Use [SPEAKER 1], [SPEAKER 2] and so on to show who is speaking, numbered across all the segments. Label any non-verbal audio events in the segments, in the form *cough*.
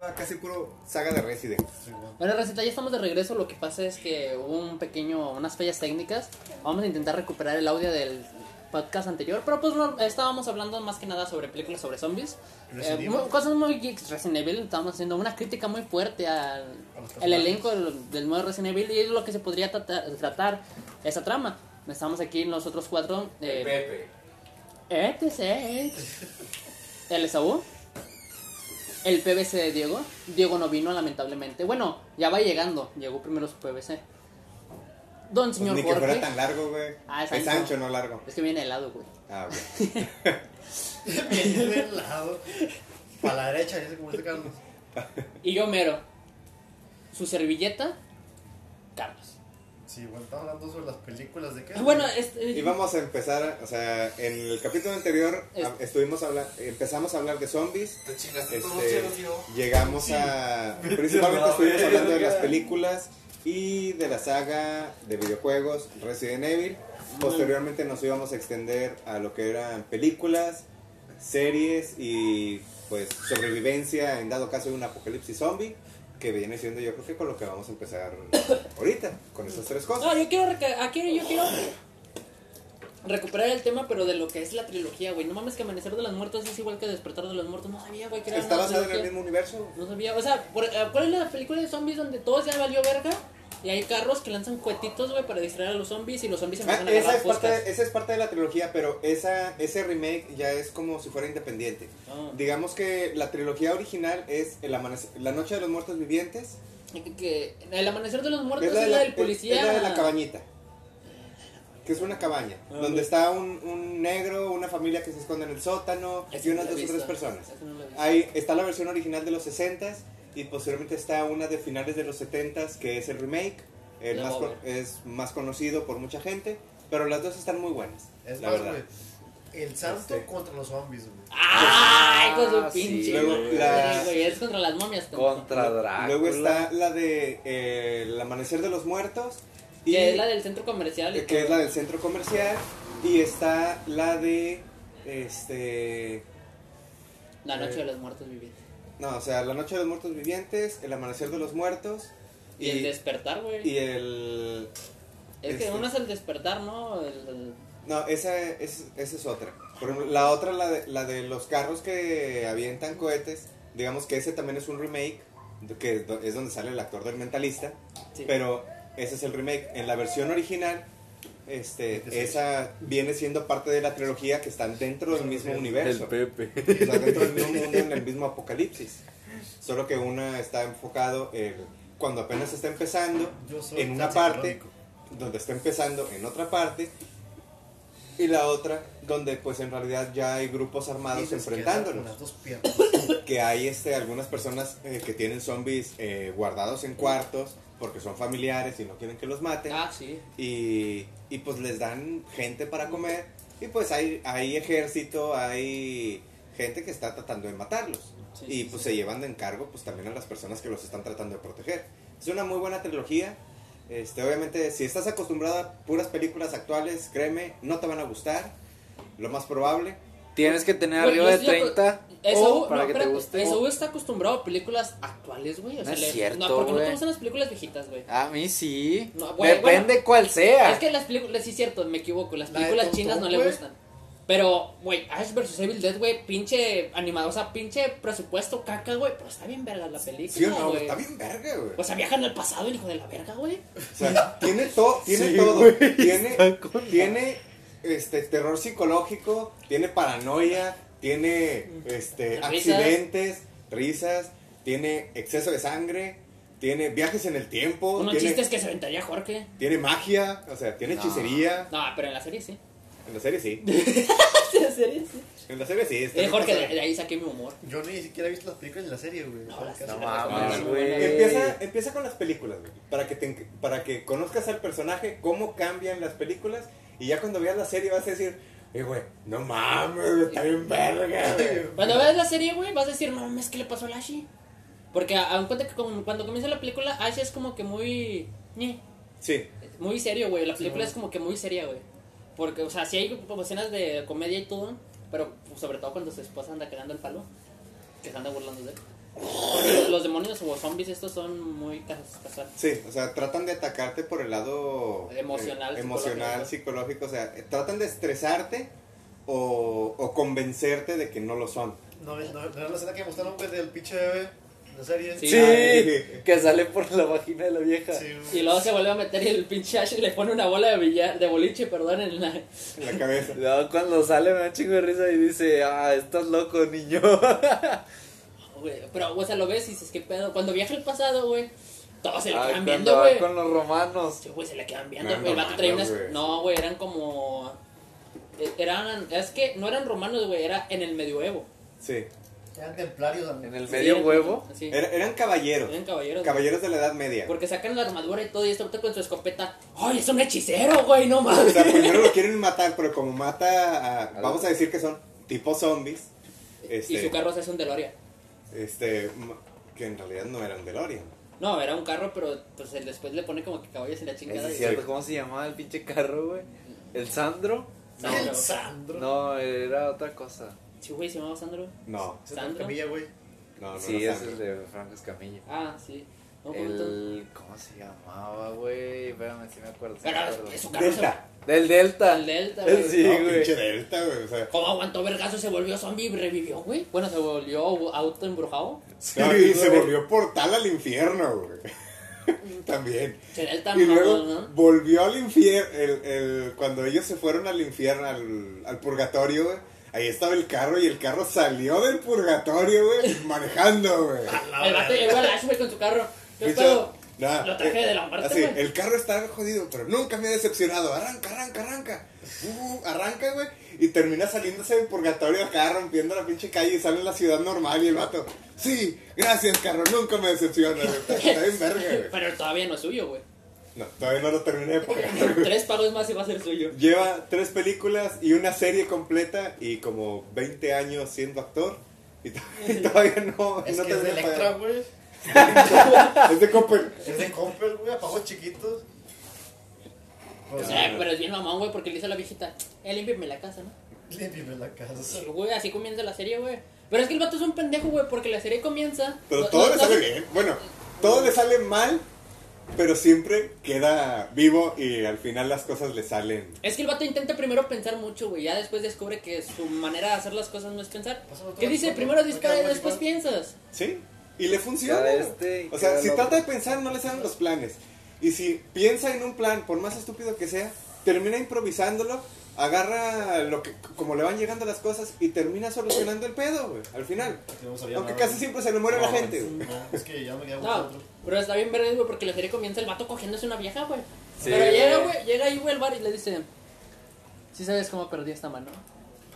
[SPEAKER 1] Ah, casi puro saga de Resident.
[SPEAKER 2] Bueno, receta, ya estamos de regreso. Lo que pasa es que hubo un pequeño, unas fallas técnicas. Vamos a intentar recuperar el audio del podcast anterior, pero pues no, estábamos hablando más que nada sobre películas sobre zombies.
[SPEAKER 3] Resident
[SPEAKER 2] Eh,
[SPEAKER 3] Evil.
[SPEAKER 2] mu- cosas muy geeks. Resident Evil, estábamos haciendo una crítica muy fuerte al
[SPEAKER 3] A los
[SPEAKER 2] el
[SPEAKER 3] personajes.
[SPEAKER 2] elenco del, del nuevo Resident Evil y es lo que se podría trata- tratar esa trama. Estamos aquí nosotros cuatro.
[SPEAKER 4] El
[SPEAKER 2] Eh,
[SPEAKER 4] Pepe.
[SPEAKER 2] ETC. Este El Saúl. El PBC de Diego. Diego no vino, lamentablemente. Bueno, ya va llegando. Llegó primero su PBC. Don
[SPEAKER 1] Pues
[SPEAKER 2] señor
[SPEAKER 1] ni que
[SPEAKER 2] Jorge.
[SPEAKER 1] fuera tan largo, güey.
[SPEAKER 2] Ah, es
[SPEAKER 1] es
[SPEAKER 2] ancho.
[SPEAKER 1] ancho, no largo.
[SPEAKER 2] Es que viene helado, güey.
[SPEAKER 1] Ah, güey.
[SPEAKER 3] Viene del lado. Para la derecha, ya sé cómo está Carlos.
[SPEAKER 2] Y yo mero. Su servilleta, Carlos.
[SPEAKER 3] Sí, bueno, estamos hablando sobre las películas de qué.
[SPEAKER 2] Bueno, este,
[SPEAKER 1] Y vamos a empezar, o sea, en el capítulo anterior
[SPEAKER 2] Es-
[SPEAKER 1] a- estuvimos habla- empezamos a hablar de zombies.
[SPEAKER 4] Te chingaste todo
[SPEAKER 1] Este,
[SPEAKER 4] cielo, tío.
[SPEAKER 1] llegamos a. Principalmente
[SPEAKER 3] la
[SPEAKER 1] estuvimos hablando de
[SPEAKER 3] verga.
[SPEAKER 1] las películas y de la saga de videojuegos Resident Evil. Posteriormente nos íbamos a extender a lo que eran películas, series y pues sobrevivencia en dado caso de un apocalipsis zombie. Que viene siendo yo creo que con lo que vamos a empezar ahorita, con esas tres cosas.
[SPEAKER 2] No, yo quiero, reca- aquí yo quiero recuperar el tema, pero de lo que es la trilogía, güey. No mames que Amanecer de los Muertos es igual que Despertar de los Muertos. No sabía, güey, que era
[SPEAKER 1] ¿Está
[SPEAKER 2] una
[SPEAKER 1] basado en el
[SPEAKER 2] trilogía.
[SPEAKER 1] mismo universo?
[SPEAKER 2] No sabía, o sea, por- eh, ¿cuál es la película de zombies donde todos ya valió verga? Y hay carros que lanzan cuetitos, güey, para distraer a los zombies y los zombies
[SPEAKER 1] Ah,
[SPEAKER 2] empiezan a
[SPEAKER 1] esa,
[SPEAKER 2] agarrar
[SPEAKER 1] es
[SPEAKER 2] foscas.
[SPEAKER 1] parte, esa es parte de la trilogía, pero esa, ese remake ya es como si fuera independiente.
[SPEAKER 2] Ah.
[SPEAKER 1] Digamos que la trilogía original es el amanece- La Noche de los Muertos Vivientes.
[SPEAKER 2] Que- que el amanecer de los muertos
[SPEAKER 1] es
[SPEAKER 2] es
[SPEAKER 1] la,
[SPEAKER 2] la,
[SPEAKER 1] de la-
[SPEAKER 2] del policía.
[SPEAKER 1] es la de la cabañita. Que es una cabaña.
[SPEAKER 2] Ah,
[SPEAKER 1] donde
[SPEAKER 2] ok.
[SPEAKER 1] está un, un negro, una familia que se esconde en el sótano
[SPEAKER 2] Esa
[SPEAKER 1] y
[SPEAKER 2] no
[SPEAKER 1] unas
[SPEAKER 2] la he
[SPEAKER 1] dos o tres
[SPEAKER 2] visto,
[SPEAKER 1] personas.
[SPEAKER 2] esa no la he visto.
[SPEAKER 1] Ahí está la versión original de los 60s y posteriormente está una de finales de los 70s que es el remake. el
[SPEAKER 2] La
[SPEAKER 1] más
[SPEAKER 2] Boba.
[SPEAKER 1] con- es más conocido por mucha gente, pero las dos están muy buenas.
[SPEAKER 3] es
[SPEAKER 1] la
[SPEAKER 3] más,
[SPEAKER 1] verdad.
[SPEAKER 3] güey. El santo
[SPEAKER 1] Este.
[SPEAKER 3] contra los zombies, güey.
[SPEAKER 2] ¡Ay, con su
[SPEAKER 5] Ah, sí,
[SPEAKER 2] pinche!
[SPEAKER 1] luego
[SPEAKER 2] madre,
[SPEAKER 1] la-
[SPEAKER 2] güey, es contra las momias. tonto.
[SPEAKER 5] Contra Drácula.
[SPEAKER 1] Luego está la de eh, El Amanecer de los Muertos. Y
[SPEAKER 2] Que es la del centro comercial. y
[SPEAKER 1] eh, que es
[SPEAKER 2] todo.
[SPEAKER 1] la del centro comercial. Y está la de. Este.
[SPEAKER 2] La noche
[SPEAKER 1] eh,
[SPEAKER 2] de los muertos vivientes.
[SPEAKER 1] No, o sea, La Noche de los Muertos Vivientes, El Amanecer de los Muertos.
[SPEAKER 2] Y, el despertar, güey.
[SPEAKER 1] y el-
[SPEAKER 2] Es que
[SPEAKER 1] este.
[SPEAKER 2] uno es el despertar, ¿no? El- el-
[SPEAKER 1] No, esa es, esa es otra. Por ejemplo, la otra, la de, la de los carros que avientan cohetes. Digamos que ese también es un remake. Que es do- es donde sale el actor del mentalista.
[SPEAKER 2] sí.
[SPEAKER 1] Pero ese es el remake. En la versión original, este,
[SPEAKER 3] Sí.
[SPEAKER 1] esa viene siendo parte de la trilogía que están dentro del mismo
[SPEAKER 5] El
[SPEAKER 1] universo.
[SPEAKER 5] Pepe.
[SPEAKER 1] O sea, dentro del mismo mundo, en el mismo apocalipsis. Solo que una está enfocado en- cuando apenas está empezando,
[SPEAKER 3] Yo soy
[SPEAKER 1] en una
[SPEAKER 3] tan
[SPEAKER 1] parte,
[SPEAKER 3] psicológico.
[SPEAKER 1] donde está empezando en otra parte, y la otra donde pues en realidad ya hay grupos armados
[SPEAKER 3] Tienes que dar con
[SPEAKER 1] enfrentándonos
[SPEAKER 3] Las dos piernas. *laughs*
[SPEAKER 1] que hay este, algunas personas eh, que tienen zombies eh, guardados en cuartos porque son familiares y no quieren que los maten.
[SPEAKER 2] Ah, sí.
[SPEAKER 1] Y, y, pues les dan gente para comer. Y pues hay, hay ejército, hay gente que está tratando de matarlos.
[SPEAKER 2] Sí,
[SPEAKER 1] y
[SPEAKER 2] sí,
[SPEAKER 1] pues
[SPEAKER 2] sí.
[SPEAKER 1] se llevan de encargo pues también a las personas que los están tratando de proteger. Es una muy buena trilogía. Este, obviamente, si estás acostumbrado a puras películas actuales, créeme, no te van a gustar. Lo más probable.
[SPEAKER 5] Tienes que tener
[SPEAKER 2] Güey,
[SPEAKER 5] arriba
[SPEAKER 2] yo
[SPEAKER 5] de
[SPEAKER 2] estoy aco-
[SPEAKER 5] 30
[SPEAKER 2] Eso,
[SPEAKER 5] para
[SPEAKER 2] no,
[SPEAKER 5] que
[SPEAKER 2] espérate,
[SPEAKER 5] te guste.
[SPEAKER 2] Eso está acostumbrado a películas actuales, güey. O
[SPEAKER 5] No
[SPEAKER 2] sea,
[SPEAKER 5] es
[SPEAKER 2] le-
[SPEAKER 5] cierto,
[SPEAKER 2] No, porque no te
[SPEAKER 5] güey.
[SPEAKER 2] gustan las películas viejitas, güey.
[SPEAKER 5] A mí sí.
[SPEAKER 2] No, güey,
[SPEAKER 5] Depende cuál sea.
[SPEAKER 2] Es que las películas, sí, cierto, me equivoco. Las
[SPEAKER 3] La de
[SPEAKER 2] películas
[SPEAKER 3] Tom
[SPEAKER 2] chinas
[SPEAKER 3] Tom,
[SPEAKER 2] no le
[SPEAKER 3] güey.
[SPEAKER 2] gustan. Pero, güey, Ash vs. Evil Dead, güey, pinche animado, o sea, pinche presupuesto caca, güey. Pero está bien verga la película.
[SPEAKER 1] Sí o no,
[SPEAKER 2] güey.
[SPEAKER 1] está bien verga, güey.
[SPEAKER 2] O sea, viajan al pasado, el hijo de la verga, güey.
[SPEAKER 1] O sea, tiene, to- tiene
[SPEAKER 5] Sí,
[SPEAKER 1] todo.
[SPEAKER 5] güey,
[SPEAKER 1] tiene
[SPEAKER 5] está con-
[SPEAKER 1] tiene este, terror psicológico, tiene paranoia, tiene este,
[SPEAKER 2] Risas.
[SPEAKER 1] accidentes, risas, tiene exceso de sangre, tiene viajes en el tiempo,
[SPEAKER 2] Unos
[SPEAKER 1] tiene,
[SPEAKER 2] chistes que se aventaría Jorge.
[SPEAKER 1] tiene magia, o sea, tiene
[SPEAKER 5] No.
[SPEAKER 1] hechicería.
[SPEAKER 2] No, pero en la serie sí.
[SPEAKER 1] En la serie sí.
[SPEAKER 2] En la serie sí.
[SPEAKER 1] En la serie sí. está
[SPEAKER 2] Eh,
[SPEAKER 1] bien
[SPEAKER 2] Jorge, de,
[SPEAKER 1] pasada.
[SPEAKER 2] de ahí saqué mi humor.
[SPEAKER 3] Yo ni siquiera he visto las películas ni la serie, güey.
[SPEAKER 2] No, las-
[SPEAKER 5] No
[SPEAKER 2] las-
[SPEAKER 5] mames,
[SPEAKER 3] Ah,
[SPEAKER 2] las-
[SPEAKER 5] güey.
[SPEAKER 2] las-
[SPEAKER 1] Empieza, empieza con las películas, güey, para que, te enc- para que conozcas al personaje, cómo cambian las películas, y ya cuando veas la serie vas a decir, eh, güey, no mames, güey, está bien verga, güey".
[SPEAKER 2] Cuando veas la serie, güey, vas a decir, no mames, ¿qué le pasó a Ashi? Porque a- aun cuenta que con- cuando comienza la película, Ash es como que muy. ñe,
[SPEAKER 1] Sí,
[SPEAKER 2] Muy serio, güey. La película es como que muy seria, güey. Porque, o sea, sí hay como escenas de comedia y todo, pero pues, sobre todo cuando su esposa anda cagando el palo, que se anda burlando de él. Porque los demonios o zombies estos son muy cas- casuales.
[SPEAKER 1] Sí, o sea, tratan de atacarte por el lado
[SPEAKER 2] Emocional,
[SPEAKER 1] eh, emocional, psicológico, o sea, eh, tratan de estresarte o, o convencerte de que no lo son.
[SPEAKER 3] No, no, no era la escena que mostraron pues, del pinche bebé de serie.
[SPEAKER 2] Sí.
[SPEAKER 5] Sí, que sale por la vagina de la vieja.
[SPEAKER 3] Sí,
[SPEAKER 2] Y luego se vuelve a meter y el pinche Ash le pone una bola de, billar, de boliche, perdón, en la...
[SPEAKER 1] En la
[SPEAKER 2] *laughs*
[SPEAKER 1] cabeza.
[SPEAKER 5] Luego cuando sale me da un chingo de risa y dice, ah, estás loco, niño.
[SPEAKER 2] Güey, Pero, o sea, lo ves y dices, ¿qué pedo? Cuando viaja al pasado, güey, todos se le
[SPEAKER 5] Ah,
[SPEAKER 2] quedan
[SPEAKER 5] cuando
[SPEAKER 2] viendo,
[SPEAKER 5] va
[SPEAKER 2] güey.
[SPEAKER 5] con los romanos.
[SPEAKER 2] Sí, güey, se le quedan viendo,
[SPEAKER 1] No eran
[SPEAKER 2] güey. El vato traía unas...
[SPEAKER 1] romanos, güey.
[SPEAKER 2] No, güey, eran como... eh, Eran... Es que no eran romanos, güey, era en el medioevo.
[SPEAKER 1] Sí.
[SPEAKER 3] Eran templarios también.
[SPEAKER 5] En el medio
[SPEAKER 2] Sí, eran-
[SPEAKER 5] huevo.
[SPEAKER 2] Sí,
[SPEAKER 1] Era- eran caballeros.
[SPEAKER 2] eran caballeros. güey.
[SPEAKER 1] Caballeros de la Edad Media.
[SPEAKER 2] Porque sacan la armadura y todo y este vato con su escopeta. ¡Ay, es un hechicero, güey! ¡No
[SPEAKER 1] O
[SPEAKER 2] mames!
[SPEAKER 1] sea, primero lo quieren matar, pero como mata a, vamos a decir que son tipo zombies,
[SPEAKER 2] Y su
[SPEAKER 1] este,
[SPEAKER 2] carro se hace un DeLorean.
[SPEAKER 1] este, m- que en realidad no eran DeLorean.
[SPEAKER 2] No, era un carro, pero pues el después le pone como que caballos en la
[SPEAKER 5] Eso
[SPEAKER 2] chingada.
[SPEAKER 5] es
[SPEAKER 2] y-
[SPEAKER 5] cierto, ¿cómo se llamaba el pinche carro, güey? ¿El Sandro?
[SPEAKER 2] No.
[SPEAKER 3] El Sandro.
[SPEAKER 5] No, era otra cosa.
[SPEAKER 2] Sí, güey, se llamaba Sandro.
[SPEAKER 1] No,
[SPEAKER 3] Esa es la
[SPEAKER 2] Sandro.
[SPEAKER 3] camilla, güey.
[SPEAKER 1] no, no.
[SPEAKER 5] sí,
[SPEAKER 1] no
[SPEAKER 5] ese
[SPEAKER 1] saben.
[SPEAKER 5] es el de Franco Escamilla.
[SPEAKER 2] Ah, sí. No, pues, entonces-
[SPEAKER 5] El... ¿Cómo se llamaba, güey? Espérame, si me acuerdo. sí me
[SPEAKER 2] Pero
[SPEAKER 5] acuerdo.
[SPEAKER 2] es su carro.
[SPEAKER 1] Delta.
[SPEAKER 5] Del Delta.
[SPEAKER 2] El Delta, güey.
[SPEAKER 5] *laughs* Sí,
[SPEAKER 1] No,
[SPEAKER 5] güey.
[SPEAKER 1] pinche Delta, güey. O sea,
[SPEAKER 2] ¿Cómo aguantó vergazo? Se volvió zombie y revivió, güey. Bueno, se volvió auto embrujado.
[SPEAKER 1] no, y se
[SPEAKER 5] güey.
[SPEAKER 1] volvió portal al infierno, güey. *laughs* También.
[SPEAKER 2] Será Mm. tan
[SPEAKER 1] Y luego
[SPEAKER 2] mamón, ¿no?
[SPEAKER 1] volvió al infierno. El, el- cuando ellos se fueron al infierno, al, al purgatorio, güey. Ahí estaba el carro y el carro salió del purgatorio, güey, manejando, güey.
[SPEAKER 2] El vato llegó al Ash, güey, con su carro. ¿Qué
[SPEAKER 1] Pinche-
[SPEAKER 2] pedo?
[SPEAKER 1] Nah,
[SPEAKER 2] Lo traje
[SPEAKER 1] eh,
[SPEAKER 2] de la muerte,
[SPEAKER 1] así,
[SPEAKER 2] güey.
[SPEAKER 1] el carro está jodido, pero nunca me ha decepcionado. Arranca, arranca, arranca. Uh, arranca, güey. Y termina saliéndose del purgatorio acá, rompiendo la pinche calle y sale en la ciudad normal y el vato. Sí, gracias, carro, nunca me
[SPEAKER 2] *laughs*
[SPEAKER 1] decepciona, güey. Está bien verga, eh, güey.
[SPEAKER 2] Pero todavía no es suyo, güey.
[SPEAKER 1] No, todavía no lo terminé de pagar, güey.
[SPEAKER 2] *laughs* Tres pagos más y va a ser suyo.
[SPEAKER 1] Lleva tres películas y una serie completa y como 20 años siendo actor. Y, to- *laughs* y todavía no,
[SPEAKER 3] Es
[SPEAKER 1] no
[SPEAKER 3] que es de
[SPEAKER 1] termina de pagar.
[SPEAKER 3] Electra, güey.
[SPEAKER 1] Es de Copper.
[SPEAKER 3] Es de Comper, güey. Apagos chiquitos. O
[SPEAKER 2] Eh,
[SPEAKER 3] sea,
[SPEAKER 2] pero es bien mamón, güey, porque le dice a la viejita, eh, límpiame la casa, ¿no?
[SPEAKER 3] límpiame la casa.
[SPEAKER 2] Sí, güey, así comienza la serie, güey. Pero es que el vato es un pendejo, güey, porque la serie comienza.
[SPEAKER 1] Pero
[SPEAKER 2] no-
[SPEAKER 1] todo
[SPEAKER 2] no-
[SPEAKER 1] le sale
[SPEAKER 2] no-
[SPEAKER 1] bien. Bueno, todo le sale mal, pero siempre queda vivo y al final las cosas le salen.
[SPEAKER 2] Es que el vato intenta primero pensar mucho, güey. Ya después descubre que su manera de hacer las cosas no es pensar.
[SPEAKER 3] Pásame otra
[SPEAKER 2] ¿Qué
[SPEAKER 3] vez,
[SPEAKER 2] dice?
[SPEAKER 3] Paco.
[SPEAKER 2] Primero dispara y
[SPEAKER 3] Ahorita
[SPEAKER 2] después
[SPEAKER 3] voy,
[SPEAKER 2] piensas.
[SPEAKER 1] ¿Sí? Y le funciona.
[SPEAKER 5] Cada este y
[SPEAKER 1] o sea,
[SPEAKER 5] cada
[SPEAKER 1] si
[SPEAKER 5] el
[SPEAKER 1] trata de
[SPEAKER 5] otro.
[SPEAKER 1] pensar, no le salen los planes. Y si piensa en un plan, por más estúpido que sea, termina improvisándolo, agarra lo que como le van llegando las cosas y termina solucionando el pedo, güey, al final.
[SPEAKER 3] Yo no sabía
[SPEAKER 1] Aunque
[SPEAKER 3] nada.
[SPEAKER 1] casi siempre se le muere la
[SPEAKER 5] No,
[SPEAKER 1] gente, güey.
[SPEAKER 3] No, es que ya me quedaba
[SPEAKER 2] No,
[SPEAKER 3] otro.
[SPEAKER 2] pero está bien verga, güey, porque la serie comienza el vato cogiéndose una vieja, güey.
[SPEAKER 5] Sí,
[SPEAKER 2] pero llega,
[SPEAKER 5] güey.
[SPEAKER 2] güey, llega ahí, güey, el bar y le dice, ¿sí sabes cómo perdí esta mano?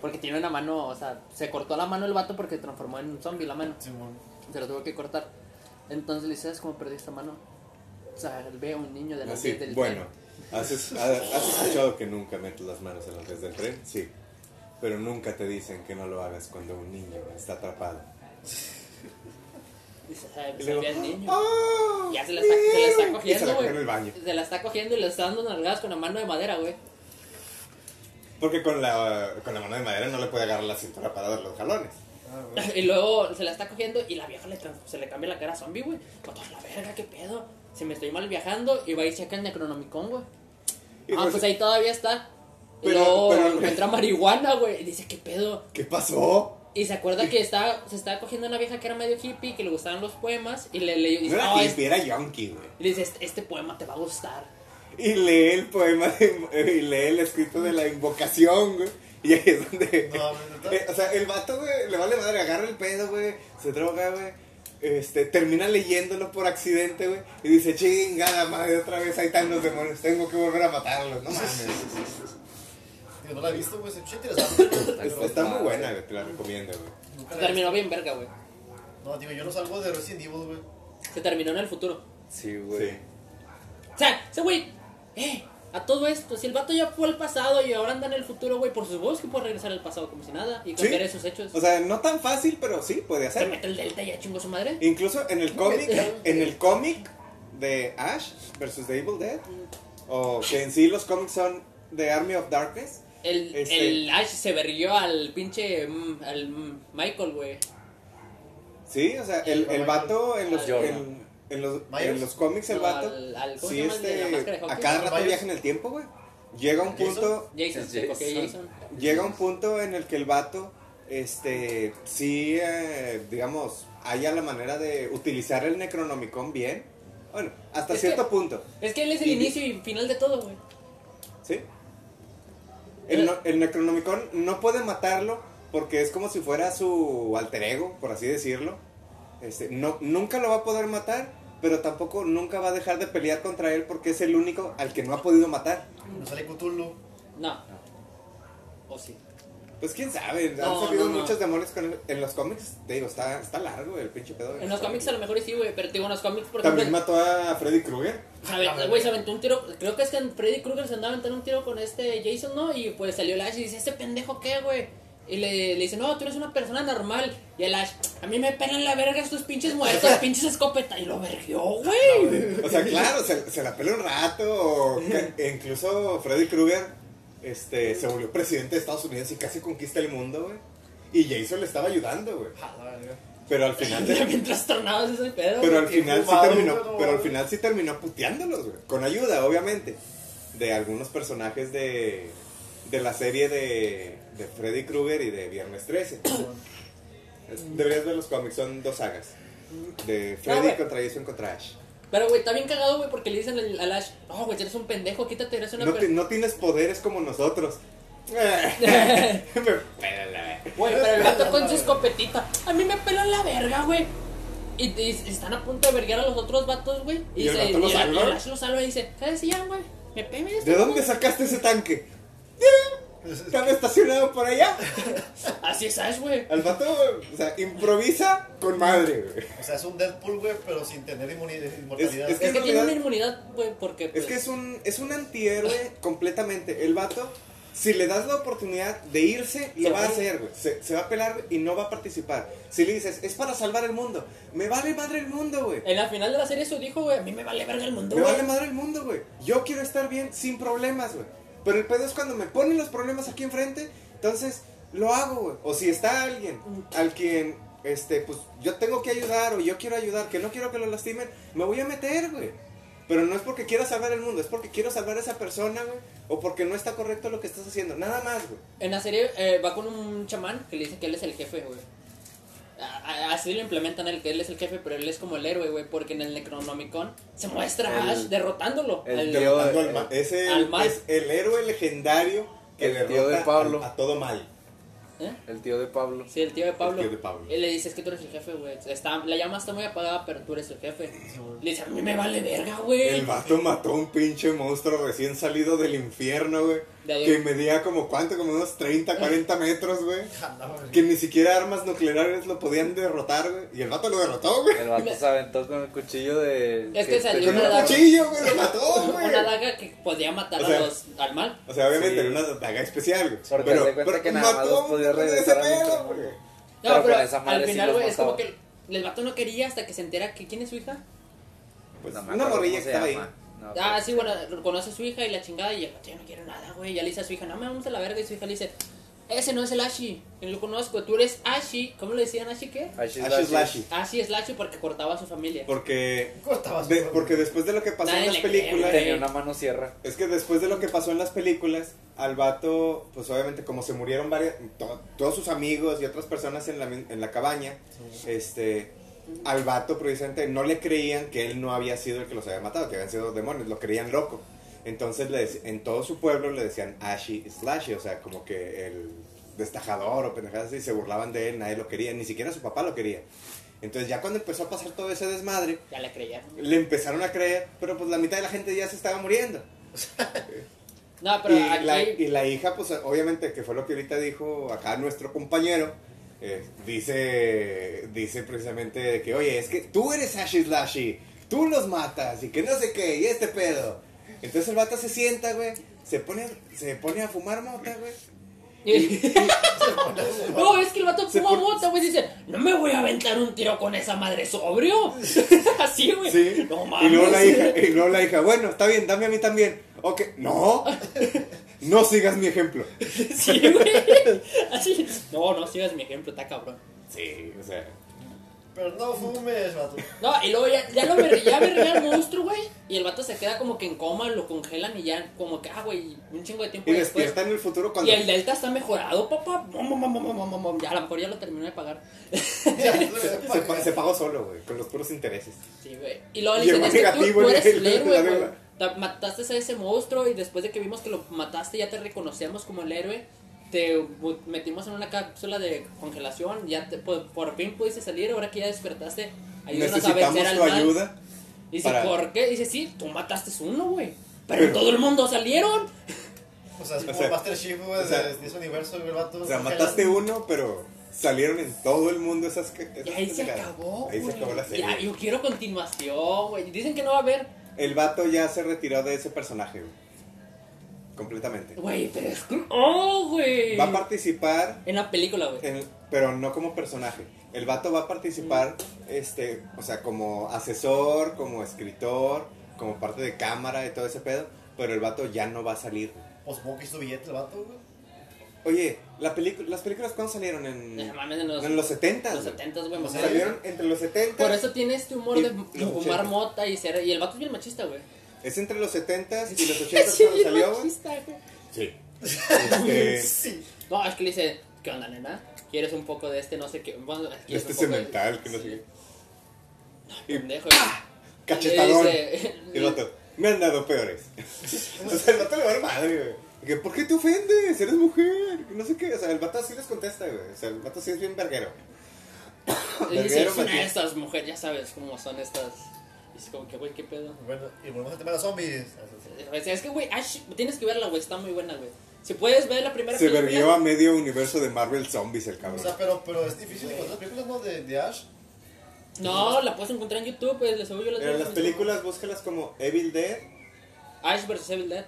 [SPEAKER 2] Porque tiene una mano, o sea, se cortó la mano el vato porque transformó en un zombie la mano.
[SPEAKER 3] Simón.
[SPEAKER 2] Se lo tuvo que cortar. Entonces le dice, ¿sabes cómo perdí esta mano? Salvé a un niño de la
[SPEAKER 1] Así,
[SPEAKER 2] del
[SPEAKER 1] Ah, bueno,
[SPEAKER 2] tren".
[SPEAKER 1] has, es- ha- has escuchado que nunca metes las manos en las vías del tren, sí. Pero nunca te dicen que no lo hagas cuando un niño está atrapado.
[SPEAKER 2] Dice, "Sal-
[SPEAKER 1] Y
[SPEAKER 2] salvé
[SPEAKER 1] luego,
[SPEAKER 2] al niño.
[SPEAKER 1] ¡Ah!
[SPEAKER 2] Ya se la está, se la está
[SPEAKER 1] ¡Vieron! Y se
[SPEAKER 2] cogiendo,
[SPEAKER 1] la cogió en el
[SPEAKER 2] güey.
[SPEAKER 1] baño.
[SPEAKER 2] Se la está cogiendo y le está dando nalgadas con la mano de madera, güey.
[SPEAKER 1] Porque con la, con la mano de madera no le puede agarrar la cintura para dar los jalones.
[SPEAKER 3] Ah,
[SPEAKER 2] *laughs*
[SPEAKER 3] güey.
[SPEAKER 2] Y luego se la está cogiendo y la vieja le trans- se le cambia la cara a zombie, güey. Con toda la verga, qué pedo. Se me estoy mal viajando y va y checa el Necronomicon, güey.
[SPEAKER 1] Y
[SPEAKER 2] Ah,
[SPEAKER 1] pues,
[SPEAKER 2] pues ahí todavía está. Y
[SPEAKER 1] Pero-
[SPEAKER 2] luego
[SPEAKER 1] pero- *laughs*
[SPEAKER 2] encuentra marihuana, güey. Y dice, qué pedo.
[SPEAKER 1] ¿Qué pasó?
[SPEAKER 2] Y se acuerda que estaba, se estaba cogiendo una vieja que era medio hippie, que le gustaban los poemas. Y le leyó.
[SPEAKER 1] No
[SPEAKER 2] Y dice,
[SPEAKER 1] era
[SPEAKER 2] "No,
[SPEAKER 1] hippie, era yonki, güey.
[SPEAKER 2] es- y le dice, este, este poema te va a gustar.
[SPEAKER 1] Y lee el poema, de- y lee el escrito de la invocación, güey. Y ahí es donde...
[SPEAKER 3] No, no, no.
[SPEAKER 1] Eh, o sea, el vato, güey, le vale madre, agarra el pedo, güey, se droga, güey. Este, termina leyéndolo por accidente, güey, y dice, chingada madre, otra vez ahí están los demonios, tengo que volver a matarlos, no mames.
[SPEAKER 3] Digo, no la he visto, güey. Es mucho interesante.
[SPEAKER 1] Está,
[SPEAKER 3] pero-
[SPEAKER 1] está muy buena, güey, te la recomiendo, güey.
[SPEAKER 3] Nunca la he
[SPEAKER 2] Terminó bien verga, güey.
[SPEAKER 3] visto. No, digo, yo no salgo de Resident Evil, güey.
[SPEAKER 2] Se terminó en el futuro.
[SPEAKER 5] Sí, güey.
[SPEAKER 1] Sí.
[SPEAKER 2] O sea, ese güey, eh, a todo esto, si el vato ya fue al pasado y ahora anda en el futuro, güey, por sus huevos que puede regresar al pasado como si nada y cambiar
[SPEAKER 1] Sí.
[SPEAKER 2] esos hechos.
[SPEAKER 1] O sea, no tan fácil, pero sí, puede
[SPEAKER 2] se
[SPEAKER 1] hacerlo.
[SPEAKER 2] mete el delta y ya chingó su madre.
[SPEAKER 1] Incluso en el cómic, en el cómic de Ash versus The Evil Dead, o que en sí los cómics son The Army of Darkness,
[SPEAKER 2] El,
[SPEAKER 1] Este-
[SPEAKER 2] el Ash se berrió al pinche mm, al mm, Michael, güey.
[SPEAKER 1] Sí, o sea, el, el vato en los,
[SPEAKER 5] Jordan.
[SPEAKER 1] en, en los,
[SPEAKER 3] ¿Myers?
[SPEAKER 1] en los cómics, el
[SPEAKER 2] No,
[SPEAKER 1] vato,
[SPEAKER 2] al- al- ¿cómo
[SPEAKER 1] sí,
[SPEAKER 2] se llama el de la máscara
[SPEAKER 1] este,
[SPEAKER 2] de
[SPEAKER 1] a
[SPEAKER 2] hockey?
[SPEAKER 1] cada rato
[SPEAKER 3] ¿Myers?
[SPEAKER 1] viaja en el tiempo, güey. Llega un
[SPEAKER 3] ¿Jason?
[SPEAKER 1] punto,
[SPEAKER 2] Jason,
[SPEAKER 5] Sí,
[SPEAKER 2] ok,
[SPEAKER 5] Jason.
[SPEAKER 2] Jason.
[SPEAKER 1] llega un punto en el que el vato, este, sí, eh, digamos, haya la manera de utilizar el Necronomicon bien. Bueno, hasta
[SPEAKER 2] Es
[SPEAKER 1] cierto
[SPEAKER 2] que-
[SPEAKER 1] punto,
[SPEAKER 2] Es que él es el
[SPEAKER 1] Y-
[SPEAKER 2] inicio y final de todo, güey.
[SPEAKER 1] ¿sí? El, no- el Necronomicon no puede matarlo porque es como si fuera su alter ego, por así decirlo. Este, no, nunca lo va a poder matar, pero tampoco nunca va a dejar de pelear contra él porque es el único al que no ha podido matar.
[SPEAKER 3] No sale Cthulhu.
[SPEAKER 2] No. O sí.
[SPEAKER 1] Pues quién sabe, han
[SPEAKER 2] No,
[SPEAKER 1] salido
[SPEAKER 2] no, no.
[SPEAKER 1] muchos demores con él. en los cómics. Te digo, está, está largo el pinche pedo.
[SPEAKER 2] En los cómics a lo mejor sí, güey, pero te digo, en los cómics, por
[SPEAKER 1] También
[SPEAKER 2] ejemplo,
[SPEAKER 1] mató a Freddy Krueger.
[SPEAKER 2] a ver, güey, se aventó un tiro, creo que es que en Freddy Krueger se andaba aventando un tiro con este Jason, ¿no? Y pues salió el Ash y dice, ¿este pendejo qué, güey? Y le, le dice, no, tú eres una persona normal. Y el Ash, a mí me pelan la verga estos pinches muertos, pinches escopeta. Y lo vergió, *laughs* güey.
[SPEAKER 1] O sea, claro, se, se la peló un rato. o que- e incluso Freddy Krueger este, se volvió presidente de Estados Unidos y casi conquista el mundo, güey. Y Jason le estaba ayudando, güey.
[SPEAKER 3] A la verga.
[SPEAKER 1] Pero al
[SPEAKER 2] *laughs*
[SPEAKER 1] final.
[SPEAKER 2] Andaba bien trastornado ese pedo.
[SPEAKER 1] Pero al
[SPEAKER 3] Qué
[SPEAKER 1] final sí
[SPEAKER 3] fumado,
[SPEAKER 1] terminó,
[SPEAKER 3] pero-
[SPEAKER 1] pero al final sí terminó puteándolos, güey. Con ayuda, obviamente, de algunos personajes de, de la serie de, de Freddy Krueger y de Viernes 13. Es- Deberías ver los cómics, son dos sagas. De Freddy
[SPEAKER 2] güey.
[SPEAKER 1] contra Jason contra Ash.
[SPEAKER 2] Pero, güey, está bien cagado, güey, porque le dicen al, al Ash, no, güey, eres un pendejo, quítate, eres una
[SPEAKER 1] No,
[SPEAKER 2] per-
[SPEAKER 1] ti- no tienes poderes como nosotros. Me pela la-
[SPEAKER 2] Güey, pero el vato con su escopetita. A mí me pelan la verga, güey. Y, y- y están a punto de verguear a los otros vatos, güey.
[SPEAKER 1] ¿Y el
[SPEAKER 2] se-
[SPEAKER 1] vato lo
[SPEAKER 2] y
[SPEAKER 1] salva?
[SPEAKER 2] y el Ash lo salva y dice, ¿qué decían, güey? Me pegas.
[SPEAKER 1] ¿De dónde sacaste ese tanque?
[SPEAKER 3] Es- es-
[SPEAKER 1] ¿Estaba estacionado por allá?
[SPEAKER 2] Así es Ash, güey.
[SPEAKER 1] Al vato, o sea, improvisa con madre, güey.
[SPEAKER 3] O sea, es un Deadpool, güey, pero sin tener inmuni- inmortalidad.
[SPEAKER 1] Es
[SPEAKER 2] Es que
[SPEAKER 1] en
[SPEAKER 2] tiene
[SPEAKER 1] realidad-
[SPEAKER 2] una inmunidad, güey, porque...
[SPEAKER 1] Es
[SPEAKER 2] pues,
[SPEAKER 1] que es un, es un antihéroe completamente. El vato, si le das la oportunidad de irse, lo
[SPEAKER 2] Se
[SPEAKER 1] va a
[SPEAKER 2] va.
[SPEAKER 1] hacer, güey. Se, se va a pelar y no va a participar. Si le dices, es para salvar el mundo, me vale madre el mundo, güey.
[SPEAKER 2] En la final de la serie eso dijo, güey, a mí me vale verga el mundo,
[SPEAKER 1] Me
[SPEAKER 2] güey.
[SPEAKER 1] vale madre el mundo, güey. Yo quiero estar bien sin problemas, güey. Pero el pedo es cuando me ponen los problemas aquí enfrente, entonces lo hago, güey. O si está alguien al quien, este, pues yo tengo que ayudar o yo quiero ayudar, que no quiero que lo lastimen, me voy a meter, güey. Pero no es porque quiera salvar el mundo, es porque quiero salvar a esa persona, güey. O porque no está correcto lo que estás haciendo. Nada más, güey.
[SPEAKER 2] En la serie eh, va con un chamán que le dice que él es el jefe, güey. A- a- Así lo implementan él, que él es el jefe, pero él es como el héroe, güey, porque en el Necronomicon se muestra a
[SPEAKER 5] El-
[SPEAKER 2] Ash derrotándolo.
[SPEAKER 5] el
[SPEAKER 2] al-
[SPEAKER 5] dios.
[SPEAKER 1] Derrotando al
[SPEAKER 5] eh,
[SPEAKER 1] ma- es, el,
[SPEAKER 2] al mal.
[SPEAKER 1] es el héroe legendario que
[SPEAKER 5] El tío
[SPEAKER 1] derrota
[SPEAKER 5] de
[SPEAKER 1] al-
[SPEAKER 5] Pablo.
[SPEAKER 1] A, todo mal.
[SPEAKER 2] ¿Eh?
[SPEAKER 5] El tío de Pablo.
[SPEAKER 2] Sí, el tío de Pablo.
[SPEAKER 1] tío de Pablo.
[SPEAKER 2] Y le dice, es que tú eres el jefe, güey. Está, la llama está muy apagada, pero tú eres el jefe. Le dice, a mí me vale verga, güey.
[SPEAKER 1] El vato mató a un pinche monstruo recién salido del infierno, güey.
[SPEAKER 2] De ahí.
[SPEAKER 1] Que medía como cuánto, como unos 30, 40 metros, güey.
[SPEAKER 3] A la verga.
[SPEAKER 1] Que ni siquiera armas nucleares lo podían derrotar, güey. Y el vato lo derrotó, güey.
[SPEAKER 5] El vato se aventó con el cuchillo de.
[SPEAKER 2] Es que salió
[SPEAKER 1] Con
[SPEAKER 2] una
[SPEAKER 1] un
[SPEAKER 2] daga.
[SPEAKER 1] cuchillo, güey, lo mató, güey.
[SPEAKER 2] Una daga que podía matar
[SPEAKER 1] O sea,
[SPEAKER 2] a los, al mal.
[SPEAKER 1] O sea, obviamente
[SPEAKER 5] Sí.
[SPEAKER 1] era una daga especial, güey.
[SPEAKER 5] Porque haz de cuenta que nada más los podía
[SPEAKER 1] un montón de
[SPEAKER 5] regresar
[SPEAKER 1] ese
[SPEAKER 5] al
[SPEAKER 1] pedo,
[SPEAKER 5] infierno.
[SPEAKER 1] güey.
[SPEAKER 2] No,
[SPEAKER 5] pero
[SPEAKER 2] pero,
[SPEAKER 5] con esa madre
[SPEAKER 2] al
[SPEAKER 5] sí
[SPEAKER 2] final,
[SPEAKER 5] los
[SPEAKER 2] güey, es como
[SPEAKER 5] mataba.
[SPEAKER 2] que el el vato no quería hasta que se entera que quién es su hija.
[SPEAKER 1] Pues
[SPEAKER 5] No me
[SPEAKER 1] una
[SPEAKER 5] acuerdo
[SPEAKER 1] morrilla que
[SPEAKER 5] cómo se
[SPEAKER 1] estaba ahí.
[SPEAKER 5] llama. No, pues,
[SPEAKER 2] Ah,
[SPEAKER 5] pero-
[SPEAKER 2] sí, bueno, conoce a su hija y la chingada y el vato ya no quiere nada, güey. Ya le dice a su hija, no me vamos a la verga. Y su hija le dice, ese no es el Ashi, que lo conozco, tú eres Ashi. ¿Cómo le decían Ashi qué?
[SPEAKER 5] Ashes
[SPEAKER 1] Ashes
[SPEAKER 5] Lashes.
[SPEAKER 1] Lashy.
[SPEAKER 2] Ashi es Lashi porque cortaba a su familia.
[SPEAKER 1] Porque,
[SPEAKER 3] Cortabas,
[SPEAKER 1] de-
[SPEAKER 3] güey.
[SPEAKER 1] porque después de lo que pasó
[SPEAKER 2] Nadie
[SPEAKER 1] en las
[SPEAKER 2] le cree,
[SPEAKER 1] películas.
[SPEAKER 2] güey.
[SPEAKER 5] Tenía una mano sierra.
[SPEAKER 1] Es que después de lo que pasó en las películas, al vato, pues obviamente como se murieron varias, to- todos sus amigos y otras personas en la, mi- en la cabaña, este, al vato precisamente no le creían que él no había sido el que los había matado, que habían sido demonios, lo creían loco. Entonces le dec- en todo su pueblo le decían Ashy Slashy, o sea, como que el destajador o pendejadas así, se burlaban de él, nadie lo quería, ni siquiera su papá lo quería. Entonces ya cuando empezó a pasar todo ese desmadre,
[SPEAKER 2] Ya la creía.
[SPEAKER 1] le empezaron a creer, pero pues la mitad de la gente ya se estaba muriendo.
[SPEAKER 2] No, pero
[SPEAKER 1] y,
[SPEAKER 2] aquí...
[SPEAKER 1] la, y la hija, pues obviamente, que fue lo que ahorita dijo acá nuestro compañero, eh, dice, dice precisamente de que, oye, es que tú eres Ashi Slashy, tú los matas y que no sé qué, y este pedo. Entonces el vato se sienta, güey, se pone, se pone a fumar mota,
[SPEAKER 2] *laughs*
[SPEAKER 1] güey.
[SPEAKER 2] No, es que el vato
[SPEAKER 1] Se
[SPEAKER 2] fuma
[SPEAKER 1] pon-
[SPEAKER 2] mota, güey. Dice, no me voy a aventar un tiro con esa madre
[SPEAKER 1] *laughs*
[SPEAKER 2] sobrio. Así, güey.
[SPEAKER 1] Sí.
[SPEAKER 2] No
[SPEAKER 1] y
[SPEAKER 2] mames.
[SPEAKER 1] luego la hija, y luego la hija, bueno, está bien, dame a mí también. Ok, no, no sigas mi ejemplo.
[SPEAKER 2] *laughs* Sí, güey. Así. No, no sigas mi ejemplo, está cabrón.
[SPEAKER 1] Sí, o sea.
[SPEAKER 3] Pero no
[SPEAKER 1] *laughs*
[SPEAKER 3] fumes, vato.
[SPEAKER 2] No, y luego ya, ya lo berre- ya berrea el monstruo, güey. Y el vato se queda como que en coma, lo congelan y ya, como que, ah, güey, un chingo de tiempo
[SPEAKER 1] Y
[SPEAKER 2] después.
[SPEAKER 1] despierta en el futuro
[SPEAKER 2] pues, Y
[SPEAKER 1] cuando.
[SPEAKER 2] el Delta está mejorado, papá. Mom, mom, mom, mom, mom, mom. Ya a lo mejor ya lo terminó de pagar.
[SPEAKER 3] Ya,
[SPEAKER 1] Se, se pa- se pagó solo, güey, con los puros intereses.
[SPEAKER 2] Sí, güey. Y luego le
[SPEAKER 1] Llegó
[SPEAKER 2] dicen, es que tú,
[SPEAKER 1] negativo
[SPEAKER 2] tú
[SPEAKER 1] el-
[SPEAKER 2] eres
[SPEAKER 1] el-
[SPEAKER 2] el héroe,
[SPEAKER 1] la
[SPEAKER 2] güey.
[SPEAKER 1] deuda.
[SPEAKER 2] Ta- Mataste a ese monstruo y después de que vimos que lo mataste ya te reconocíamos como el héroe. Te bu- metimos en una cápsula de congelación, ya te- por, por fin pudiste salir, ahora que ya despertaste, ayúdanos a vencer
[SPEAKER 1] Necesitamos
[SPEAKER 2] al
[SPEAKER 1] tu
[SPEAKER 2] mal.
[SPEAKER 1] ayuda.
[SPEAKER 2] Y dice,
[SPEAKER 1] para-
[SPEAKER 2] ¿por qué? Dice, sí, tú mataste uno, güey. Pero,
[SPEAKER 1] Pero-
[SPEAKER 2] todo el mundo salieron.
[SPEAKER 3] O sea, es como
[SPEAKER 1] O sea,
[SPEAKER 3] Master Chief, güey,
[SPEAKER 1] o sea,
[SPEAKER 3] de, de ese universo, güey, el vato.
[SPEAKER 1] O sea, mataste uno, pero salieron en todo el mundo esas. ca- esas
[SPEAKER 2] Y ahí se
[SPEAKER 1] pendejadas.
[SPEAKER 2] acabó,
[SPEAKER 1] Ahí se
[SPEAKER 2] güey.
[SPEAKER 1] acabó la serie.
[SPEAKER 2] Ya, yo quiero continuación, güey. Dicen que no va a haber.
[SPEAKER 1] El vato ya se retiró de ese personaje, güey. Completamente.
[SPEAKER 2] Güey, pero es... que- ¡Oh, güey!
[SPEAKER 1] Va a participar,
[SPEAKER 2] En la película, güey.
[SPEAKER 1] en- pero no como personaje. El vato va a participar,
[SPEAKER 2] Mm.
[SPEAKER 1] este, o sea, como asesor, como escritor, como parte de cámara y todo ese pedo. Pero el vato ya no va a salir. güey.
[SPEAKER 3] Pues supongo que hizo billete el vato,
[SPEAKER 1] *laughs*
[SPEAKER 3] güey.
[SPEAKER 1] Oye, la pelicu- las películas cuándo salieron? En,
[SPEAKER 2] No mames, en los-
[SPEAKER 1] en los 70.
[SPEAKER 2] Los 70, güey.
[SPEAKER 3] Los
[SPEAKER 2] mamá.
[SPEAKER 3] setentas.
[SPEAKER 1] Salieron entre los 70.
[SPEAKER 2] Por eso tiene este humor
[SPEAKER 1] Y
[SPEAKER 2] de
[SPEAKER 1] los
[SPEAKER 2] fumar
[SPEAKER 1] ochentas.
[SPEAKER 2] mota y ser. Y el vato es bien machista, güey.
[SPEAKER 1] Es entre los 70 y
[SPEAKER 3] *laughs*
[SPEAKER 1] los 80 cuando
[SPEAKER 2] bien
[SPEAKER 1] salió, güey.
[SPEAKER 2] machista, güey.
[SPEAKER 1] Sí. Este,
[SPEAKER 3] *laughs* Sí.
[SPEAKER 2] No, es que le dice, ¿qué onda, nena? ¿Quieres un poco de este, no sé qué? Bueno,
[SPEAKER 1] De
[SPEAKER 2] ¿quieres
[SPEAKER 1] este
[SPEAKER 2] un poco de-
[SPEAKER 1] cemental que no sé
[SPEAKER 2] Sí.
[SPEAKER 3] Este,
[SPEAKER 1] qué. Y-
[SPEAKER 2] Pendejo, güey.
[SPEAKER 1] Cachetadón.
[SPEAKER 2] Le dice-
[SPEAKER 1] Y el
[SPEAKER 3] este,
[SPEAKER 1] vato, me han dado peores. *laughs* o sea, el vato le va a dar madre, güey. Y que, ¿por qué te ofendes? Eres mujer. que No sé qué. O sea, el vato así les contesta, güey. O sea, el vato sí es bien verguero.
[SPEAKER 2] Le dice,
[SPEAKER 1] Verguero,
[SPEAKER 2] es una de
[SPEAKER 1] machista.
[SPEAKER 2] estas mujeres, ya sabes cómo son estas. Y es como que, güey, ¿qué pedo?
[SPEAKER 3] Bueno, y volvemos al tema de los zombies.
[SPEAKER 2] O sea, es que, güey, Ash, tienes que verla, güey, está muy buena, güey. Si puedes ver la primera
[SPEAKER 1] Se
[SPEAKER 2] película-
[SPEAKER 1] verguió a medio universo de Marvel Zombies, el
[SPEAKER 3] O
[SPEAKER 1] cabrón.
[SPEAKER 3] sea, pero, pero es difícil encontrar películas, ¿no? De, de Ash.
[SPEAKER 2] No, la puedes encontrar en YouTube, pues, les seguro yo las veo
[SPEAKER 1] Pero
[SPEAKER 2] en
[SPEAKER 1] las
[SPEAKER 2] YouTube.
[SPEAKER 1] películas, búscalas como Evil Dead.
[SPEAKER 2] Ash vs. Evil Dead.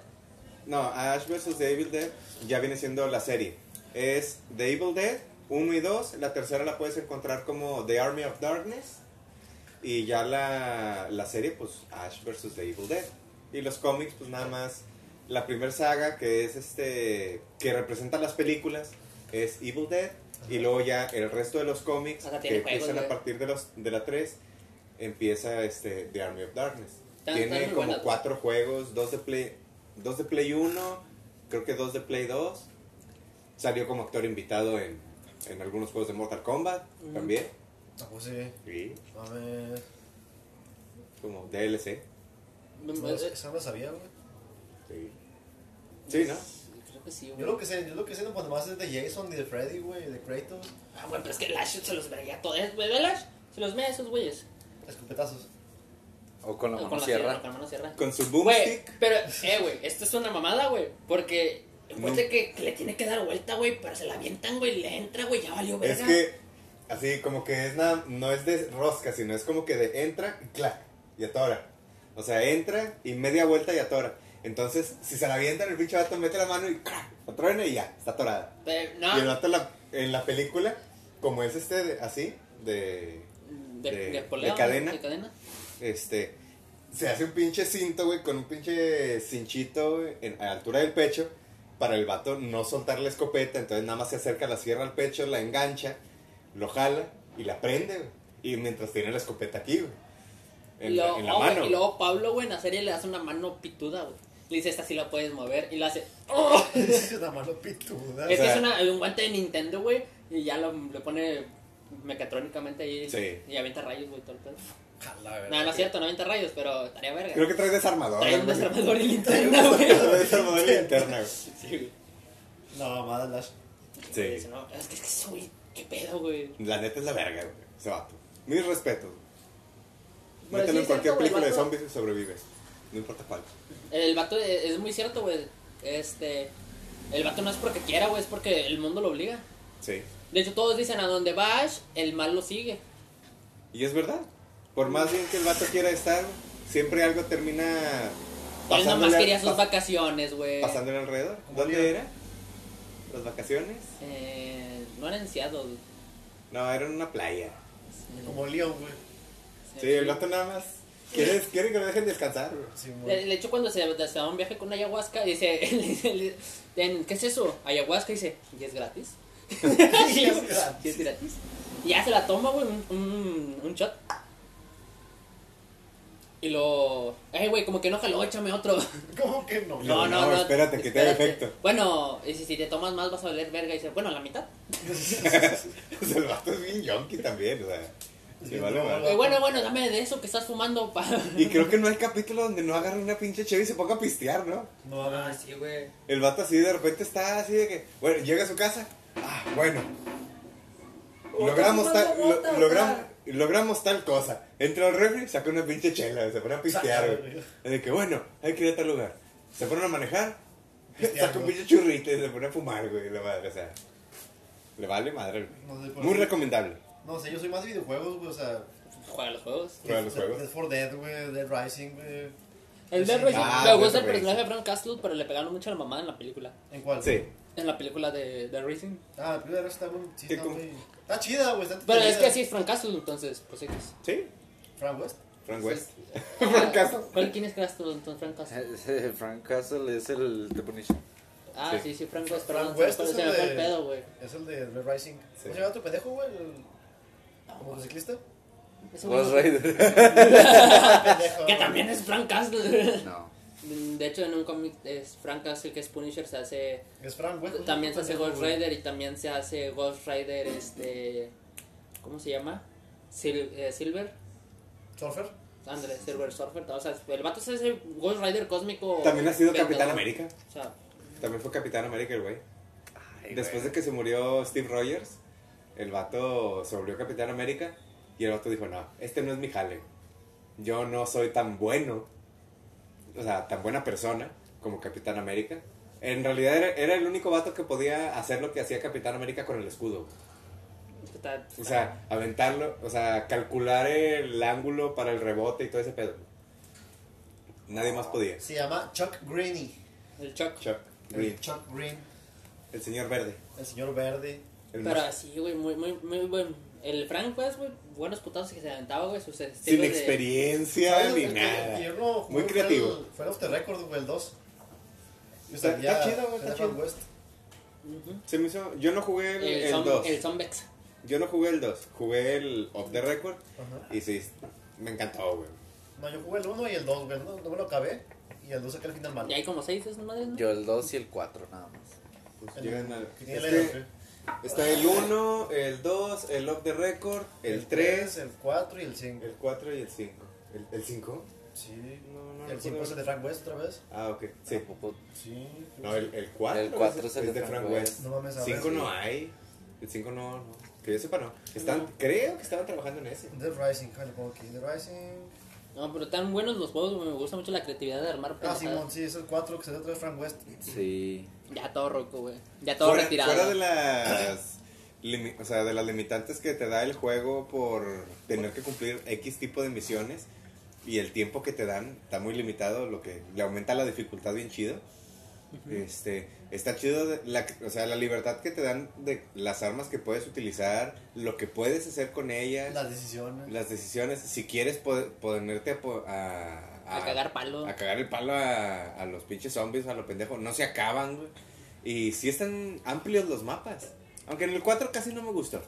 [SPEAKER 1] No, Ash vs. The Evil Dead ya viene siendo la serie. Es The Evil Dead 1 y 2. La tercera la puedes encontrar como The Army of Darkness. Y ya la, la serie, pues Ash vs. The Evil Dead. Y los cómics, pues nada más. La primera saga que es este. que representa las películas es Evil Dead. Y luego ya el resto de los cómics
[SPEAKER 2] Ajá,
[SPEAKER 1] que
[SPEAKER 2] tiene juegos,
[SPEAKER 1] empiezan a
[SPEAKER 2] güey.
[SPEAKER 1] partir de, los, de la 3 empieza este The Army of Darkness.
[SPEAKER 2] Están-
[SPEAKER 1] Tiene
[SPEAKER 2] están muy
[SPEAKER 1] como
[SPEAKER 2] buenas.
[SPEAKER 1] cuatro juegos, dos de Play, dos de Play 1, creo que dos de Play 2. Salió como actor invitado en, en algunos juegos de Mortal Kombat
[SPEAKER 2] Ujú.
[SPEAKER 1] también.
[SPEAKER 3] Ah, pues sí.
[SPEAKER 1] Y
[SPEAKER 3] Mames.
[SPEAKER 1] como DLC.
[SPEAKER 3] No,
[SPEAKER 2] eh,
[SPEAKER 3] Esa no la sabía, güey.
[SPEAKER 1] Sí. Sí, ¿no?
[SPEAKER 2] Creo que sí,
[SPEAKER 3] Yo
[SPEAKER 2] güey.
[SPEAKER 3] lo que sé, yo lo que sé cuando más es de Jason y de Freddy, güey, y de Kratos.
[SPEAKER 2] Ah, güey, pero es que el Ash se los veía a todos, güey. ¿Ve el Ash? Se los ve a esos güeyes.
[SPEAKER 3] Escopetazos. *laughs*
[SPEAKER 5] O con la
[SPEAKER 2] Con
[SPEAKER 5] mano
[SPEAKER 2] la
[SPEAKER 5] sierra.
[SPEAKER 2] sierra, Con la mano sierra.
[SPEAKER 1] Con su
[SPEAKER 2] Güey,
[SPEAKER 1] boomstick.
[SPEAKER 2] pero, eh, güey, esto es una mamada, güey. Porque, después
[SPEAKER 1] No.
[SPEAKER 2] de que, que le tiene que dar vuelta, güey, pero se la avientan, güey, le entra, güey, ya valió
[SPEAKER 1] Es
[SPEAKER 2] verga.
[SPEAKER 1] que así como que es nada, no es de rosca, sino es como que de entra y clac y atora. O sea, entra y media vuelta y atora. Entonces, si se la avientan, el pinche vato mete la mano y crack, atrona y ya, está atorada.
[SPEAKER 2] Pero,
[SPEAKER 1] Y el
[SPEAKER 2] no,
[SPEAKER 1] vato la- en la película, como es este, de- así, de.
[SPEAKER 2] de,
[SPEAKER 1] de-
[SPEAKER 2] de,
[SPEAKER 1] de
[SPEAKER 2] poleo, ¿no?
[SPEAKER 1] cadena.
[SPEAKER 2] De cadena.
[SPEAKER 1] Este. Se hace un pinche cinto, güey, con un pinche cinchito güey, en, a la altura del pecho. Para el vato no soltar la escopeta. Entonces nada más se acerca, la cierra al pecho, la engancha, lo jala y la prende, güey. Y mientras tiene la escopeta aquí, güey. En,
[SPEAKER 2] Y
[SPEAKER 1] la-
[SPEAKER 2] luego,
[SPEAKER 1] en la
[SPEAKER 2] oh, güey,
[SPEAKER 1] mano.
[SPEAKER 2] y
[SPEAKER 1] güey.
[SPEAKER 2] luego Pablo, güey, en la serie le hace una mano pituda, güey. Le dice, esta sí la puedes mover. Y
[SPEAKER 1] *laughs*
[SPEAKER 2] la hace, ¡oh!
[SPEAKER 3] Nada más lo pituda.
[SPEAKER 2] Es que
[SPEAKER 1] sea-
[SPEAKER 2] es una- un guante de Nintendo, güey. Y ya lo, le pone mecatrónicamente ahí.
[SPEAKER 1] Sí.
[SPEAKER 2] Y avienta rayos, güey, todo el pedo.
[SPEAKER 3] Jala, güey.
[SPEAKER 2] No, no es cierto, no avienta rayos, pero estaría verga.
[SPEAKER 1] Creo que trae desarmador.
[SPEAKER 2] Trae un
[SPEAKER 1] güey.
[SPEAKER 2] desarmador y linterna, güey.
[SPEAKER 1] Trae desarmador y linterna, güey.
[SPEAKER 2] Sí, güey.
[SPEAKER 3] La mamada Lash.
[SPEAKER 1] Sí.
[SPEAKER 2] Dice, no, es que es que soy. ¿Qué pedo, güey?
[SPEAKER 1] La neta es la verga, güey. Ese vato. Mis respetos.
[SPEAKER 2] Pero
[SPEAKER 1] Mételo
[SPEAKER 2] sí
[SPEAKER 1] en
[SPEAKER 2] es
[SPEAKER 1] cualquier
[SPEAKER 2] cierto, güey, el
[SPEAKER 1] película de
[SPEAKER 2] vato-
[SPEAKER 1] zombies y sobrevives. No importa cuál.
[SPEAKER 2] El vato eh, es muy cierto, güey. Este. El vato no es porque quiera, güey, es porque el mundo lo obliga.
[SPEAKER 1] Sí.
[SPEAKER 2] De hecho, todos dicen a donde vas, el mal lo sigue.
[SPEAKER 1] Y es verdad. Por más bien que el vato quiera estar, siempre algo termina
[SPEAKER 2] Él nomás
[SPEAKER 1] pasándole-
[SPEAKER 2] quería sus
[SPEAKER 1] pas-
[SPEAKER 2] vacaciones, güey.
[SPEAKER 1] pasándole alrededor.
[SPEAKER 3] Como
[SPEAKER 1] ¿Dónde
[SPEAKER 3] Leo.
[SPEAKER 1] era? ¿Las vacaciones?
[SPEAKER 2] Eh, no eran ansiados.
[SPEAKER 1] No, era en una playa.
[SPEAKER 3] Como Leon, güey.
[SPEAKER 1] Sí, el vato nada más. ¿Quieres, quieren que lo dejen descansar, *laughs* güey?
[SPEAKER 3] Sí,
[SPEAKER 2] De,
[SPEAKER 3] güey. *laughs*
[SPEAKER 2] de hecho, cuando se, se va a un viaje con ayahuasca, dice, *laughs* le dice- le- "Ten, ¿qué es eso? Ayahuasca, dice, ¿y es gratis? ¿Y es gratis? Ya se la toma, güey, un, un, un shot. Y lo. Eh, güey, como que no jaló, échame otro.
[SPEAKER 3] ¿Cómo que no?
[SPEAKER 1] No, no, espérate, que te haga efecto.
[SPEAKER 2] Bueno, y si, si te tomas más vas a oler verga. Y dice, bueno, la mitad.
[SPEAKER 1] O sea, el vato es bien yonki también, o sea. Se vale
[SPEAKER 3] no,
[SPEAKER 1] madre.
[SPEAKER 2] Eh, bueno, bueno, dame de eso que estás fumando. Pa... *laughs*
[SPEAKER 1] Y creo que no hay capítulo donde no agarre una pinche cheve y se ponga a pistear, ¿no?
[SPEAKER 3] No hagas.
[SPEAKER 2] Ah, sí, güey.
[SPEAKER 1] El vato así de repente está así de que, bueno, llega a su casa, ah, bueno, logramos tal, lo- logramos, logramos tal cosa. Entra al refri, saca una pinche chela, se pone a pistear, güey. Es De que, bueno, hay que ir a tal lugar. Se ponen a manejar, *laughs*
[SPEAKER 3] Pistear,
[SPEAKER 1] saca un
[SPEAKER 3] ¿no?
[SPEAKER 1] pinche churrito y se pone a fumar, güey, la madre, o sea, le vale madre, güey.
[SPEAKER 3] No sé por
[SPEAKER 1] Muy
[SPEAKER 3] qué.
[SPEAKER 1] recomendable.
[SPEAKER 3] No sé, yo soy más de videojuegos, güey, o sea.
[SPEAKER 2] Juega los juegos.
[SPEAKER 1] Juega los
[SPEAKER 3] Death-
[SPEAKER 1] juegos.
[SPEAKER 3] Death for Dead, güey, Dead Rising, güey.
[SPEAKER 2] El de
[SPEAKER 3] Sí.
[SPEAKER 2] Racing.
[SPEAKER 1] Ah,
[SPEAKER 2] Me gusta
[SPEAKER 1] Dead
[SPEAKER 2] el personaje
[SPEAKER 1] Rising.
[SPEAKER 2] de Frank Castle, pero le pegaron mucho a la mamá en la película.
[SPEAKER 3] ¿En cuál?
[SPEAKER 1] Sí.
[SPEAKER 2] En la película de, de Racing.
[SPEAKER 3] Ah, el primero está muy. Sí,
[SPEAKER 1] ¿Qué,
[SPEAKER 3] está
[SPEAKER 1] cómo?
[SPEAKER 3] muy. Está chida, güey, está
[SPEAKER 2] Pero es que
[SPEAKER 3] entretenida.
[SPEAKER 2] así es Frank Castle, entonces, pues sí. que es.
[SPEAKER 1] ¿Sí?
[SPEAKER 3] Frank West.
[SPEAKER 1] *laughs* Frank West.
[SPEAKER 2] ¿Cuál-
[SPEAKER 1] Castle.
[SPEAKER 2] ¿Cuál quién es Castle, entonces, Frank Castle?
[SPEAKER 5] *laughs* Ese Frank Castle es el de Punisher.
[SPEAKER 2] Ah,
[SPEAKER 1] Sí.
[SPEAKER 2] sí, sí, Frank West,
[SPEAKER 3] Frank
[SPEAKER 2] perdón.
[SPEAKER 3] West
[SPEAKER 2] se me
[SPEAKER 3] es
[SPEAKER 2] fue- se
[SPEAKER 3] el
[SPEAKER 2] me fue
[SPEAKER 3] de-
[SPEAKER 2] el pedo, güey.
[SPEAKER 3] Es el de Red Rising.
[SPEAKER 1] Sí.
[SPEAKER 3] ¿Cómo se llama tu pendejo, güey? El... ah,
[SPEAKER 2] *laughs*
[SPEAKER 3] ¿Motociclista? Ah,
[SPEAKER 2] Ese güey
[SPEAKER 5] Ghost
[SPEAKER 2] no- *laughs*
[SPEAKER 5] Rider.
[SPEAKER 3] pendejo.
[SPEAKER 2] Que *laughs* también es Frank Castle. *laughs*
[SPEAKER 5] No.
[SPEAKER 2] De hecho, en un cómic es Frank Castle, que es Punisher, se hace.
[SPEAKER 3] Es Frank, güey.
[SPEAKER 2] También se hace
[SPEAKER 3] pendejo,
[SPEAKER 2] Ghost
[SPEAKER 3] güey.
[SPEAKER 2] Rider y también se hace Ghost Rider, este. ¿Cómo se llama? Sil- eh, Silver.
[SPEAKER 3] ¿Surfer?
[SPEAKER 2] André, Silver Surfer. O sea, el vato es ese Ghost Rider cósmico.
[SPEAKER 1] También ha sido
[SPEAKER 2] vengador.
[SPEAKER 1] Capitán América.
[SPEAKER 2] O sea,
[SPEAKER 1] También fue Capitán América el güey. Después de que se murió Steve Rogers, el vato se volvió Capitán América y el vato dijo, no, este no es mi jale. Yo no soy tan bueno, o sea, tan buena persona como Capitán América. En realidad era, era el único vato que podía hacer lo que hacía Capitán América con el escudo.
[SPEAKER 2] está-
[SPEAKER 1] O sea, aventarlo, o sea, calcular el ángulo para el rebote y todo ese pedo. Nadie más podía.
[SPEAKER 3] Se llama Chuck Greeny.
[SPEAKER 2] el Chuck.
[SPEAKER 1] Chuck Green,
[SPEAKER 3] El Chuck Green.
[SPEAKER 1] el señor verde.
[SPEAKER 3] El señor verde.
[SPEAKER 1] el
[SPEAKER 2] Pero
[SPEAKER 1] más-
[SPEAKER 2] así, güey, muy, muy, muy buen. El Frank West, güey, buenos putados que se aventaba, güey, sus
[SPEAKER 1] sin
[SPEAKER 2] estilos de-
[SPEAKER 1] experiencia
[SPEAKER 3] ¿Sabes?
[SPEAKER 1] ni
[SPEAKER 3] El que-
[SPEAKER 1] nada.
[SPEAKER 3] el que yo no jugué
[SPEAKER 1] Muy
[SPEAKER 3] fue
[SPEAKER 1] creativo.
[SPEAKER 3] el- Fue el Off the Record, güey, el 2. Yo
[SPEAKER 1] Está-
[SPEAKER 3] sabía-
[SPEAKER 1] está chido, güey, está
[SPEAKER 3] era
[SPEAKER 1] chido.
[SPEAKER 3] Frank West.
[SPEAKER 2] Ujú.
[SPEAKER 1] Se me hizo- yo no jugué el,
[SPEAKER 2] El,
[SPEAKER 1] el
[SPEAKER 2] Som-
[SPEAKER 1] 2.
[SPEAKER 2] el Zombex.
[SPEAKER 1] Yo no jugué el 2. Jugué el Off the Record.
[SPEAKER 3] Ajá.
[SPEAKER 1] Y sí, me encantó, güey.
[SPEAKER 3] No, yo jugué el 1 y el 2, güey. No, no me lo acabé. Y el 2 saqué el final malo.
[SPEAKER 2] Y hay como seis de esas madres, ¿no?
[SPEAKER 5] Yo el 2 y el 4 nada más.
[SPEAKER 1] Pues
[SPEAKER 3] El-
[SPEAKER 1] llegan al-
[SPEAKER 3] que tiene
[SPEAKER 1] es
[SPEAKER 3] la
[SPEAKER 1] que
[SPEAKER 3] LF.
[SPEAKER 1] está el 1, el 2, el Off the Record, el 3,
[SPEAKER 3] el 4 y el 5.
[SPEAKER 1] el 4 y el 5. ¿El- ¿El 5?
[SPEAKER 3] Sí.
[SPEAKER 1] No, no
[SPEAKER 3] El 5 es
[SPEAKER 1] recuerdo.
[SPEAKER 3] el de Frank West otra vez.
[SPEAKER 1] Ah, ok. Sí.
[SPEAKER 5] Tampoco-
[SPEAKER 3] Sí.
[SPEAKER 1] No, el, 4.
[SPEAKER 5] El cuatro es el
[SPEAKER 1] de Frank West.
[SPEAKER 3] No mames, a ver.
[SPEAKER 1] 5 no hay. El 5 no, no. Que yo sepa, no. Están, Creo que estaban trabajando en ese.
[SPEAKER 3] The Rising, Hannah Monkey. The Rising.
[SPEAKER 2] No, pero tan buenos los juegos, güey, me gusta mucho la creatividad de armar
[SPEAKER 3] Ah,
[SPEAKER 2] pendejadas.
[SPEAKER 3] Simón, sí, es el 4 que se otra vez Frank West.
[SPEAKER 5] Sí.
[SPEAKER 2] Ya todo roco, güey. Ya todo
[SPEAKER 1] fuera,
[SPEAKER 2] retirado.
[SPEAKER 1] fuera de las limi- o sea, de las limitantes que te da el juego por tener que cumplir X tipo de misiones y el tiempo que te dan está muy limitado, lo que le aumenta la dificultad bien chido. Este, está chido de- la, o sea, la libertad que te dan de las armas que puedes utilizar, lo que puedes hacer con ellas,
[SPEAKER 3] Las decisiones.
[SPEAKER 1] las decisiones, si quieres po- ponerte a, po- a,
[SPEAKER 2] A cagar palo.
[SPEAKER 1] a cagar el palo a, a los pinches zombies, a los pendejos. No se acaban, güey. Y sí están amplios los mapas. Aunque en el 4 casi no me gustó.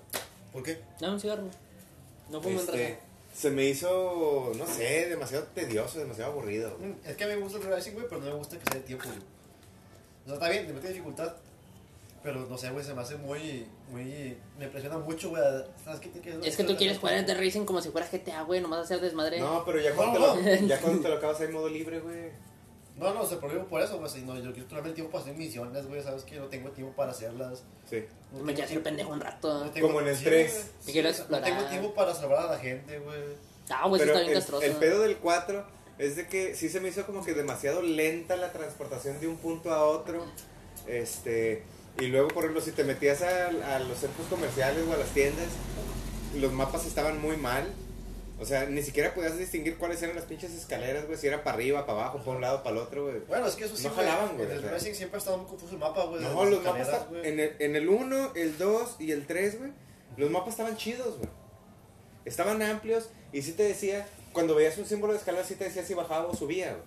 [SPEAKER 3] ¿Por qué?
[SPEAKER 2] Dame un cigarro. No fumo en
[SPEAKER 1] Este, se me hizo, no sé, demasiado tedioso, demasiado aburrido. güey.
[SPEAKER 3] Mm, Es que a mí me gusta el Red Rising, güey, pero no me gusta que sea de tiempo, güey. O sea, está bien, le mete dificultad. Pero no sé, güey, se me hace muy. muy me presiona mucho, güey. ¿Sabes qué? ¿Qué- qué-
[SPEAKER 2] Es que tú
[SPEAKER 3] qué-
[SPEAKER 2] quieres
[SPEAKER 3] qué-
[SPEAKER 2] jugar en The Racing como si fuera GTA, güey, nomás hacer desmadre.
[SPEAKER 1] No, pero
[SPEAKER 2] *laughs*
[SPEAKER 1] ya cuando,
[SPEAKER 3] No,
[SPEAKER 1] te lo, ya cuando te lo acabas hay modo libre, güey.
[SPEAKER 3] No, no, se prohíbe por eso, güey. si No, yo quiero tomarme el tiempo para hacer misiones, güey. Sabes que no tengo tiempo para hacerlas.
[SPEAKER 1] Sí.
[SPEAKER 3] No
[SPEAKER 2] Me
[SPEAKER 3] tengo
[SPEAKER 2] quedé hacer
[SPEAKER 3] tiempo-
[SPEAKER 2] pendejo un
[SPEAKER 3] no
[SPEAKER 2] rato.
[SPEAKER 3] tengo-
[SPEAKER 1] Como en el
[SPEAKER 3] sí,
[SPEAKER 1] tres.
[SPEAKER 3] güey,
[SPEAKER 2] Me quiero
[SPEAKER 3] sí,
[SPEAKER 2] explorar.
[SPEAKER 3] No tengo tiempo para salvar a la gente, güey.
[SPEAKER 2] Ah, güey, eso
[SPEAKER 1] pero
[SPEAKER 2] está bien
[SPEAKER 1] el,
[SPEAKER 2] castroso.
[SPEAKER 1] el pedo del 4 es de que sí se me hizo como que demasiado lenta la transportación de un punto a otro. Este, y luego, por ejemplo, si te metías a, a los centros comerciales o a las tiendas, los mapas estaban muy mal. O sea, ni siquiera podías distinguir cuáles eran las pinches escaleras, güey. Si era para arriba, para abajo, para un lado, para el otro, güey.
[SPEAKER 3] Bueno, es que eso sí,
[SPEAKER 1] No jalaban, güey,
[SPEAKER 3] En
[SPEAKER 1] o
[SPEAKER 3] el
[SPEAKER 1] sea.
[SPEAKER 3] Racing siempre ha estado muy confuso el mapa, güey. de
[SPEAKER 1] No,
[SPEAKER 3] las
[SPEAKER 1] los mapas
[SPEAKER 3] escaleras,
[SPEAKER 1] estaban-
[SPEAKER 3] güey.
[SPEAKER 1] en el- en el 1, el 2 y el 3, güey. Los mapas estaban chidos, güey. Estaban amplios y sí te decía, cuando veías un símbolo de escalada, sí te decía si bajaba o subía, güey.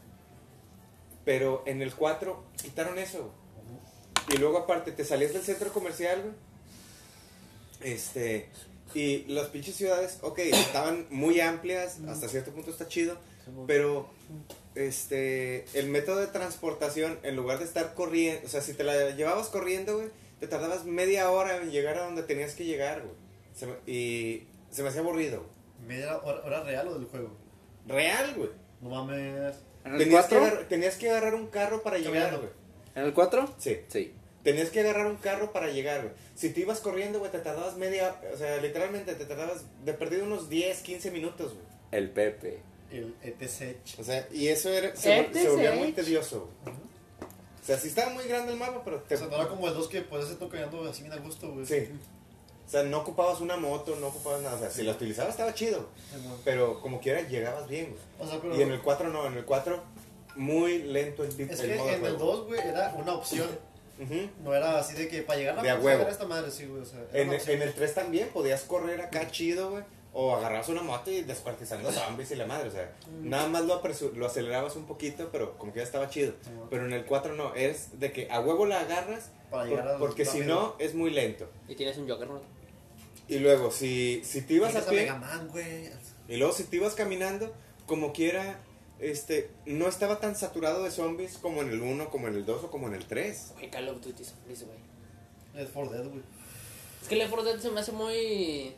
[SPEAKER 1] Pero en el 4 quitaron eso, güey. Y luego aparte te salías del centro comercial, güey. Este, Y las pinches ciudades, ok, estaban muy amplias, hasta cierto punto está chido, pero este el método de transportación, en lugar de estar corriendo, o sea, si te la llevabas corriendo, güey, te tardabas media hora en llegar a donde tenías que llegar, güey. Se me- y se me hacía aburrido. güey.
[SPEAKER 3] ¿Media hora, hora real o del juego?
[SPEAKER 1] Real, güey.
[SPEAKER 3] No mames.
[SPEAKER 5] ¿En el
[SPEAKER 1] Tenías que,
[SPEAKER 5] 4?
[SPEAKER 1] agar- tenías que agarrar un carro para llegar,
[SPEAKER 3] Caminando.
[SPEAKER 1] güey.
[SPEAKER 5] ¿En el 4?
[SPEAKER 1] Sí.
[SPEAKER 5] Sí.
[SPEAKER 1] Tenías que agarrar un carro para llegar, güey. Si te ibas corriendo, güey, te tardabas media, o sea, literalmente te tardabas de perdido unos 10, 15 minutos, güey.
[SPEAKER 5] El Pepe.
[SPEAKER 3] El E ETSH.
[SPEAKER 1] O sea, y eso era, se, vol-
[SPEAKER 2] Este
[SPEAKER 1] se volvía
[SPEAKER 2] es
[SPEAKER 1] muy
[SPEAKER 2] Edge.
[SPEAKER 1] tedioso. güey. O sea, sí estaba muy grande el mapa, pero te...
[SPEAKER 3] O sea, no era como el 2 que puedes estar caminando así bien a gusto, güey.
[SPEAKER 1] Sí. O sea, no ocupabas una moto, no ocupabas nada. O sea, si la utilizabas estaba chido,
[SPEAKER 3] Simón.
[SPEAKER 1] pero como quiera llegabas bien, güey.
[SPEAKER 3] O sea, pero.
[SPEAKER 1] Y en el 4 no, en el 4 muy lento el,
[SPEAKER 3] Es
[SPEAKER 1] tipo
[SPEAKER 3] que en el 2, güey, era una opción. No era así de que para llegar a
[SPEAKER 1] De a
[SPEAKER 3] la cosa
[SPEAKER 1] huevo.
[SPEAKER 3] era esta madre, sí, güey. O sea, era
[SPEAKER 1] En,
[SPEAKER 3] una opción.
[SPEAKER 1] en el 3 también podías correr acá chido, güey. O agarrabas una moto y descuartizando zombies y la madre. O sea,
[SPEAKER 3] Mm.
[SPEAKER 1] nada más lo, apresu- lo acelerabas un poquito, pero como que ya estaba chido.
[SPEAKER 3] Simón.
[SPEAKER 1] Pero en el 4 no, es de que a huevo la agarras
[SPEAKER 3] Para
[SPEAKER 1] por-
[SPEAKER 3] llegar a donde
[SPEAKER 1] porque si
[SPEAKER 3] rápido.
[SPEAKER 1] no es muy lento.
[SPEAKER 2] Y tienes un Joker, ¿no?
[SPEAKER 1] Y luego, si, si te ibas a
[SPEAKER 3] Tienes a
[SPEAKER 1] pie,
[SPEAKER 3] Mega Man, güey.
[SPEAKER 1] y luego si te ibas caminando, como quiera, este, no estaba tan saturado de zombies como en el 1, como en el 2 o como en el 3.
[SPEAKER 2] Güey, Call of Duty zombies, güey.
[SPEAKER 3] Left 4 Dead, güey.
[SPEAKER 2] Es que Left 4 Dead se me hace muy...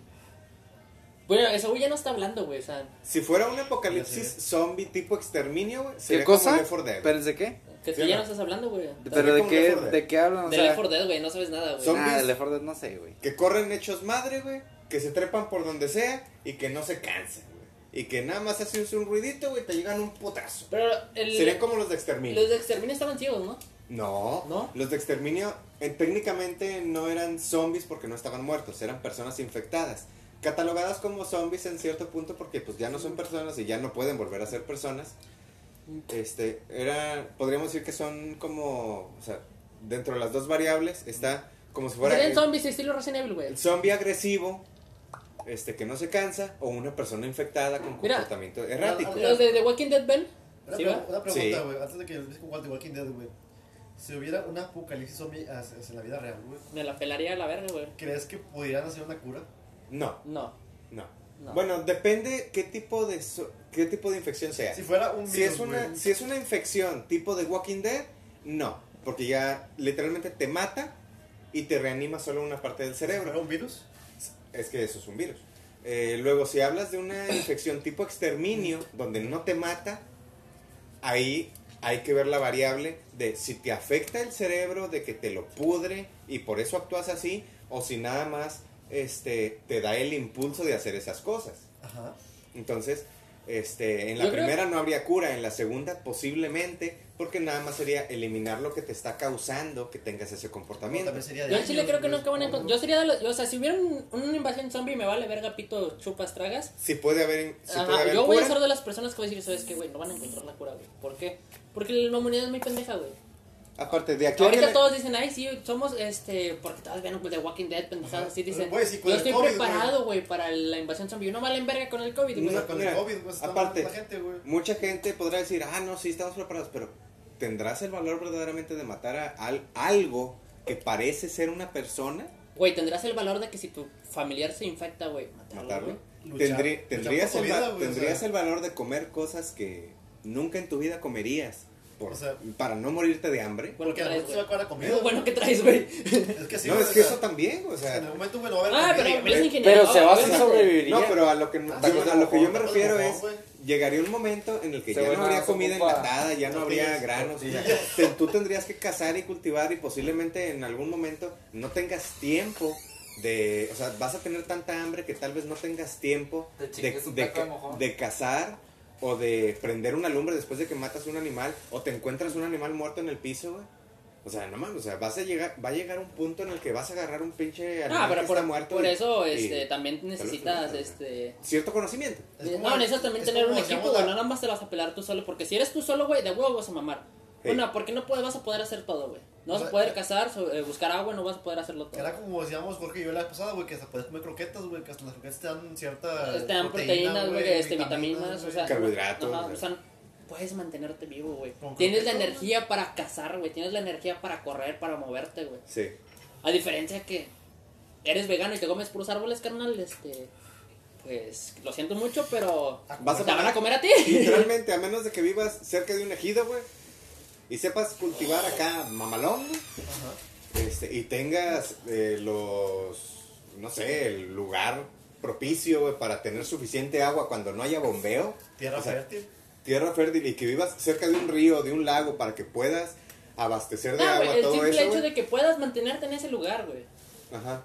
[SPEAKER 2] Bueno, ese güey ya no está hablando, güey, o sea,
[SPEAKER 1] Si fuera un apocalipsis
[SPEAKER 3] Ya sé.
[SPEAKER 1] zombie tipo exterminio, güey,
[SPEAKER 5] ¿Qué
[SPEAKER 1] sería como
[SPEAKER 5] cosa?
[SPEAKER 1] Left 4 Dead.
[SPEAKER 5] ¿Espérense qué?
[SPEAKER 2] que tú
[SPEAKER 1] Sí, no.
[SPEAKER 2] ya no estás hablando, güey.
[SPEAKER 5] ¿Pero de
[SPEAKER 1] como
[SPEAKER 5] qué,
[SPEAKER 1] Left 4 Dead.
[SPEAKER 5] de qué hablan? O
[SPEAKER 2] De
[SPEAKER 5] sea,
[SPEAKER 2] Left 4 Dead, güey, no sabes nada, güey.
[SPEAKER 1] Son-
[SPEAKER 5] Nah,
[SPEAKER 1] Zombies.
[SPEAKER 5] de Left 4 Dead no sé, güey.
[SPEAKER 1] que corren hechos madre, güey, que se trepan por donde sea y que no se cansan, güey. Y que nada más haces un ruidito, güey, te llegan un putazo.
[SPEAKER 2] Pero el...
[SPEAKER 1] Serían como los de exterminio.
[SPEAKER 2] Los de Exterminio estaban ciegos, ¿no?
[SPEAKER 1] No,
[SPEAKER 2] ¿No?
[SPEAKER 1] los de exterminio eh, técnicamente no eran zombies porque no estaban muertos, eran personas infectadas. Catalogadas como zombies en cierto punto porque pues ya no son personas y ya no pueden volver a ser personas. Este, era, podríamos decir que son como, o sea, dentro de las dos variables está como si fuera...
[SPEAKER 2] Serían
[SPEAKER 1] el-
[SPEAKER 2] zombies estilo Resident Evil, güey.
[SPEAKER 1] el zombie agresivo, este que no se cansa, o una persona infectada con
[SPEAKER 2] Mira,
[SPEAKER 1] comportamiento errático.
[SPEAKER 3] la-
[SPEAKER 2] Los de The Walking Dead, ¿ven?
[SPEAKER 3] Una,
[SPEAKER 2] ¿Sí
[SPEAKER 3] pre-
[SPEAKER 2] va?
[SPEAKER 3] una
[SPEAKER 1] Sí.
[SPEAKER 3] pregunta, güey. Antes de que empieces con Walter Walking Dead, güey. Si hubiera un apocalipsis zombie as- as en la vida real, güey.
[SPEAKER 2] Me la pelaría a la verga, güey.
[SPEAKER 3] ¿Crees que pudieran hacer una cura?
[SPEAKER 1] No,
[SPEAKER 2] No.
[SPEAKER 1] no,
[SPEAKER 2] No.
[SPEAKER 1] Bueno, depende qué tipo de so- qué tipo de infección sea.
[SPEAKER 3] Si
[SPEAKER 1] Si,
[SPEAKER 3] fuera un virus,
[SPEAKER 1] es una
[SPEAKER 3] güey.
[SPEAKER 1] si es una infección tipo de Walking Dead, no, porque ya literalmente te mata y te reanima solo una parte del
[SPEAKER 3] Si fuera
[SPEAKER 1] cerebro.
[SPEAKER 3] un virus,
[SPEAKER 1] Es que eso es un virus. Eh, luego, si hablas de una infección tipo exterminio, donde no te mata, ahí hay que ver la variable de si te afecta el cerebro, de que te lo pudre y por eso actúas así, o si nada más este, te da el impulso de hacer esas cosas.
[SPEAKER 3] ajá.
[SPEAKER 1] Entonces, este, en la
[SPEAKER 2] Yo creo-
[SPEAKER 1] primera no habría cura, en la segunda posiblemente, porque nada más sería eliminar lo que te está causando que tengas ese comportamiento.
[SPEAKER 3] También sería de
[SPEAKER 2] Yo en Chile
[SPEAKER 3] años,
[SPEAKER 2] creo que no
[SPEAKER 3] güey.
[SPEAKER 2] acaban en... Yo sería de los... O sea, si hubiera un- una invasión zombie, me vale verga pito chupas tragas.
[SPEAKER 3] pues,
[SPEAKER 1] Si puede haber, si puede
[SPEAKER 2] Ajá,
[SPEAKER 1] haber
[SPEAKER 2] yo voy a
[SPEAKER 1] cura,
[SPEAKER 2] ser de las personas que voy a decir, ¿sabes qué, güey? No van a encontrar la cura, güey. ¿Por qué? Porque la humanidad es muy pendeja, güey.
[SPEAKER 1] aparte de aquí a que
[SPEAKER 2] Ahorita
[SPEAKER 1] le-
[SPEAKER 2] todos dicen, ay, sí, somos, este, porque todos ven The Walking Dead, pendejadas
[SPEAKER 3] Ajá.
[SPEAKER 2] así, dicen,
[SPEAKER 3] Pero, güey, sí, con
[SPEAKER 2] yo
[SPEAKER 3] el
[SPEAKER 2] estoy
[SPEAKER 3] COVID,
[SPEAKER 2] preparado, güey, para la invasión zombie. Yo no vale en verga con el COVID,
[SPEAKER 3] O
[SPEAKER 2] güey.
[SPEAKER 3] sea, con
[SPEAKER 1] Mira,
[SPEAKER 3] el COVID, güey, está
[SPEAKER 1] aparte-
[SPEAKER 3] la gente, güey.
[SPEAKER 1] Mucha gente podrá decir, ah, no, sí, estamos preparados, pero ¿tendrás el valor verdaderamente de matar a al- algo que parece ser una persona?
[SPEAKER 2] Güey, tendrás el valor de que si tu familiar se infecta, güey, matarlo,
[SPEAKER 1] ¿Matarlo?
[SPEAKER 2] güey.
[SPEAKER 3] Luchar-
[SPEAKER 1] Tendrí-
[SPEAKER 3] luchar
[SPEAKER 1] ¿Tendrías,
[SPEAKER 3] por
[SPEAKER 1] el,
[SPEAKER 3] tu vida,
[SPEAKER 1] va-
[SPEAKER 3] güey, o
[SPEAKER 1] tendrías
[SPEAKER 3] sea.
[SPEAKER 1] el valor de comer cosas que nunca en tu vida comerías por-
[SPEAKER 3] O sea.
[SPEAKER 1] para no morirte de hambre?
[SPEAKER 2] Bueno, ¿qué
[SPEAKER 3] Porque a
[SPEAKER 2] traes,
[SPEAKER 3] nosotros se va
[SPEAKER 2] güey?
[SPEAKER 3] a acabar la comida.
[SPEAKER 2] Digo, bueno, ¿qué traes, güey?
[SPEAKER 3] Es que sí,
[SPEAKER 1] no,
[SPEAKER 3] güey,
[SPEAKER 1] es
[SPEAKER 3] o
[SPEAKER 1] que
[SPEAKER 3] sea,
[SPEAKER 1] eso también, o sea...
[SPEAKER 3] En algún momento, güey, no va a haber
[SPEAKER 2] Ah,
[SPEAKER 3] comida,
[SPEAKER 2] pero yo
[SPEAKER 3] güey.
[SPEAKER 2] eres ingeniero.
[SPEAKER 5] Pero se basa
[SPEAKER 2] güey.
[SPEAKER 5] sobreviviría.
[SPEAKER 1] No, pero a lo que, no-
[SPEAKER 3] Ah,
[SPEAKER 1] yo-
[SPEAKER 3] sí,
[SPEAKER 1] a lo que yo me
[SPEAKER 3] tacos de
[SPEAKER 1] refiero
[SPEAKER 3] bofón,
[SPEAKER 1] es,
[SPEAKER 3] güey.
[SPEAKER 1] llegaría un momento en el que
[SPEAKER 5] Se
[SPEAKER 1] ya no
[SPEAKER 5] van a-
[SPEAKER 1] habría
[SPEAKER 5] se
[SPEAKER 1] comida
[SPEAKER 5] ocupa-
[SPEAKER 1] enlatada, ya no habría
[SPEAKER 3] tortillas,
[SPEAKER 1] granos, o sea, te- tú tendrías que cazar y cultivar y posiblemente en algún momento no tengas tiempo de, o sea, vas a tener tanta hambre que tal vez no tengas tiempo
[SPEAKER 4] Te
[SPEAKER 1] de,
[SPEAKER 4] chingues un
[SPEAKER 1] de
[SPEAKER 4] taco de
[SPEAKER 1] ca-
[SPEAKER 4] mojón.
[SPEAKER 1] de cazar o de prender una lumbre después de que matas un animal o te encuentras un animal muerto en el piso, güey. O sea, no mames, o sea, vas a llegar, va a llegar un punto en el que vas a agarrar un pinche animal
[SPEAKER 2] Ah, pero
[SPEAKER 1] que
[SPEAKER 2] por,
[SPEAKER 1] está muerto.
[SPEAKER 2] por
[SPEAKER 1] y-
[SPEAKER 2] eso,
[SPEAKER 1] y-
[SPEAKER 2] este, también necesitas,
[SPEAKER 1] matas, güey.
[SPEAKER 2] este...
[SPEAKER 1] cierto conocimiento.
[SPEAKER 3] Es como-
[SPEAKER 2] no, necesitas también
[SPEAKER 3] es
[SPEAKER 2] tener
[SPEAKER 3] como
[SPEAKER 2] un
[SPEAKER 3] decíamos
[SPEAKER 2] equipo, güey.
[SPEAKER 3] la-
[SPEAKER 2] No nada más te vas a pelar tú solo. Porque si eres tú solo, güey, de huevo vas a mamar.
[SPEAKER 1] Sí.
[SPEAKER 2] Bueno, porque no puedes, vas a poder hacer todo, güey. No vas
[SPEAKER 3] O
[SPEAKER 2] a
[SPEAKER 3] sea,
[SPEAKER 2] poder cazar, so- eh, buscar agua, no vas a poder hacerlo todo.
[SPEAKER 3] Era como decíamos Jorge y yo la vez pasada, güey, que hasta puedes comer croquetas, güey, que hasta las croquetas te dan cierta.
[SPEAKER 2] Te dan proteínas, güey, este, vitaminas, o sea...
[SPEAKER 1] Carbohidratos,
[SPEAKER 2] ajá,
[SPEAKER 1] güey.
[SPEAKER 2] o sea, puedes mantenerte vivo, güey.
[SPEAKER 3] Con
[SPEAKER 2] Tienes la
[SPEAKER 3] croquetas,
[SPEAKER 2] energía para cazar, güey. Tienes la energía para correr, para moverte, güey.
[SPEAKER 1] Sí.
[SPEAKER 2] A diferencia que eres vegano y te comes puros árboles, carnal, este. Pues lo siento mucho, pero.
[SPEAKER 1] Vas a
[SPEAKER 2] ¿Te van a
[SPEAKER 1] pagar.
[SPEAKER 2] comer a ti?
[SPEAKER 1] Literalmente, a menos de que vivas cerca de un ejido, güey. Y sepas cultivar acá mamalón, güey.
[SPEAKER 3] Ajá.
[SPEAKER 1] Este, y tengas eh, los, no sé, el lugar propicio güey, para tener suficiente agua cuando no haya bombeo.
[SPEAKER 3] Tierra
[SPEAKER 1] O sea,
[SPEAKER 3] fértil.
[SPEAKER 1] Tierra fértil y que vivas cerca de un río, de un lago, para que puedas abastecer de
[SPEAKER 3] Ah,
[SPEAKER 2] No,
[SPEAKER 1] agua
[SPEAKER 2] güey, el
[SPEAKER 1] todo
[SPEAKER 2] simple
[SPEAKER 1] eso.
[SPEAKER 2] hecho
[SPEAKER 1] güey.
[SPEAKER 2] de que puedas mantenerte en ese lugar, güey.
[SPEAKER 1] Ajá.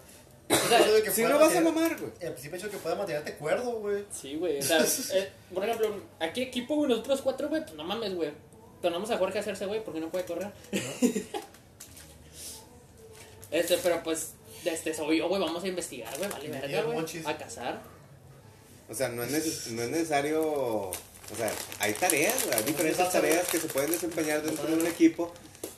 [SPEAKER 2] O sea,
[SPEAKER 3] Eso de que
[SPEAKER 1] Si
[SPEAKER 3] pueda
[SPEAKER 1] no vas a
[SPEAKER 3] mantener-
[SPEAKER 1] mamar, güey.
[SPEAKER 3] El simple hecho de que pueda mantenerte cuerdo, güey.
[SPEAKER 2] Sí, güey. O sea, eh, por ejemplo, aquí equipo, güey, nosotros cuatro, güey, pues no mames, güey. Tornamos a Jorge a hacerse, güey, porque no puede
[SPEAKER 1] *laughs*
[SPEAKER 2] correr. este, pero pues, este soy yo, güey, vamos a investigar, güey, vale,
[SPEAKER 3] Y
[SPEAKER 2] verga,
[SPEAKER 3] el
[SPEAKER 2] güey.
[SPEAKER 3] Monchis.
[SPEAKER 2] A cazar.
[SPEAKER 1] Ah, O sea, no es,
[SPEAKER 3] *laughs*
[SPEAKER 1] neces- no es necesario. O sea, hay tareas, güey, hay diferentes
[SPEAKER 3] Exacto, güey.
[SPEAKER 1] tareas que se pueden desempeñar dentro de un equipo.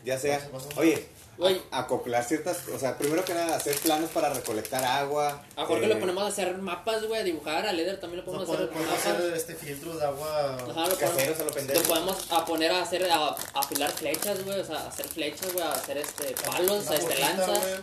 [SPEAKER 1] Ya sea,
[SPEAKER 3] Más o menos.
[SPEAKER 1] oye,
[SPEAKER 2] Güey,
[SPEAKER 1] acoplar ciertas. O sea, primero que nada, hacer planos para recolectar agua.
[SPEAKER 2] a Jorge
[SPEAKER 1] eh,
[SPEAKER 2] lo ponemos a hacer mapas, güey, a dibujar. A Leder también lo
[SPEAKER 3] No
[SPEAKER 2] podemos hacer
[SPEAKER 3] podemos
[SPEAKER 2] mapas.
[SPEAKER 3] hacer este filtro de agua.
[SPEAKER 2] Ajá, lo
[SPEAKER 1] Caseros
[SPEAKER 2] podemos,
[SPEAKER 1] a lo pendejo.
[SPEAKER 2] lo podemos a poner a hacer, a, a afilar flechas, güey, o sea, a hacer flechas, güey, a hacer este palos,
[SPEAKER 3] Una
[SPEAKER 2] este
[SPEAKER 3] bolsita,
[SPEAKER 2] lanzas.
[SPEAKER 3] güey.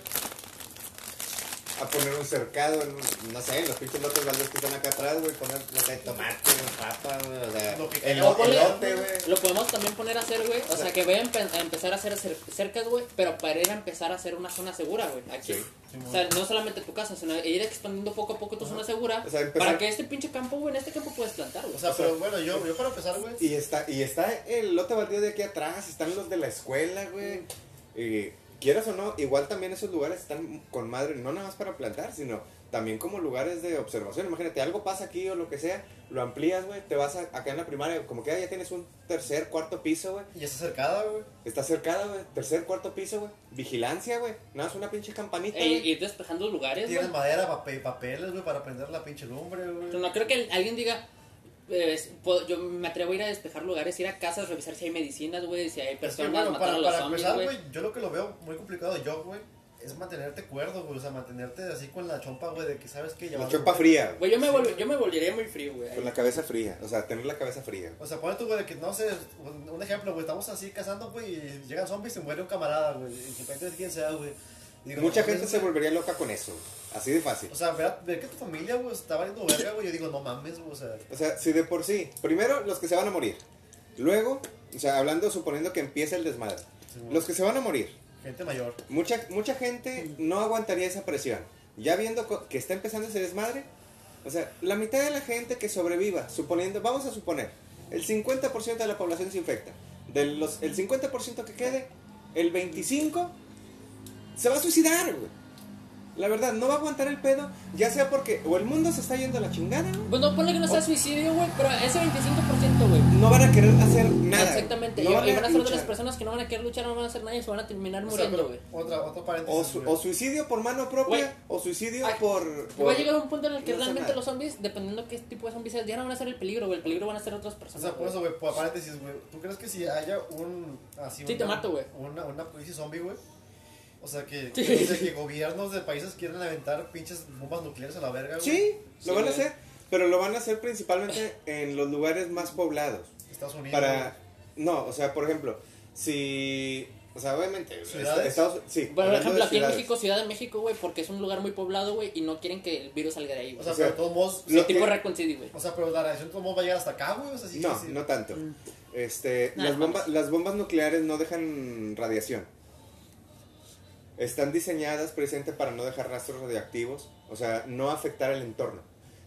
[SPEAKER 1] a poner un cercado, en un- no sé, en los pinches lotes baldes que están acá atrás, güey, poner, no sé, tomate, papa, güey, o sea,
[SPEAKER 3] Lo que
[SPEAKER 1] el
[SPEAKER 3] caiga.
[SPEAKER 1] elote, güey.
[SPEAKER 2] Lo podemos también poner a hacer, güey. O sea, que voy a, empe- a empezar a hacer cer- cercas, güey. Pero para ir a empezar a hacer una zona segura, güey. Aquí.
[SPEAKER 1] Sí.
[SPEAKER 2] O sea, no solamente tu casa, sino ir expandiendo poco a poco tu zona segura.
[SPEAKER 1] O sea, empezar-
[SPEAKER 2] para que este pinche campo, güey, en este campo puedes plantar, güey.
[SPEAKER 3] O sea,
[SPEAKER 1] O sea,
[SPEAKER 3] pero bueno, yo, yo para empezar, güey.
[SPEAKER 1] Y está, y está el lote baldío de aquí atrás, están los de la escuela, güey. Y quieras o no, igual también esos lugares están con madre, no nada más para plantar, sino también como lugares de observación. Imagínate, algo pasa aquí o lo que sea, lo amplías, güey, te vas a- acá en la primaria, como que ah, ya tienes un tercer, cuarto piso, güey.
[SPEAKER 3] Y está cercada, güey.
[SPEAKER 1] Está cercada, güey, tercer, cuarto piso, güey. Vigilancia, güey. Nada más una pinche campanita.
[SPEAKER 2] E
[SPEAKER 1] güey.
[SPEAKER 2] ir despejando lugares,
[SPEAKER 3] Tienes
[SPEAKER 2] güey.
[SPEAKER 3] madera, papel, papeles, güey, para prender la pinche lumbre,
[SPEAKER 2] Pero
[SPEAKER 3] güey.
[SPEAKER 2] no creo que alguien diga. eh, es- puedo- yo me atrevo a ir a despejar lugares, ir a casas, revisar si hay medicinas, güey, si hay
[SPEAKER 3] Es que,
[SPEAKER 2] personas,
[SPEAKER 3] bueno,
[SPEAKER 2] matar a
[SPEAKER 3] para,
[SPEAKER 2] los
[SPEAKER 3] para
[SPEAKER 2] zombies,
[SPEAKER 3] empezar,
[SPEAKER 2] güey.
[SPEAKER 3] güey, yo lo que lo veo muy complicado yo, güey, es mantenerte cuerdo, güey. O sea, mantenerte así con la chompa, güey, de que sabes que ya
[SPEAKER 1] La
[SPEAKER 3] vas-
[SPEAKER 1] chompa fría, güey.
[SPEAKER 2] Güey, yo, me vol- yo me volvería muy frío, güey.
[SPEAKER 1] Con la cabeza fría. O sea, tener la cabeza fría.
[SPEAKER 3] O sea, ponle tú, güey, de que no sé, un un ejemplo, güey, estamos así cazando, güey, y llegan zombies y muere un camarada, güey. Y de repente quién sea, güey. Y digo,
[SPEAKER 1] Mucha
[SPEAKER 3] no,
[SPEAKER 1] gente
[SPEAKER 3] mames,
[SPEAKER 1] se
[SPEAKER 3] güey.
[SPEAKER 1] volvería loca con eso. Así de fácil.
[SPEAKER 3] O sea, ver, ver que tu familia, güey, está valiendo verga, güey. Yo digo, no mames, güey, o sea.
[SPEAKER 1] O sea, si de por sí, primero los que se van a morir. Luego, o sea, hablando, suponiendo que empieza el desmadre.
[SPEAKER 3] sí, güey,
[SPEAKER 1] Los que se van a morir.
[SPEAKER 3] Gente mayor.
[SPEAKER 1] Mucha, mucha gente no aguantaría esa presión. Ya viendo co- que está empezando ese desmadre, o sea, la mitad de la gente que sobreviva, suponiendo, vamos a suponer, el 50% de la población se infecta. De los, el 50% que quede, el 25% se va a suicidar, güey. La verdad, no va a aguantar el pedo, ya sea porque o el mundo se está yendo a la chingada, güey,
[SPEAKER 2] Pues no, ponle que no sea suicidio, güey, pero ese 25%, güey.
[SPEAKER 1] no van a querer hacer nada.
[SPEAKER 2] Exactamente.
[SPEAKER 1] no
[SPEAKER 2] y,
[SPEAKER 1] van
[SPEAKER 2] y van a ser de
[SPEAKER 1] luchar.
[SPEAKER 2] las personas que no van a querer luchar, no van a hacer nadie, se van a terminar
[SPEAKER 3] O sea,
[SPEAKER 2] muriendo,
[SPEAKER 3] pero
[SPEAKER 2] güey.
[SPEAKER 3] otra, otro paréntesis.
[SPEAKER 1] O, su-
[SPEAKER 3] güey.
[SPEAKER 1] o suicidio por mano propia,
[SPEAKER 2] Güey.
[SPEAKER 1] o suicidio
[SPEAKER 2] Ay,
[SPEAKER 1] por...
[SPEAKER 2] Va a
[SPEAKER 1] por-
[SPEAKER 2] llegar un punto en el que
[SPEAKER 1] no sé
[SPEAKER 2] realmente
[SPEAKER 1] nada.
[SPEAKER 2] los zombies, dependiendo qué tipo de zombies seas, ya no van a ser el peligro, güey. El peligro van a ser otras
[SPEAKER 3] O
[SPEAKER 2] personas.
[SPEAKER 3] sea, por
[SPEAKER 2] güey.
[SPEAKER 3] eso, güey, por paréntesis, güey. ¿Tú crees que si haya un. Así,
[SPEAKER 2] Sí,
[SPEAKER 3] una,
[SPEAKER 2] te mato, güey.
[SPEAKER 3] Una, una crisis zombie, güey. O sea, que,
[SPEAKER 2] Sí.
[SPEAKER 3] que- o sea, que gobiernos de países quieren aventar pinches bombas nucleares a la verga, güey.
[SPEAKER 1] Sí, lo
[SPEAKER 2] Sí,
[SPEAKER 1] van a
[SPEAKER 2] güey.
[SPEAKER 1] hacer, pero lo van a hacer principalmente en los lugares más poblados.
[SPEAKER 3] Estados Unidos.
[SPEAKER 1] Para... No, o sea, por ejemplo, si... O sea, obviamente...
[SPEAKER 3] ¿Ciudades?
[SPEAKER 1] Estados- sí,
[SPEAKER 2] Bueno, por
[SPEAKER 1] hablando de
[SPEAKER 2] ejemplo, aquí en
[SPEAKER 1] ciudades.
[SPEAKER 2] México, Ciudad de México, güey, porque es un lugar muy poblado, güey, y no quieren que el virus salga de ahí,
[SPEAKER 3] güey.
[SPEAKER 2] güey.
[SPEAKER 3] O sea,
[SPEAKER 1] o sea,
[SPEAKER 3] pero de todos modos.
[SPEAKER 1] lo
[SPEAKER 2] Sí, tipo
[SPEAKER 1] que-
[SPEAKER 2] Raccoon City, güey.
[SPEAKER 3] O sea, pero la radiación de todos modos va a llegar hasta acá, güey. O sea, sí,
[SPEAKER 1] No,
[SPEAKER 3] sí, sí.
[SPEAKER 1] no tanto.
[SPEAKER 3] Mm.
[SPEAKER 1] Este,
[SPEAKER 2] Nah,
[SPEAKER 1] las,
[SPEAKER 2] mames.
[SPEAKER 1] bombas, las bombas nucleares no dejan radiación. Están diseñadas presente para no dejar rastros radioactivos, o sea, no afectar el entorno.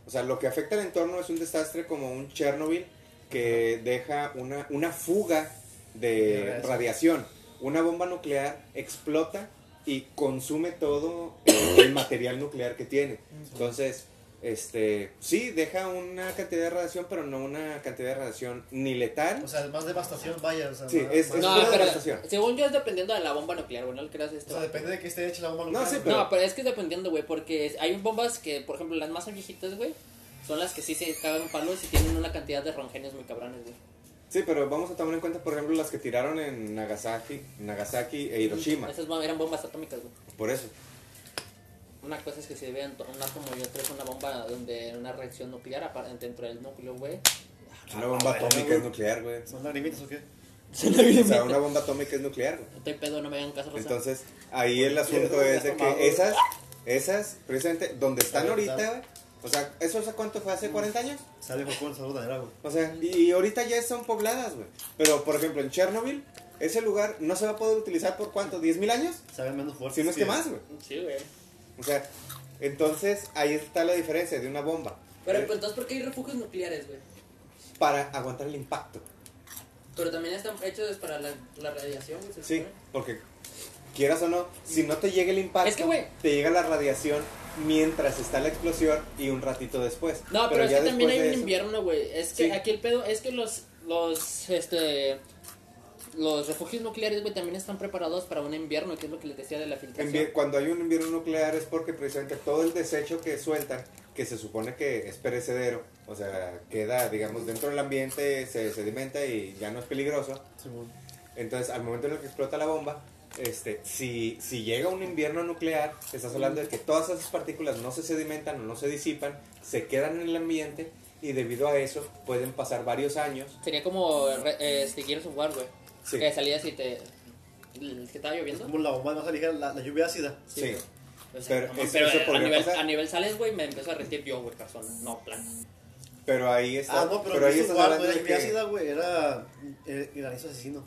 [SPEAKER 1] O sea, lo que afecta al entorno es un desastre como un Chernobyl que deja una, una fuga
[SPEAKER 3] De
[SPEAKER 1] de
[SPEAKER 3] radiación.
[SPEAKER 1] radiación. Una bomba nuclear explota y consume todo eh, el material nuclear que tiene. Entonces, este, sí, deja una cantidad de radiación, pero no una cantidad de radiación ni letal.
[SPEAKER 3] O sea, más devastación, vaya. O sea,
[SPEAKER 1] Sí,
[SPEAKER 3] más-
[SPEAKER 1] es-
[SPEAKER 3] más-
[SPEAKER 1] es
[SPEAKER 2] No,
[SPEAKER 1] pura
[SPEAKER 2] pero
[SPEAKER 1] devastación.
[SPEAKER 2] según yo es dependiendo de la bomba nuclear, güey, no le creas
[SPEAKER 3] O
[SPEAKER 2] esto.
[SPEAKER 3] sea, depende de que esté hecha la bomba
[SPEAKER 1] No,
[SPEAKER 3] nuclear.
[SPEAKER 1] sí,
[SPEAKER 3] güey.
[SPEAKER 1] pero-
[SPEAKER 2] No, pero es que es dependiendo, güey, porque hay bombas que, por ejemplo, las más viejitas, güey, son las que sí se cagan palos y tienen una cantidad de rongenios muy cabrones, güey.
[SPEAKER 1] Sí, pero vamos a tomar en cuenta, por ejemplo, las que tiraron en Nagasaki, Nagasaki e Hiroshima.
[SPEAKER 2] Esas bom- eran bombas atómicas, güey.
[SPEAKER 1] Por eso.
[SPEAKER 2] Una cosa es que se vean un átomo y otra es una bomba donde una reacción nuclear aparte dentro del núcleo, güey.
[SPEAKER 3] Ah,
[SPEAKER 1] Una bomba atómica es nuclear,
[SPEAKER 3] *laughs*
[SPEAKER 1] güey.
[SPEAKER 3] ¿Son lagrimitas o qué?
[SPEAKER 1] O sea, una bomba atómica es nuclear, güey.
[SPEAKER 2] Estoy pedo, no me hagan caso, Rosa.
[SPEAKER 1] Entonces, ahí el asunto es de que esas, Esas, presente, donde están
[SPEAKER 3] Ahí está.
[SPEAKER 1] ahorita, güey. O sea, ¿eso hace cuánto fue? ¿Hace 40 años?
[SPEAKER 3] Sale Jocón, salvo de agua.
[SPEAKER 1] O sea, y ahorita ya son pobladas, güey. Pero, por ejemplo, en Chernobyl, ese lugar no se va a poder utilizar por cuánto, ¿10 mil años?
[SPEAKER 3] Saben menos fuerte.
[SPEAKER 1] Si no es que más, güey.
[SPEAKER 2] Sí, güey.
[SPEAKER 1] O sea, entonces ahí está la diferencia de una bomba.
[SPEAKER 4] Pero
[SPEAKER 1] Eh,
[SPEAKER 4] pues, entonces, ¿por qué hay refugios nucleares, güey?
[SPEAKER 1] Para aguantar el impacto.
[SPEAKER 4] Pero también están hechos para la, la radiación, güey. se
[SPEAKER 1] Sí,
[SPEAKER 4] supone.
[SPEAKER 1] porque quieras o no, si no te llega el impacto,
[SPEAKER 4] Es que, güey.
[SPEAKER 1] te llega la radiación mientras está la explosión y un ratito después.
[SPEAKER 2] No, pero, es
[SPEAKER 1] ya
[SPEAKER 2] que también
[SPEAKER 1] después
[SPEAKER 2] hay
[SPEAKER 1] de
[SPEAKER 2] un
[SPEAKER 1] eso-
[SPEAKER 2] invierno, güey. Es que
[SPEAKER 1] Sí.
[SPEAKER 2] aquí el pedo es que los, los, este, los refugios nucleares, güey, también están preparados para un invierno, que es lo que les decía de la filtración.
[SPEAKER 1] Envi- cuando hay un invierno nuclear es porque precisamente todo el desecho que sueltan, que se supone que es perecedero, o sea, queda, digamos, dentro del ambiente, se sedimenta y ya no es peligroso.
[SPEAKER 3] Simón.
[SPEAKER 1] Entonces, al momento en el que explota la bomba, este, si, si llega un invierno nuclear, estás hablando de que todas esas partículas no se sedimentan o no se disipan, se quedan en el ambiente y debido a eso pueden pasar varios años.
[SPEAKER 2] Sería como, re- eh, este, Gears of War, güey.
[SPEAKER 1] Sí.
[SPEAKER 2] Que salías y te, el que estaba
[SPEAKER 3] Es
[SPEAKER 2] lloviendo.
[SPEAKER 3] como la bomba más ligera, la, la lluvia ácida.
[SPEAKER 1] Sí.
[SPEAKER 2] O sea,
[SPEAKER 1] Pero
[SPEAKER 2] no mames,
[SPEAKER 1] eso- eso
[SPEAKER 2] pero a
[SPEAKER 1] podría
[SPEAKER 2] nivel,
[SPEAKER 1] pasar.
[SPEAKER 2] a nivel sales, güey, me empezó a rendir yo, güey, persona. No, plan.
[SPEAKER 1] Pero ahí está.
[SPEAKER 3] Ah, no, pero,
[SPEAKER 1] ahí
[SPEAKER 3] ahí
[SPEAKER 1] estás
[SPEAKER 3] no
[SPEAKER 1] hablando
[SPEAKER 3] era
[SPEAKER 1] de
[SPEAKER 3] lluvia
[SPEAKER 1] que
[SPEAKER 3] ácida, güey. Era eh, granizo asesino.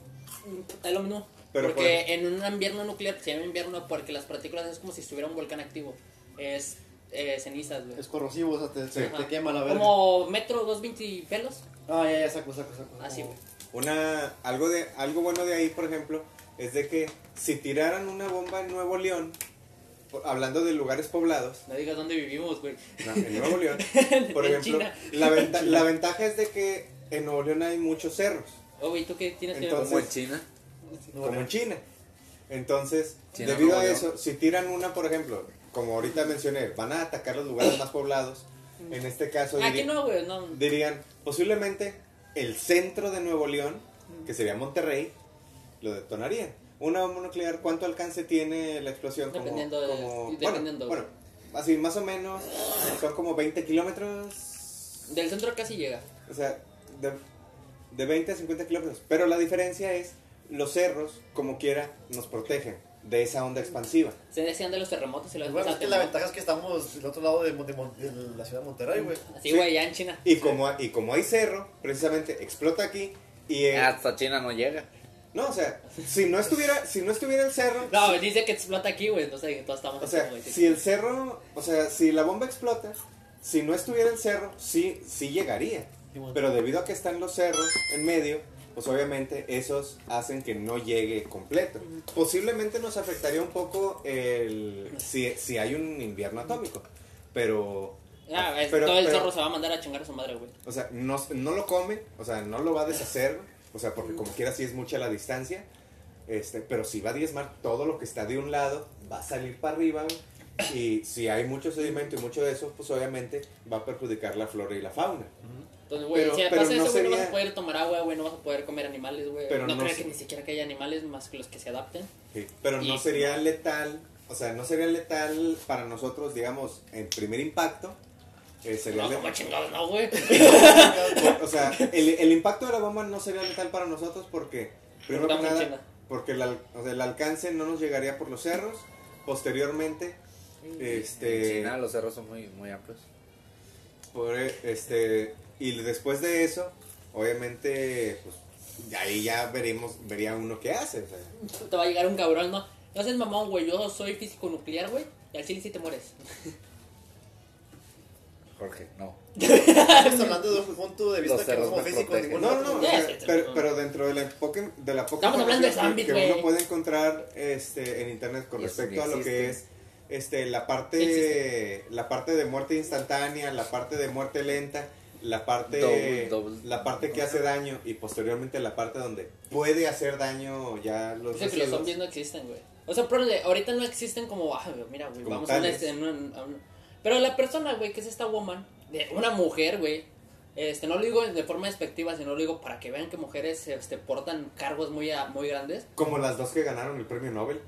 [SPEAKER 2] Es lo mismo.
[SPEAKER 1] Pero pues-
[SPEAKER 2] porque en un invierno nuclear se llama invierno porque las partículas es como si estuviera un volcán activo. Es eh, cenizas, güey.
[SPEAKER 3] Es corrosivo, o sea, te,
[SPEAKER 1] Sí.
[SPEAKER 3] te quema la verga.
[SPEAKER 2] Como metro, dos veinte pelos.
[SPEAKER 3] Ah, ya, ya, saco, saco, saco.
[SPEAKER 2] Así, güey.
[SPEAKER 1] una algo de algo bueno de ahí, por ejemplo, es de que si tiraran una bomba en Nuevo León, por- hablando de lugares poblados,
[SPEAKER 2] No digas dónde vivimos, güey.
[SPEAKER 1] No, en Nuevo León, por
[SPEAKER 2] Ah. *laughs* En
[SPEAKER 1] ejemplo,
[SPEAKER 2] China.
[SPEAKER 1] la, venta- la ventaja es de que en Nuevo León hay muchos cerros,
[SPEAKER 2] Oh, güey, ¿tú qué tienes que ver?
[SPEAKER 1] Entonces-
[SPEAKER 5] Como en China.
[SPEAKER 3] No,
[SPEAKER 1] como en China. Entonces,
[SPEAKER 5] China,
[SPEAKER 1] debido
[SPEAKER 5] Nuevo
[SPEAKER 1] a
[SPEAKER 5] León.
[SPEAKER 1] eso, si tiran una, por ejemplo, como ahorita mencioné, van a atacar los lugares más poblados.
[SPEAKER 2] Mm.
[SPEAKER 1] En este caso,
[SPEAKER 2] Ah, Aquí
[SPEAKER 1] diri-
[SPEAKER 2] no, güey, no.
[SPEAKER 1] dirían posiblemente el centro de Nuevo León, que sería Monterrey, lo detonarían. Una bomba nuclear, ¿cuánto alcance tiene la explosión? Como-
[SPEAKER 2] Dependiendo de-
[SPEAKER 1] como- bueno,
[SPEAKER 2] dependiendo.
[SPEAKER 1] bueno, así más o menos, son como 20 kilómetros,
[SPEAKER 2] Del centro casi llega.
[SPEAKER 1] O sea, de, de 20 a 50 kilómetros. Pero la diferencia es, los cerros, como quiera, nos protegen de esa onda expansiva.
[SPEAKER 2] Se decían de los terremotos y las
[SPEAKER 3] pues, Bueno, es que la ventaja es que estamos del otro lado de, Mon- de Mon- de la ciudad de Monterrey, güey.
[SPEAKER 2] Así,
[SPEAKER 1] Sí.
[SPEAKER 2] güey, ya en China.
[SPEAKER 1] Y como, y como hay cerro, precisamente explota aquí y... eh,
[SPEAKER 5] Ah,
[SPEAKER 2] Ah.
[SPEAKER 5] Hasta China no llega.
[SPEAKER 1] no, o sea, si no estuviera, si no estuviera el cerro...
[SPEAKER 2] No, güey, dice que explota aquí, güey. No sé, todos estamos
[SPEAKER 1] O
[SPEAKER 2] así,
[SPEAKER 1] sea,
[SPEAKER 2] güey.
[SPEAKER 1] si el cerro, o sea, si la bomba explota, si no estuviera el cerro, sí, sí llegaría. Pero debido a que están los cerros en medio, pues obviamente esos hacen que no llegue completo. Posiblemente nos afectaría un poco el si, si hay un invierno atómico. Pero,
[SPEAKER 2] Ah, es-
[SPEAKER 1] pero-
[SPEAKER 2] todo el
[SPEAKER 1] pero-
[SPEAKER 2] zorro se va a mandar a chingar a su madre, güey.
[SPEAKER 1] o sea, no, no lo come, o sea, no lo va a deshacer, o sea, porque como quiera sí es mucha la distancia. Este, pero si va a diezmar todo lo que está de un lado, va a salir para arriba. güey, Y si hay mucho sedimento y mucho de eso, pues obviamente va a perjudicar la flora y la fauna.
[SPEAKER 2] Entonces, güey,
[SPEAKER 1] Pero-
[SPEAKER 2] si
[SPEAKER 1] pero
[SPEAKER 2] pasa
[SPEAKER 1] no
[SPEAKER 2] eso, güey, no vas
[SPEAKER 1] sería-
[SPEAKER 2] a poder tomar agua, güey, no vas a poder comer animales, güey.
[SPEAKER 1] Pero
[SPEAKER 2] No,
[SPEAKER 1] no
[SPEAKER 2] creo
[SPEAKER 1] se-
[SPEAKER 2] que ni siquiera que haya animales más que los que se adapten.
[SPEAKER 1] Sí, Pero no
[SPEAKER 2] Y-
[SPEAKER 1] sería letal, o sea, no sería letal para nosotros, digamos, en primer impacto. eh, sería
[SPEAKER 2] No,
[SPEAKER 1] le-
[SPEAKER 2] como chingados,
[SPEAKER 1] *laughs*
[SPEAKER 2] no, güey.
[SPEAKER 1] O sea, el, el impacto de la bomba no sería letal para nosotros porque, primero que
[SPEAKER 2] Estamos en
[SPEAKER 1] nada,
[SPEAKER 2] China.
[SPEAKER 1] porque el, al- o sea, el alcance no nos llegaría por los cerros. Posteriormente,
[SPEAKER 5] En
[SPEAKER 1] este,
[SPEAKER 5] China los cerros son muy, muy amplios.
[SPEAKER 1] por, este, y después de eso, obviamente, pues, ahí ya veremos, vería uno qué hace. o sea.
[SPEAKER 2] Te va a llegar un cabrón, no. No seas mamón, güey. Yo soy físico nuclear, güey. Y al chile sí te mueres.
[SPEAKER 5] Jorge, no.
[SPEAKER 3] Estamos hablando de un punto de vista
[SPEAKER 5] Los
[SPEAKER 3] que no
[SPEAKER 5] cerros
[SPEAKER 3] somos
[SPEAKER 5] me
[SPEAKER 3] físicos.
[SPEAKER 5] protegen.
[SPEAKER 3] ningún
[SPEAKER 1] No, no,
[SPEAKER 3] otro.
[SPEAKER 1] no, o
[SPEAKER 2] Ya,
[SPEAKER 1] sea,
[SPEAKER 2] sí, sí,
[SPEAKER 1] pero,
[SPEAKER 2] sí.
[SPEAKER 1] pero dentro de la poca, de la poca
[SPEAKER 2] Estamos hablando de
[SPEAKER 1] información que,
[SPEAKER 2] zombies,
[SPEAKER 1] que uno
[SPEAKER 2] güey.
[SPEAKER 1] puede encontrar este, en internet con
[SPEAKER 5] Y eso
[SPEAKER 1] respecto a
[SPEAKER 5] ni
[SPEAKER 1] lo que es
[SPEAKER 5] existe.
[SPEAKER 1] este, la,
[SPEAKER 2] Sí
[SPEAKER 1] parte, la parte de muerte instantánea, la parte de muerte lenta, la parte,
[SPEAKER 5] Double, double.
[SPEAKER 1] la parte que hace daño y posteriormente la parte donde puede hacer daño ya los
[SPEAKER 2] Dice que los
[SPEAKER 1] residuos.
[SPEAKER 2] zombies no existen, güey. O sea, pero de- ahorita no existen como, ah, güey, mira, güey,
[SPEAKER 1] Como
[SPEAKER 2] vamos a una,
[SPEAKER 1] tales.
[SPEAKER 2] este, en un- a un- Pero la persona, güey, que es esta woman, de- una mujer, güey, este, no lo digo de forma despectiva, sino lo digo para que vean que mujeres, este, portan cargos muy, a- muy grandes.
[SPEAKER 1] Como las dos que ganaron el premio Nobel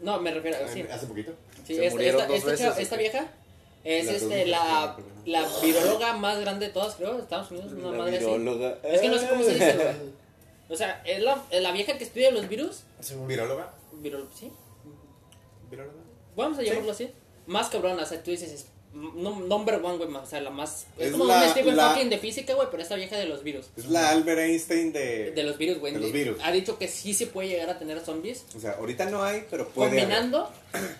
[SPEAKER 2] No, me refiero, sí.
[SPEAKER 1] en- hace poquito.
[SPEAKER 2] Sí,
[SPEAKER 5] Ah, Se
[SPEAKER 2] esta,
[SPEAKER 5] murieron
[SPEAKER 2] esta-
[SPEAKER 5] dos
[SPEAKER 2] esta
[SPEAKER 5] veces,
[SPEAKER 2] chava- esta
[SPEAKER 5] ¿o qué?
[SPEAKER 2] vieja es
[SPEAKER 1] Las dos
[SPEAKER 2] este,
[SPEAKER 1] veces,
[SPEAKER 2] la,
[SPEAKER 1] creo que
[SPEAKER 2] la viróloga más grande de todas, creo, de Estados Unidos, una
[SPEAKER 5] La Eh.
[SPEAKER 2] madre así.
[SPEAKER 5] viróloga.
[SPEAKER 2] Es que no sé cómo se dice, güey.
[SPEAKER 1] *laughs*
[SPEAKER 2] O sea, es la, es la vieja que estudia los virus.
[SPEAKER 3] Simón.
[SPEAKER 1] ¿Viróloga?
[SPEAKER 2] Virol, ¿sí?
[SPEAKER 1] ¿Viróloga?
[SPEAKER 2] Vamos a
[SPEAKER 1] Sí.
[SPEAKER 2] llamarlo así. más cabrona, o sea, tú dices, es no- number one, güey, más- o sea, la más... Es,
[SPEAKER 1] Es
[SPEAKER 2] como
[SPEAKER 1] la-
[SPEAKER 2] un Stephen
[SPEAKER 1] la-
[SPEAKER 2] Hawking de física, güey, pero esta vieja de los virus.
[SPEAKER 1] Es la Albert Einstein de...
[SPEAKER 2] De los virus, güey.
[SPEAKER 1] de los virus.
[SPEAKER 2] Ha dicho que sí se puede llegar a tener zombies.
[SPEAKER 1] O sea, ahorita no hay, pero puede haber.
[SPEAKER 2] combinando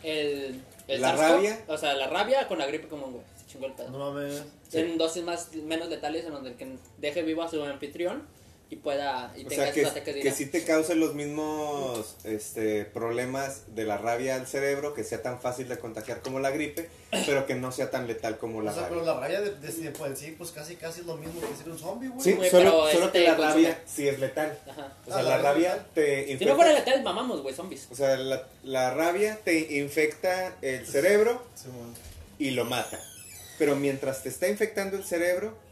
[SPEAKER 2] el, el
[SPEAKER 1] La
[SPEAKER 2] SARS-CoV,
[SPEAKER 1] rabia.
[SPEAKER 2] O sea, la rabia con la gripe común, güey. Se chingó el pedo.
[SPEAKER 3] No mames.
[SPEAKER 2] En dosis más, menos letales en donde el que deje vivo a su anfitrión y pueda... Y
[SPEAKER 1] O
[SPEAKER 2] tenga
[SPEAKER 1] sea,
[SPEAKER 2] esos
[SPEAKER 1] que,
[SPEAKER 2] ataques de
[SPEAKER 1] que
[SPEAKER 2] ira.
[SPEAKER 1] sí te causen los mismos este, problemas de la rabia al cerebro, que sea tan fácil de contagiar como la gripe, pero que no sea tan letal como la
[SPEAKER 3] o sea,
[SPEAKER 1] rabia.
[SPEAKER 3] pero la rabia de, de, de por sí, pues casi casi es lo mismo que ser un zombie, güey.
[SPEAKER 1] Sí,
[SPEAKER 2] Güey,
[SPEAKER 1] solo,
[SPEAKER 2] pero
[SPEAKER 1] solo
[SPEAKER 2] este
[SPEAKER 1] que la
[SPEAKER 2] consume-
[SPEAKER 1] rabia sí es letal.
[SPEAKER 2] Ajá.
[SPEAKER 1] O sea,
[SPEAKER 3] Ah,
[SPEAKER 1] la
[SPEAKER 3] la
[SPEAKER 1] rabia
[SPEAKER 3] rabia.
[SPEAKER 1] te
[SPEAKER 2] Si no fuera
[SPEAKER 1] infecta.
[SPEAKER 2] letales, mamamos, güey, zombies.
[SPEAKER 1] O sea, la, la rabia te infecta el cerebro
[SPEAKER 3] Sí, güey.
[SPEAKER 1] y lo mata. Pero mientras te está infectando el cerebro,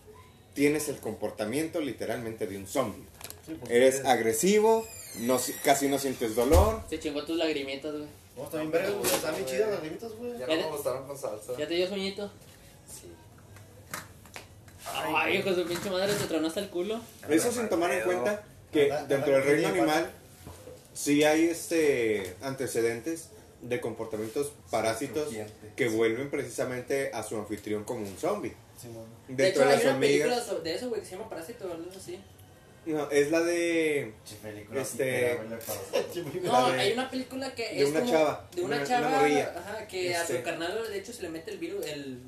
[SPEAKER 1] tienes el comportamiento literalmente de un zombie.
[SPEAKER 3] Sí, pues,
[SPEAKER 1] Eres
[SPEAKER 3] sí.
[SPEAKER 1] agresivo, no, si- casi no sientes dolor.
[SPEAKER 2] Se chingó tus lagrimientas, güey.
[SPEAKER 3] No, también vergas, güey. Están bien chidas las limitas, güey.
[SPEAKER 6] Ya no me gustaron con salsa.
[SPEAKER 2] ¿Ya te dio sueñito?
[SPEAKER 6] Sí.
[SPEAKER 2] Ay, hijo de su pinche madre, se tronó hasta el culo.
[SPEAKER 1] Eso sin tomar en cuenta que
[SPEAKER 3] Anda-
[SPEAKER 1] dentro
[SPEAKER 3] anda
[SPEAKER 1] del reino
[SPEAKER 3] con
[SPEAKER 1] animal sí hay este antecedentes de comportamientos parásitos
[SPEAKER 6] Crujiente.
[SPEAKER 1] que vuelven precisamente a su anfitrión como un zombie.
[SPEAKER 3] Sí, güey.
[SPEAKER 4] De
[SPEAKER 1] Dentro
[SPEAKER 4] hecho,
[SPEAKER 1] de,
[SPEAKER 4] hay
[SPEAKER 1] las
[SPEAKER 4] una película
[SPEAKER 1] hormigas.
[SPEAKER 4] sobre- de eso, güey, que se llama Parásito o algo así.
[SPEAKER 1] No, es la de.
[SPEAKER 6] Che, película
[SPEAKER 1] Este-
[SPEAKER 6] pitera, güey, la
[SPEAKER 1] *laughs*
[SPEAKER 6] pasó.
[SPEAKER 3] Sí, güey.
[SPEAKER 4] No,
[SPEAKER 1] de-
[SPEAKER 4] hay una película que
[SPEAKER 1] de
[SPEAKER 4] es
[SPEAKER 1] una
[SPEAKER 4] como
[SPEAKER 1] chava,
[SPEAKER 4] de una,
[SPEAKER 1] una-
[SPEAKER 4] chava,
[SPEAKER 1] una morrilla.
[SPEAKER 4] ajá, que a
[SPEAKER 1] Este.
[SPEAKER 4] su carnal de hecho se le mete el virus, el,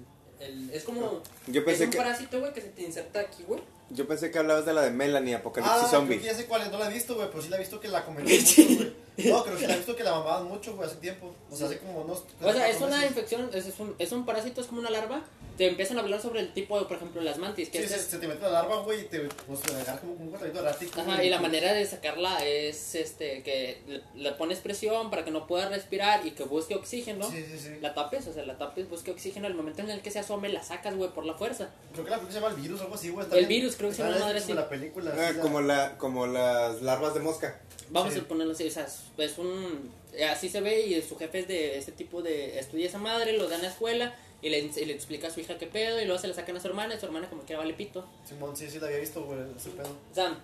[SPEAKER 4] el es como
[SPEAKER 1] Yo
[SPEAKER 4] es
[SPEAKER 1] pensé,
[SPEAKER 4] un
[SPEAKER 1] que,
[SPEAKER 4] parásito, güey, que se te inserta aquí, güey.
[SPEAKER 1] yo pensé que hablabas de la de Melanie, Apocalipsis
[SPEAKER 3] Ah,
[SPEAKER 1] Zombie.
[SPEAKER 3] creo que ya sé cuál es, no la he visto, güey, pero sí la he visto
[SPEAKER 1] *laughs*
[SPEAKER 3] que la comentó mucho, güey. No, creo que la he visto que la mamaban mucho, güey, hace tiempo. O sea, hace como unos...
[SPEAKER 2] O sea, es
[SPEAKER 3] cuatro
[SPEAKER 2] una
[SPEAKER 3] meses.
[SPEAKER 2] infección, es, es un, es un parásito, es como una larva. Te empiezan a hablar sobre el tipo, de, por ejemplo, las mantis. Que
[SPEAKER 3] Sí,
[SPEAKER 2] es-
[SPEAKER 3] se, se te mete la larva, güey, y te pues, te agarra como un contrato de ratico.
[SPEAKER 2] Ajá,
[SPEAKER 3] güey.
[SPEAKER 2] y la manera de sacarla es este que le, le pones presión para que no pueda respirar y que busque oxígeno.
[SPEAKER 3] Sí, sí, sí.
[SPEAKER 2] La tapes, o sea, la tapes, busque oxígeno. El momento en el que se asome, la sacas, güey, por la fuerza.
[SPEAKER 3] Creo que la película se llama El Virus o algo así, güey. está
[SPEAKER 2] El
[SPEAKER 3] bien-
[SPEAKER 2] Virus, creo que se
[SPEAKER 3] está
[SPEAKER 2] llama
[SPEAKER 3] en
[SPEAKER 2] madre
[SPEAKER 3] Netflix,
[SPEAKER 2] así.
[SPEAKER 3] La película,
[SPEAKER 1] Ah,
[SPEAKER 3] sí, la-
[SPEAKER 1] como, la, como las larvas de mosca.
[SPEAKER 2] Vamos
[SPEAKER 3] Sí.
[SPEAKER 2] a ponerlo así, o sea, es- es un... eh, Así se ve y su jefe es de este tipo de... Estudia esa madre, lo dan a la escuela y le, y le explica a su hija qué pedo y luego se la sacan a su hermana y su hermana como que vale pito.
[SPEAKER 3] Simón, sí, sí la había visto, güey, ese pedo.
[SPEAKER 2] O sea,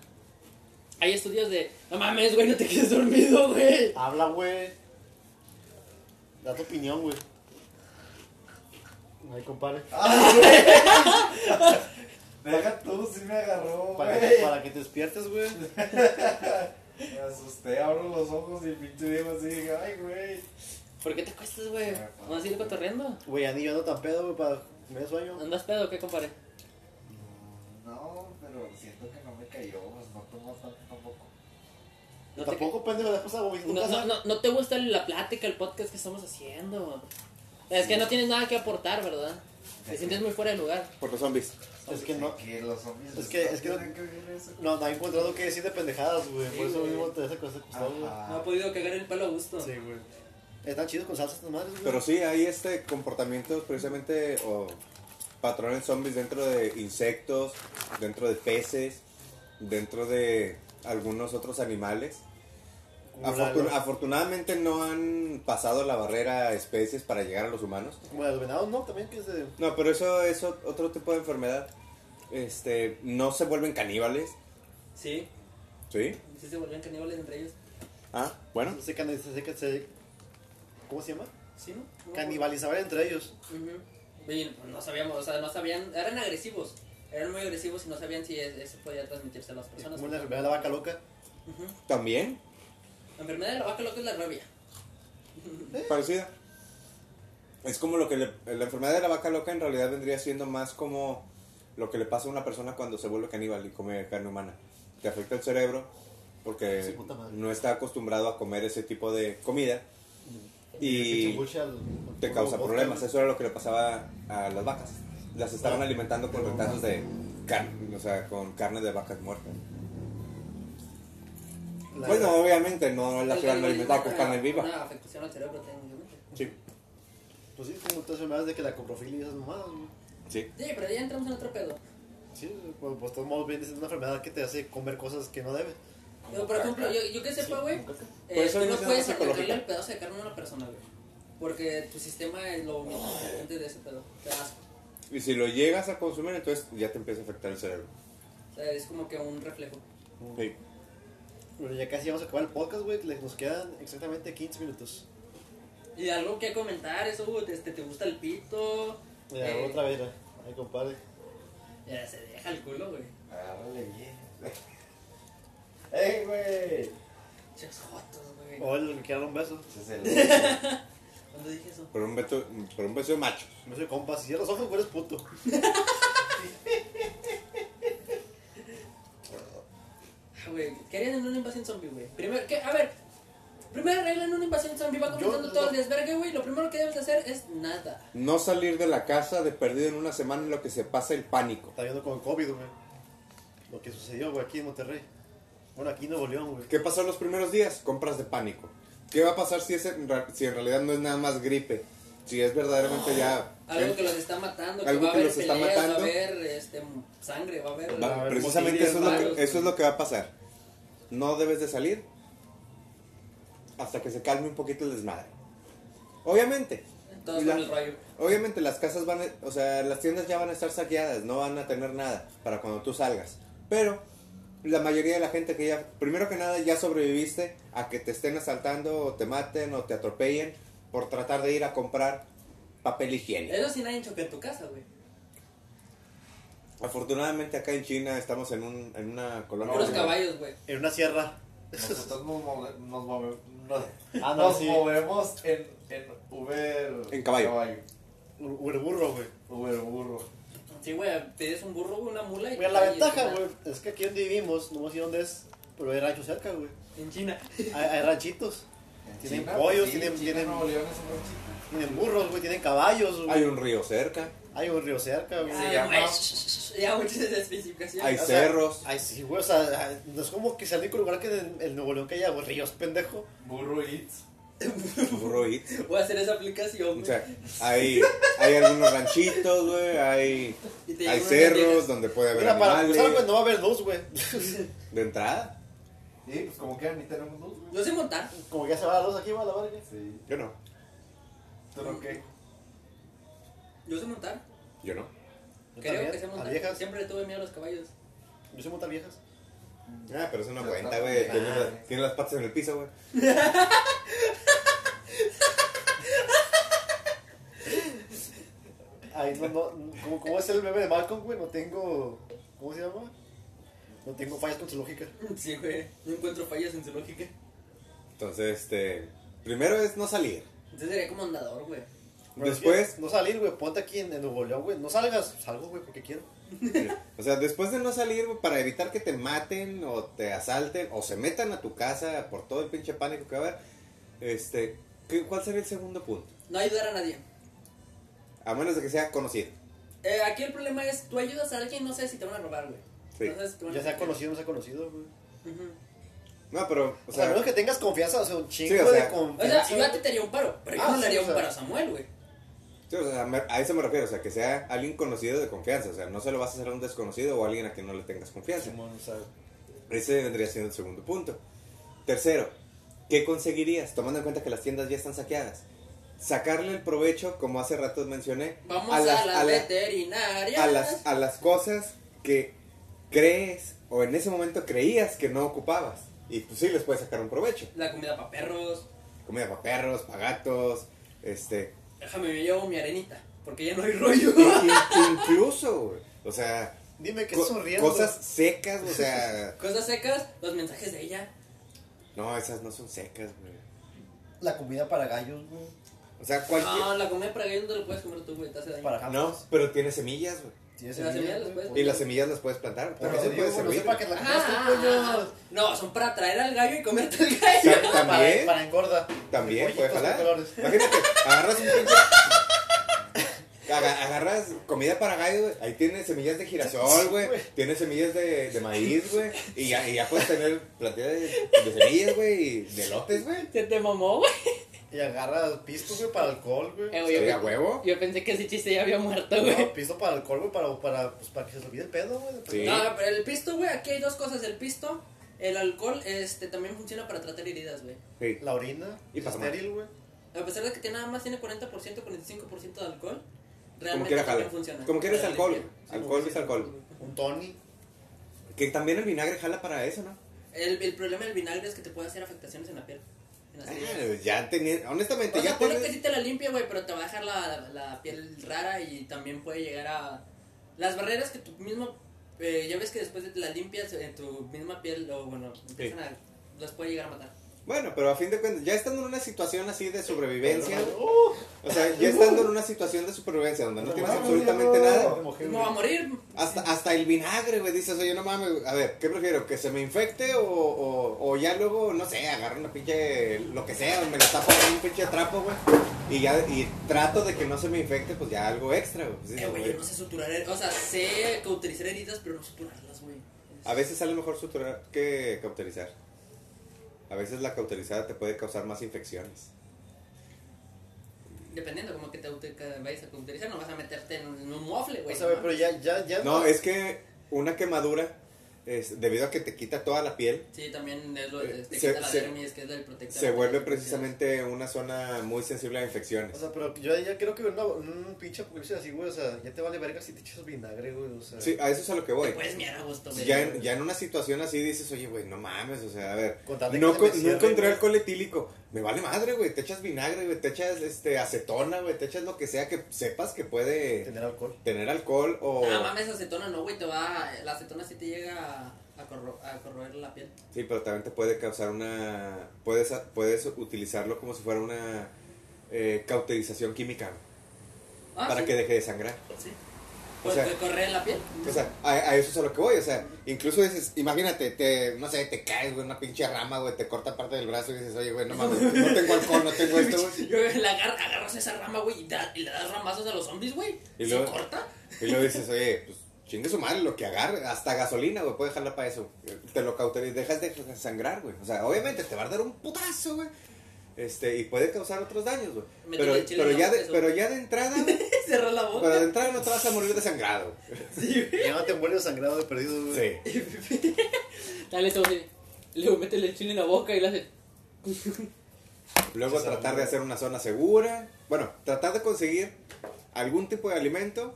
[SPEAKER 2] hay estudios de... No mames, güey, no te quedes dormido, güey.
[SPEAKER 7] Habla, güey. Da tu opinión, güey. Ay, compadre.
[SPEAKER 6] Ah, Deja tú, sí me agarró,
[SPEAKER 7] Para
[SPEAKER 6] güey.
[SPEAKER 7] que, para que te
[SPEAKER 6] *laughs*
[SPEAKER 7] despiertes, güey.
[SPEAKER 6] Me asusté, abro los ojos y el pinche Diego así, dije, ay, güey.
[SPEAKER 2] ¿Por qué te acuestas, güey?
[SPEAKER 3] Ah,
[SPEAKER 2] ¿Vamos a ir cotorreando?
[SPEAKER 7] Güey, ya ni yo ando tan pedo, güey, para me dé sueño.
[SPEAKER 2] ¿Andas pedo o qué, compadre?
[SPEAKER 6] Mm, No, pero siento que no me cayó, pues no tomo tanto tampoco.
[SPEAKER 2] No te-
[SPEAKER 7] Tampoco, pendejo, la cosa, güey.
[SPEAKER 2] No, no,
[SPEAKER 7] Nunca sabes.
[SPEAKER 2] no, no te gusta la plática, el podcast que estamos haciendo. Es que no tienes nada que aportar, ¿verdad? Te sientes muy fuera de lugar.
[SPEAKER 1] Por los zombies.
[SPEAKER 7] Es que no.
[SPEAKER 6] Que los zombies
[SPEAKER 7] Es que- es que no-
[SPEAKER 6] tienen ver eso.
[SPEAKER 7] No, no he encontrado que decir de pendejadas, güey.
[SPEAKER 4] Sí,
[SPEAKER 7] Por eso
[SPEAKER 4] güey.
[SPEAKER 7] mismo te hace cosas costado, güey.
[SPEAKER 1] Ah.
[SPEAKER 4] No ha
[SPEAKER 6] Ajá.
[SPEAKER 4] podido cagar el palo a gusto.
[SPEAKER 7] Sí, güey. Están chidos con salsas estas madres, güey.
[SPEAKER 1] Pero sí, hay este comportamiento precisamente o patrones zombies dentro de insectos, dentro de peces, dentro de algunos otros animales.
[SPEAKER 7] Como la-
[SPEAKER 1] Afortun- afortunadamente no han pasado la barrera a especies para llegar a los humanos.
[SPEAKER 7] Como los venados, ¿no? También que se...
[SPEAKER 1] No, pero eso es ot- otro tipo de enfermedad. Este, no se vuelven caníbales,
[SPEAKER 4] Sí,
[SPEAKER 1] ¿sí?
[SPEAKER 4] sí se volvían caníbales entre ellos.
[SPEAKER 1] Ah, bueno.
[SPEAKER 7] Se, can- se, se, se- ¿Cómo se llama?
[SPEAKER 4] Sí, ¿no? No.
[SPEAKER 7] Canibalizaban entre ellos.
[SPEAKER 4] Ujú. Y no sabíamos, o sea, no sabían, eran agresivos. Eran muy agresivos y no sabían si es- eso podía transmitirse a las
[SPEAKER 7] Es
[SPEAKER 4] personas.
[SPEAKER 7] como la enfermedad de la vaca loca.
[SPEAKER 4] Ujú.
[SPEAKER 1] También,
[SPEAKER 4] La enfermedad de la vaca loca es la rabia.
[SPEAKER 1] parecida. Es como lo que le- la enfermedad de la vaca loca en realidad vendría siendo más como lo que le pasa a una persona cuando se vuelve caníbal y come carne humana. Te afecta el cerebro porque
[SPEAKER 7] Sí, puta madre.
[SPEAKER 1] no está acostumbrado a comer ese tipo de comida y te causa problemas. Eso era lo que le pasaba a las vacas. Las estaban
[SPEAKER 7] Ah.
[SPEAKER 1] alimentando con retazos de carne, o sea, con carne de vacas muertas. Bueno, obviamente no la
[SPEAKER 4] El
[SPEAKER 1] ciudad
[SPEAKER 4] canibalismo
[SPEAKER 1] alimentada con
[SPEAKER 4] es
[SPEAKER 1] carne
[SPEAKER 4] una-
[SPEAKER 1] viva.
[SPEAKER 4] Una afectación al cerebro técnicamente.
[SPEAKER 1] Sí,
[SPEAKER 7] Pues sí, tengo otras enfermedades de que la coprofilia y esas mamadas, güey.
[SPEAKER 1] sí.
[SPEAKER 4] Sí, pero ya entramos en otro pedo.
[SPEAKER 7] Sí, pues, pues de todos modos viene siendo una enfermedad que te hace comer cosas que no debes.
[SPEAKER 4] Yo, por ejemplo, yo, yo que sepa, güey, eh,
[SPEAKER 1] Por eso
[SPEAKER 4] tú
[SPEAKER 1] es
[SPEAKER 4] no
[SPEAKER 1] una
[SPEAKER 4] puedes
[SPEAKER 1] psicología.
[SPEAKER 4] arrancarle el pedazo de carne a una persona, güey. Porque tu sistema es lo mismo antes de ese pedo. Te da asco.
[SPEAKER 1] Y si lo llegas a consumir, entonces ya te empieza a afectar el cerebro.
[SPEAKER 4] O sea, es como que un reflejo.
[SPEAKER 2] Mm.
[SPEAKER 1] Sí.
[SPEAKER 7] Bueno, ya casi vamos a acabar el podcast, güey. le- Nos quedan exactamente 15 minutos.
[SPEAKER 2] Y algo que comentar, eso, güey, este, te gusta el pito.
[SPEAKER 7] Mira,
[SPEAKER 2] Eh,
[SPEAKER 7] otra vez, mira. Ay, compadre.
[SPEAKER 2] Ya se deja el culo, güey.
[SPEAKER 5] Agárrale
[SPEAKER 6] *laughs*
[SPEAKER 5] bien. ¡Ey, güey!
[SPEAKER 2] Chas jotos, güey.
[SPEAKER 7] O el que quiera un beso.
[SPEAKER 5] Ese es el-
[SPEAKER 2] ¿Cuándo dije eso?
[SPEAKER 1] Por un, beso, por un beso de macho.
[SPEAKER 7] Me soy compa. Si cierras los ojos, güey, eres puto.
[SPEAKER 2] Ah, Güey, ¿qué harían en una invasión zombie, güey? Primero, ¿qué? A ver, primera regla en una invasión zombie va comenzando
[SPEAKER 7] Yo-
[SPEAKER 2] todo
[SPEAKER 7] no.
[SPEAKER 2] el desvergue, güey. Lo primero que debes de hacer es nada.
[SPEAKER 1] No salir de la casa de perdido en una semana en lo que se pasa el pánico.
[SPEAKER 7] Está viendo con COVID, güey. Lo que sucedió, güey, aquí en Monterrey. Bueno, aquí en Nuevo León, güey.
[SPEAKER 1] ¿Qué pasó los primeros días? Compras de pánico. ¿Qué va a pasar si, es en, ra- si en realidad no es nada más gripe? Si es verdaderamente ya...
[SPEAKER 2] Ah, Algo que los está matando, que
[SPEAKER 1] Algo
[SPEAKER 2] va a
[SPEAKER 1] que
[SPEAKER 2] haber
[SPEAKER 1] los está
[SPEAKER 2] peleas, va a
[SPEAKER 1] matando.
[SPEAKER 2] haber este, m- sangre, va a haber...
[SPEAKER 1] Va-
[SPEAKER 7] a haber
[SPEAKER 1] precisamente
[SPEAKER 7] motines,
[SPEAKER 1] eso es, lo
[SPEAKER 2] varios,
[SPEAKER 1] que, eso es
[SPEAKER 2] güey.
[SPEAKER 1] lo que va a pasar. No debes de salir hasta que se calme un poquito el desmadre. Obviamente.
[SPEAKER 2] Todos
[SPEAKER 1] la-
[SPEAKER 2] con el rayo.
[SPEAKER 1] Obviamente las casas van, a- o sea, las tiendas ya van a estar saqueadas, no van a tener nada para cuando tú salgas. Pero la mayoría de la gente que ya, primero que nada, ya sobreviviste a que te estén asaltando o te maten o te atropellen por tratar de ir a comprar papel higiénico.
[SPEAKER 2] Eso sí nadie choca en tu casa, güey.
[SPEAKER 1] Afortunadamente acá en China estamos en, un, en una colonia...
[SPEAKER 2] Puros
[SPEAKER 1] de-
[SPEAKER 2] caballos, güey.
[SPEAKER 7] En una sierra.
[SPEAKER 5] Nosotros nos, move- nos, move- nos-
[SPEAKER 7] Ah, no,
[SPEAKER 5] nos
[SPEAKER 7] sí.
[SPEAKER 5] movemos en, en Uber.
[SPEAKER 1] En caballo.
[SPEAKER 7] Un un burro, güey.
[SPEAKER 5] Uber burro.
[SPEAKER 2] Sí, güey, te des un burro, güey, una mula y...
[SPEAKER 7] Mira, la
[SPEAKER 2] y-
[SPEAKER 7] ventaja,
[SPEAKER 2] y-
[SPEAKER 7] güey, es que aquí donde vivimos, no sé dónde es, pero hay ranchos cerca, güey.
[SPEAKER 2] En China.
[SPEAKER 7] Hay, hay ranchitos,
[SPEAKER 5] En
[SPEAKER 7] Tienen
[SPEAKER 5] China,
[SPEAKER 7] pollos,
[SPEAKER 5] sí,
[SPEAKER 7] tienen-
[SPEAKER 5] en China,
[SPEAKER 7] tienen-
[SPEAKER 5] Nuevo León es un buen chico.
[SPEAKER 7] tienen burros, güey, tienen caballos, güey.
[SPEAKER 1] Hay un río cerca,
[SPEAKER 7] Hay un río cerca, güey.
[SPEAKER 2] Ay,
[SPEAKER 5] llama-
[SPEAKER 2] Ah, güey, *laughs* sh- sh- sh- Ya, muchas especificaciones.
[SPEAKER 1] hay
[SPEAKER 7] sea,
[SPEAKER 1] cerros.
[SPEAKER 7] Ay, sí, güey, o sea, ay, no es como que sea el único lugar que en el Nuevo León que haya, güey, ríos, pendejo.
[SPEAKER 5] Burro Eats.
[SPEAKER 1] burro y-
[SPEAKER 2] Voy a hacer esa aplicación,
[SPEAKER 1] O
[SPEAKER 2] güey.
[SPEAKER 1] sea, hay, hay algunos ranchitos, güey, hay,
[SPEAKER 2] Y te
[SPEAKER 1] hay
[SPEAKER 2] llevo unas
[SPEAKER 1] cerros
[SPEAKER 2] galletas.
[SPEAKER 1] donde puede haber
[SPEAKER 7] Mira, para
[SPEAKER 1] animales.
[SPEAKER 7] empezar, güey, no va a haber dos, güey. *laughs*
[SPEAKER 1] De entrada,
[SPEAKER 5] Sí, pues como que ni tenemos dos, güey.
[SPEAKER 2] Yo sé montar.
[SPEAKER 7] como que ya se va a dos aquí, güey, a la verga.
[SPEAKER 5] Sí.
[SPEAKER 1] yo no,
[SPEAKER 5] ¿Tú no qué?
[SPEAKER 2] Yo sé montar.
[SPEAKER 1] yo no.
[SPEAKER 7] Yo
[SPEAKER 2] Creo
[SPEAKER 7] también,
[SPEAKER 2] que sé
[SPEAKER 7] a
[SPEAKER 2] montar.
[SPEAKER 7] viejas.
[SPEAKER 2] Siempre le tuve miedo a los caballos. *laughs*
[SPEAKER 7] Yo sé montar viejas.
[SPEAKER 1] Ah, pero eso no
[SPEAKER 5] Pero
[SPEAKER 1] cuenta,
[SPEAKER 5] está-
[SPEAKER 1] güey,
[SPEAKER 5] Ah.
[SPEAKER 1] tiene, las- tiene las patas en el piso, güey.
[SPEAKER 7] Ay, no, no, no, como, como es el bebé de Malcolm, güey, no tengo, ¿cómo se llama? No tengo fallas con su lógica.
[SPEAKER 2] Sí, güey. No encuentro fallas en su lógica.
[SPEAKER 1] Entonces, este, primero es no salir.
[SPEAKER 2] Entonces sería como andador, güey.
[SPEAKER 7] Pero es que
[SPEAKER 1] Después,
[SPEAKER 7] No salir, güey, ponte aquí en, en Nuevo León, güey. No salgas, salgo, güey, porque quiero.
[SPEAKER 1] o sea, después de no salir, güey, para evitar que te maten o te asalten o se metan a tu casa por todo el pinche pánico que va a haber, este, ¿qué- ¿cuál sería el segundo punto?
[SPEAKER 2] No ayudar a nadie.
[SPEAKER 1] A menos de que sea conocido.
[SPEAKER 2] Eh, aquí el problema es, tú ayudas a alguien, no sé si te van a robar, güey.
[SPEAKER 1] Sí.
[SPEAKER 2] No sabes si te van a-
[SPEAKER 7] Ya sea conocido o no sea conocido, güey.
[SPEAKER 2] Ujú.
[SPEAKER 1] No, pero,
[SPEAKER 7] O sea, a menos que tengas confianza, o sea, un chingo
[SPEAKER 1] Sí, o sea-
[SPEAKER 7] de
[SPEAKER 2] O sea,
[SPEAKER 7] confianza.
[SPEAKER 2] yo a ti te haría un paro, pero yo
[SPEAKER 7] Ah,
[SPEAKER 2] no le haría
[SPEAKER 7] sí, o
[SPEAKER 2] un
[SPEAKER 7] sea.
[SPEAKER 2] paro a Samuel, güey.
[SPEAKER 1] Sí, o sea, me- a eso me refiero, o sea, que sea alguien conocido de confianza, o sea, no se lo vas a hacer a un desconocido o a alguien a quien no le tengas confianza.
[SPEAKER 7] Simón, o sea,
[SPEAKER 1] Ese vendría siendo el segundo punto. Tercero, ¿qué conseguirías tomando en cuenta que las tiendas ya están saqueadas? Sacarle el provecho, como hace rato mencioné,
[SPEAKER 2] Vamos a, las,
[SPEAKER 1] a la-
[SPEAKER 2] veterinarias.
[SPEAKER 1] a las, a las cosas que crees o en ese momento creías que no ocupabas. Y pues sí, les puedes sacar un provecho.
[SPEAKER 2] La comida para perros.
[SPEAKER 1] Comida para perros, para gatos, este, *laughs*
[SPEAKER 2] Déjame, me llevo mi arenita, porque ya no hay rollo. *laughs*
[SPEAKER 1] in- in- incluso, güey, o sea,
[SPEAKER 7] Dime que
[SPEAKER 1] Co-
[SPEAKER 7] estás sonriendo.
[SPEAKER 1] Cosas secas, o sea. *laughs*
[SPEAKER 2] Cosas secas, los mensajes de ella.
[SPEAKER 1] No, esas no son secas, güey.
[SPEAKER 7] La comida para gallos, güey.
[SPEAKER 1] O sea, cualquier.
[SPEAKER 2] No, la comida para gallos no te lo puedes comer tú, güey, te hace daño.
[SPEAKER 7] Para
[SPEAKER 1] No,
[SPEAKER 7] jamas.
[SPEAKER 1] pero tiene semillas, güey.
[SPEAKER 7] Tienes
[SPEAKER 2] Las
[SPEAKER 7] semillas,
[SPEAKER 2] semillas las
[SPEAKER 7] güey.
[SPEAKER 1] Y las semillas las puedes plantar.
[SPEAKER 7] Por
[SPEAKER 1] También Ah, se
[SPEAKER 7] eso
[SPEAKER 1] puede
[SPEAKER 7] digo, güey, no sé
[SPEAKER 1] servir.
[SPEAKER 7] para
[SPEAKER 3] *laughs*
[SPEAKER 7] que la comas tú,
[SPEAKER 2] Ah, ah,
[SPEAKER 7] coño.
[SPEAKER 2] ah. no, son para traer al gallo y comerte el
[SPEAKER 1] O
[SPEAKER 2] gallo. *laughs*
[SPEAKER 1] sea,
[SPEAKER 7] Para,
[SPEAKER 1] También,
[SPEAKER 7] para engorda.
[SPEAKER 1] también puede
[SPEAKER 7] Pollitos de
[SPEAKER 1] jalar.
[SPEAKER 7] colores.
[SPEAKER 1] Imagínate, agarras un pinche. Aga- Agarras comida para gallo, güey. Ahí tiene semillas de girasol, güey.
[SPEAKER 7] güey.
[SPEAKER 1] Tiene semillas de, de maíz, güey. Y ya, y ya puedes tener plantilla de, de semillas, güey. Y de lotes, güey.
[SPEAKER 3] Se te mamó, güey.
[SPEAKER 7] Y agarras pisto, güey, para alcohol, güey.
[SPEAKER 2] *laughs*
[SPEAKER 3] Eh, güey,
[SPEAKER 1] Estoy a
[SPEAKER 3] yo,
[SPEAKER 1] huevo.
[SPEAKER 3] yo pensé que ese chiste ya había muerto, güey.
[SPEAKER 7] No, pisto para alcohol, güey, para, para, pues, para que se le olvide el pedo, güey.
[SPEAKER 1] Sí.
[SPEAKER 2] No, pero el pisto, güey, aquí hay dos cosas. El pisto, el alcohol, este, también funciona para tratar heridas, güey.
[SPEAKER 1] Sí.
[SPEAKER 7] La orina.
[SPEAKER 1] Y
[SPEAKER 7] es
[SPEAKER 1] para tomar.
[SPEAKER 7] estéril, güey.
[SPEAKER 2] A pesar de que tiene- nada más tiene 40%, 45% de alcohol,
[SPEAKER 1] Como
[SPEAKER 2] realmente
[SPEAKER 1] quiera
[SPEAKER 2] también
[SPEAKER 1] jala.
[SPEAKER 2] funciona.
[SPEAKER 1] Como quieres
[SPEAKER 2] Para
[SPEAKER 1] alcohol,
[SPEAKER 2] limpiar.
[SPEAKER 1] güey. Alcohol es alcohol.
[SPEAKER 7] Un toni.
[SPEAKER 1] Que también el vinagre jala para eso, ¿no?
[SPEAKER 2] El, el problema del vinagre es que te puede hacer afectaciones en la piel.
[SPEAKER 4] en la serie.
[SPEAKER 1] Ah, ya tenía, honestamente,
[SPEAKER 4] O sea,
[SPEAKER 1] ya
[SPEAKER 4] pone
[SPEAKER 1] tenía-
[SPEAKER 4] que sí te la limpia, güey, pero te va a dejar la, la piel rara y también puede llegar a... Las barreras que tú mismo... eh, ya ves que después de que las limpias en tu misma piel, o bueno, empiezan a... Las puede llegar a matar.
[SPEAKER 1] Bueno, pero a fin de cuentas, ya estando en una situación así de sobrevivencia, o sea, ya estando en una situación de supervivencia donde uh, no tienes absolutamente nada,
[SPEAKER 4] ¿Cómo Pues va a morir?
[SPEAKER 1] hasta, hasta el vinagre, güey, dices, oye, no mames, güey, a ver, ¿qué prefiero? ¿Que se me infecte o, o, o ya luego, no sé, agarro una pinche, lo que sea, me la tapo con un pinche trapo, güey, y ya, y trato de que no se me infecte, pues ya algo extra, güey. Pues dices,
[SPEAKER 4] Eh, güey,
[SPEAKER 1] güey,
[SPEAKER 4] yo no sé suturar... her- O sea, sé cauterizar heridas, pero no suturarlas, güey. Es-
[SPEAKER 1] A veces sale mejor suturar que cauterizar. A veces la cauterizada te puede causar más infecciones.
[SPEAKER 4] Dependiendo como que te, te- que vayas a cauterizar, no vas a meterte en, un- en un mofle, güey.
[SPEAKER 7] O sea, güey,
[SPEAKER 4] ¿no?
[SPEAKER 7] pero ya, ya, ya.
[SPEAKER 1] No, es que una quemadura, es, debido a que te quita toda la piel,
[SPEAKER 4] Sí, también es lo de...
[SPEAKER 1] Eh,
[SPEAKER 4] Te
[SPEAKER 1] se-
[SPEAKER 4] quita la
[SPEAKER 1] se-
[SPEAKER 4] dermis, que es del protector.
[SPEAKER 1] se vuelve precisamente una zona muy sensible a
[SPEAKER 7] O
[SPEAKER 1] infecciones.
[SPEAKER 7] sea, pero yo ya creo que una, un pinche apocalipsis así, güey. O sea, ya te vale verga si te echas vinagre, güey. O sea,
[SPEAKER 1] Sí, a eso es a lo que
[SPEAKER 4] Te
[SPEAKER 1] voy.
[SPEAKER 7] Pues,
[SPEAKER 4] puedes mirar a gusto, güey.
[SPEAKER 1] Pues Ya en, ya en una situación así dices, oye, güey, no mames, o sea, a ver,
[SPEAKER 7] Con tal de
[SPEAKER 1] no,
[SPEAKER 7] que
[SPEAKER 1] co-
[SPEAKER 7] se me
[SPEAKER 1] no
[SPEAKER 7] cierre,
[SPEAKER 1] encontré
[SPEAKER 7] güey.
[SPEAKER 1] alcohol etílico, me vale madre, güey, te echas vinagre, güey, te echas este, acetona, güey, te echas lo que sea que sepas que puede
[SPEAKER 7] tener alcohol.
[SPEAKER 1] tener alcohol o...
[SPEAKER 4] Ah, mames, acetona no, güey, te va... La acetona sí te llega a, a corro- a corroer la piel.
[SPEAKER 1] Sí, pero también te puede causar una. Puedes, puedes utilizarlo como si fuera una eh, cauterización química güey,
[SPEAKER 4] Ah,
[SPEAKER 1] para
[SPEAKER 4] sí,
[SPEAKER 1] que deje de sangrar.
[SPEAKER 4] sí.
[SPEAKER 1] O
[SPEAKER 4] Pues
[SPEAKER 1] sea-
[SPEAKER 4] te corre en la piel.
[SPEAKER 1] O sea, a, a eso es a lo que voy. O sea, incluso dices, imagínate, te, no sé, te caes, güey, una pinche rama, güey, te corta parte del brazo y dices, oye, güey, no mames, no tengo alcohol, no tengo esto, güey.
[SPEAKER 4] *laughs* Yo la agar- agarras esa rama, güey, y, da- y le das ramazos a los zombies, güey.
[SPEAKER 1] Y
[SPEAKER 4] ¿Y
[SPEAKER 1] luego-
[SPEAKER 4] ¿Se corta? *laughs*
[SPEAKER 1] Y luego dices, oye, pues chingue su madre, lo que agarre, hasta gasolina, güey, puede dejarla para eso. Te lo cauteriza, dejas de sangrar, güey. O sea, obviamente te va a dar un putazo, güey. Este, y puede causar otros daños, güey.
[SPEAKER 4] Métele
[SPEAKER 1] Pero,
[SPEAKER 4] el chile
[SPEAKER 1] pero,
[SPEAKER 4] en la
[SPEAKER 1] ya
[SPEAKER 4] boca,
[SPEAKER 1] de,
[SPEAKER 4] eso.
[SPEAKER 1] pero ya de entrada, güey,
[SPEAKER 4] *laughs* Cerrar la boca.
[SPEAKER 1] Pero de entrada no te vas a morir desangrado.
[SPEAKER 7] Ya no te mueres sangrado de perdido, güey.
[SPEAKER 1] Sí.
[SPEAKER 2] Dale, todo así. Luego métele el chile en la boca y le hace.
[SPEAKER 1] Luego tratar de hacer una zona segura. Bueno, tratar de conseguir algún tipo de alimento.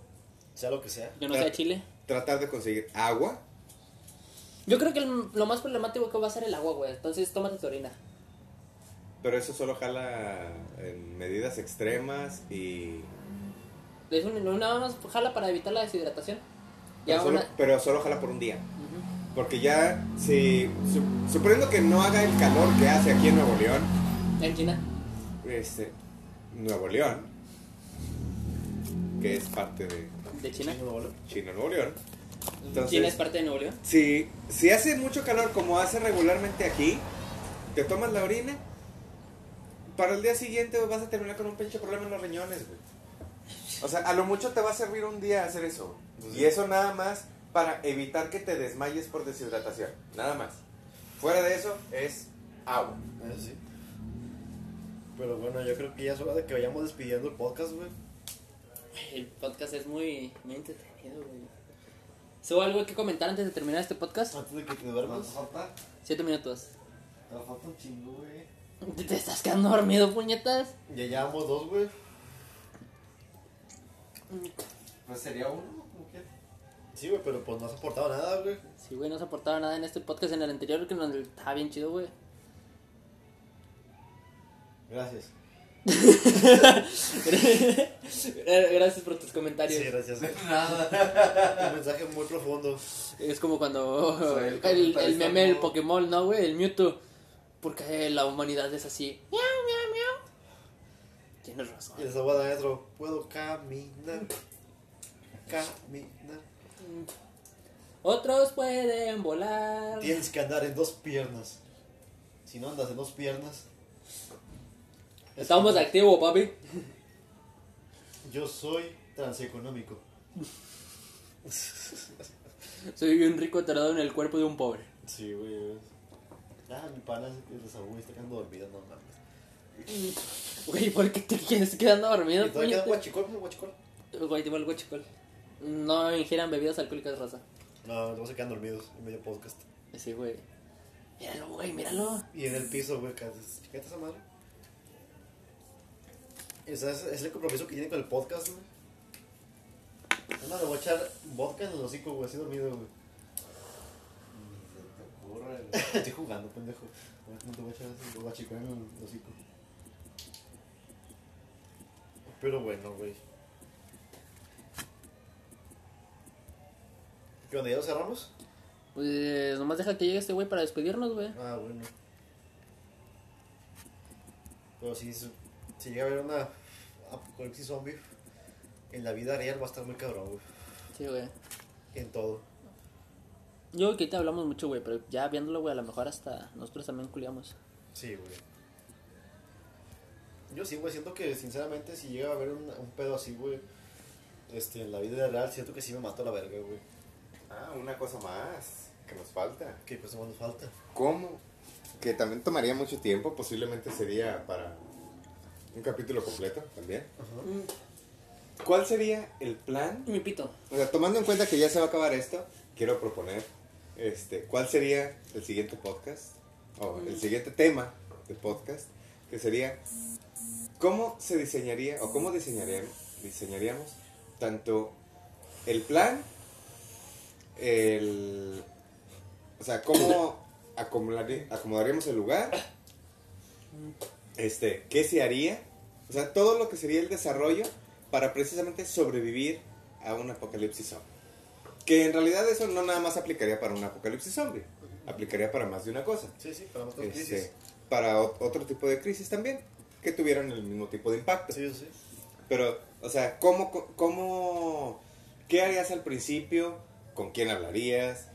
[SPEAKER 7] Sea lo que sea.
[SPEAKER 2] Yo no sé de chile.
[SPEAKER 1] Tratar de conseguir agua.
[SPEAKER 2] Yo creo que el- lo más problemático que va a ser el agua, güey. Entonces, tómate tu orina.
[SPEAKER 1] Pero eso solo jala en medidas extremas y...
[SPEAKER 2] Es un- una más jala para evitar la deshidratación.
[SPEAKER 1] Pero
[SPEAKER 2] Ya
[SPEAKER 1] solo,
[SPEAKER 2] una.
[SPEAKER 1] pero solo jala por un día.
[SPEAKER 2] Ujú.
[SPEAKER 1] Porque ya, si... su- suponiendo que no haga el calor que hace aquí en Nuevo León.
[SPEAKER 2] En China.
[SPEAKER 1] Este... Nuevo León. Que es parte de
[SPEAKER 2] De China.
[SPEAKER 7] Sí, no, boludo.
[SPEAKER 1] China, Nuevo León. Entonces-
[SPEAKER 2] China es parte de Nuevo León.
[SPEAKER 1] Si, si hace mucho calor como hace regularmente aquí, te tomas la orina, para el día siguiente vas a terminar con un pinche problema en los riñones, güey. O sea, a lo mucho te va a servir un día hacer eso. Y eso nada más para evitar que te desmayes por deshidratación. Nada más. Fuera de eso es agua.
[SPEAKER 7] Eso sí. Pero bueno, yo creo que ya es hora de que vayamos despidiendo el podcast, güey.
[SPEAKER 2] El podcast es muy, muy entretenido, güey. ¿Subo algo que comentar antes de terminar este podcast?
[SPEAKER 7] Antes de que te
[SPEAKER 6] Nos
[SPEAKER 7] duermas.
[SPEAKER 6] falta,
[SPEAKER 2] Siete minutos.
[SPEAKER 6] nos falta un chingo, güey.
[SPEAKER 2] ¿Te, te estás quedando dormido, puñetas?
[SPEAKER 7] Ya llevamos dos, güey.
[SPEAKER 6] Pues sería uno, como que.
[SPEAKER 7] Sí, güey, pero pues no has aportado nada, güey.
[SPEAKER 2] Sí, güey, no se aportaba nada en este podcast en el anterior que nos estaba bien chido, güey.
[SPEAKER 7] Gracias.
[SPEAKER 2] Gracias por tus comentarios.
[SPEAKER 7] Sí, gracias. güey.
[SPEAKER 6] *laughs* Nada.
[SPEAKER 7] Un mensaje muy profundo.
[SPEAKER 2] Es como cuando
[SPEAKER 6] Soy el
[SPEAKER 2] *laughs* el, el,
[SPEAKER 6] comentarista
[SPEAKER 2] meme del
[SPEAKER 6] nuevo.
[SPEAKER 2] Pokémon, ¿no, güey? El Mewtwo. Porque la humanidad es así. Miau, miau, miau. Tienes
[SPEAKER 7] Y
[SPEAKER 2] razón.
[SPEAKER 7] les voy adentro. Puedo caminar. Caminar.
[SPEAKER 2] Otros pueden volar.
[SPEAKER 7] Tienes que andar en dos piernas. Si no andas en dos piernas. es
[SPEAKER 2] Estamos
[SPEAKER 7] que-
[SPEAKER 2] activos, papi.
[SPEAKER 7] Yo soy transeconómico.
[SPEAKER 2] Soy un rico atorado en el cuerpo de un pobre.
[SPEAKER 7] Sí, güey. Ah, mi pana el desagüe está quedando dormido, no mames.
[SPEAKER 2] Güey, ¿por qué te quedas quedando dormido,
[SPEAKER 7] Y todavía queda
[SPEAKER 2] puñetas?
[SPEAKER 7] guachicol, pues, guachicol.
[SPEAKER 2] Güey, te valgo chicol. No ingieran bebidas alcohólicas, raza.
[SPEAKER 7] No, luego se quedan dormidos en medio podcast.
[SPEAKER 2] Sí, güey. Míralo, güey, míralo.
[SPEAKER 7] Y en el piso, güey, casi. ¿Qué esa madre? Esa es, es el compromiso que tiene con el podcast, güey. No, le voy a echar vodka en el hocico, güey, así dormido, güey.
[SPEAKER 6] Ni se te ocurra.
[SPEAKER 3] el.
[SPEAKER 7] *laughs* Estoy jugando, pendejo. No te voy a echar eso, voy a chicar en el hocico. Pero bueno, güey. ¿Qué onda? ¿Ya lo cerramos?
[SPEAKER 2] Pues nomás deja que llegue este güey para despedirnos, güey.
[SPEAKER 7] Ah, bueno. Pero si, su- si llega a haber una apocalipsis zombie, en la vida real va a estar muy cabrón, güey.
[SPEAKER 2] Sí, güey.
[SPEAKER 7] En todo.
[SPEAKER 2] Yo creo que ahorita hablamos mucho, güey, pero ya viéndolo, güey, a lo mejor hasta nosotros también culiamos.
[SPEAKER 7] Sí, güey. Yo sí, güey, siento que sinceramente si llega a haber un, un pedo así, güey, este, en la vida real, siento que sí me mato a la verga, güey.
[SPEAKER 1] Ah, una cosa más que nos falta.
[SPEAKER 7] ¿Qué cosa más nos falta?
[SPEAKER 1] ¿Cómo? Que también tomaría mucho tiempo, posiblemente sería para un capítulo completo también. ¿Cuál sería el plan?
[SPEAKER 2] Y mi pito.
[SPEAKER 1] O sea, tomando en cuenta que ya se va a acabar esto, quiero proponer, este, ¿cuál sería el siguiente podcast? O el siguiente tema del podcast, que sería, ¿cómo se diseñaría o cómo diseñaríamos, diseñaríamos tanto el plan, el... O sea, ¿cómo acomodari- acomodaríamos el lugar? Este, ¿qué se haría? O sea, todo lo que sería el desarrollo para precisamente sobrevivir a un apocalipsis zombie. Que en realidad eso no nada más aplicaría para un apocalipsis zombie, aplicaría para más de una cosa.
[SPEAKER 7] Sí, sí, para matar
[SPEAKER 1] Este,
[SPEAKER 7] crisis.
[SPEAKER 1] para o- otro tipo de crisis también, que tuvieran el mismo tipo de impacto.
[SPEAKER 7] Sí, sí.
[SPEAKER 1] Pero, o sea, ¿cómo, co- cómo, ¿qué harías al principio? ¿Con quién hablarías?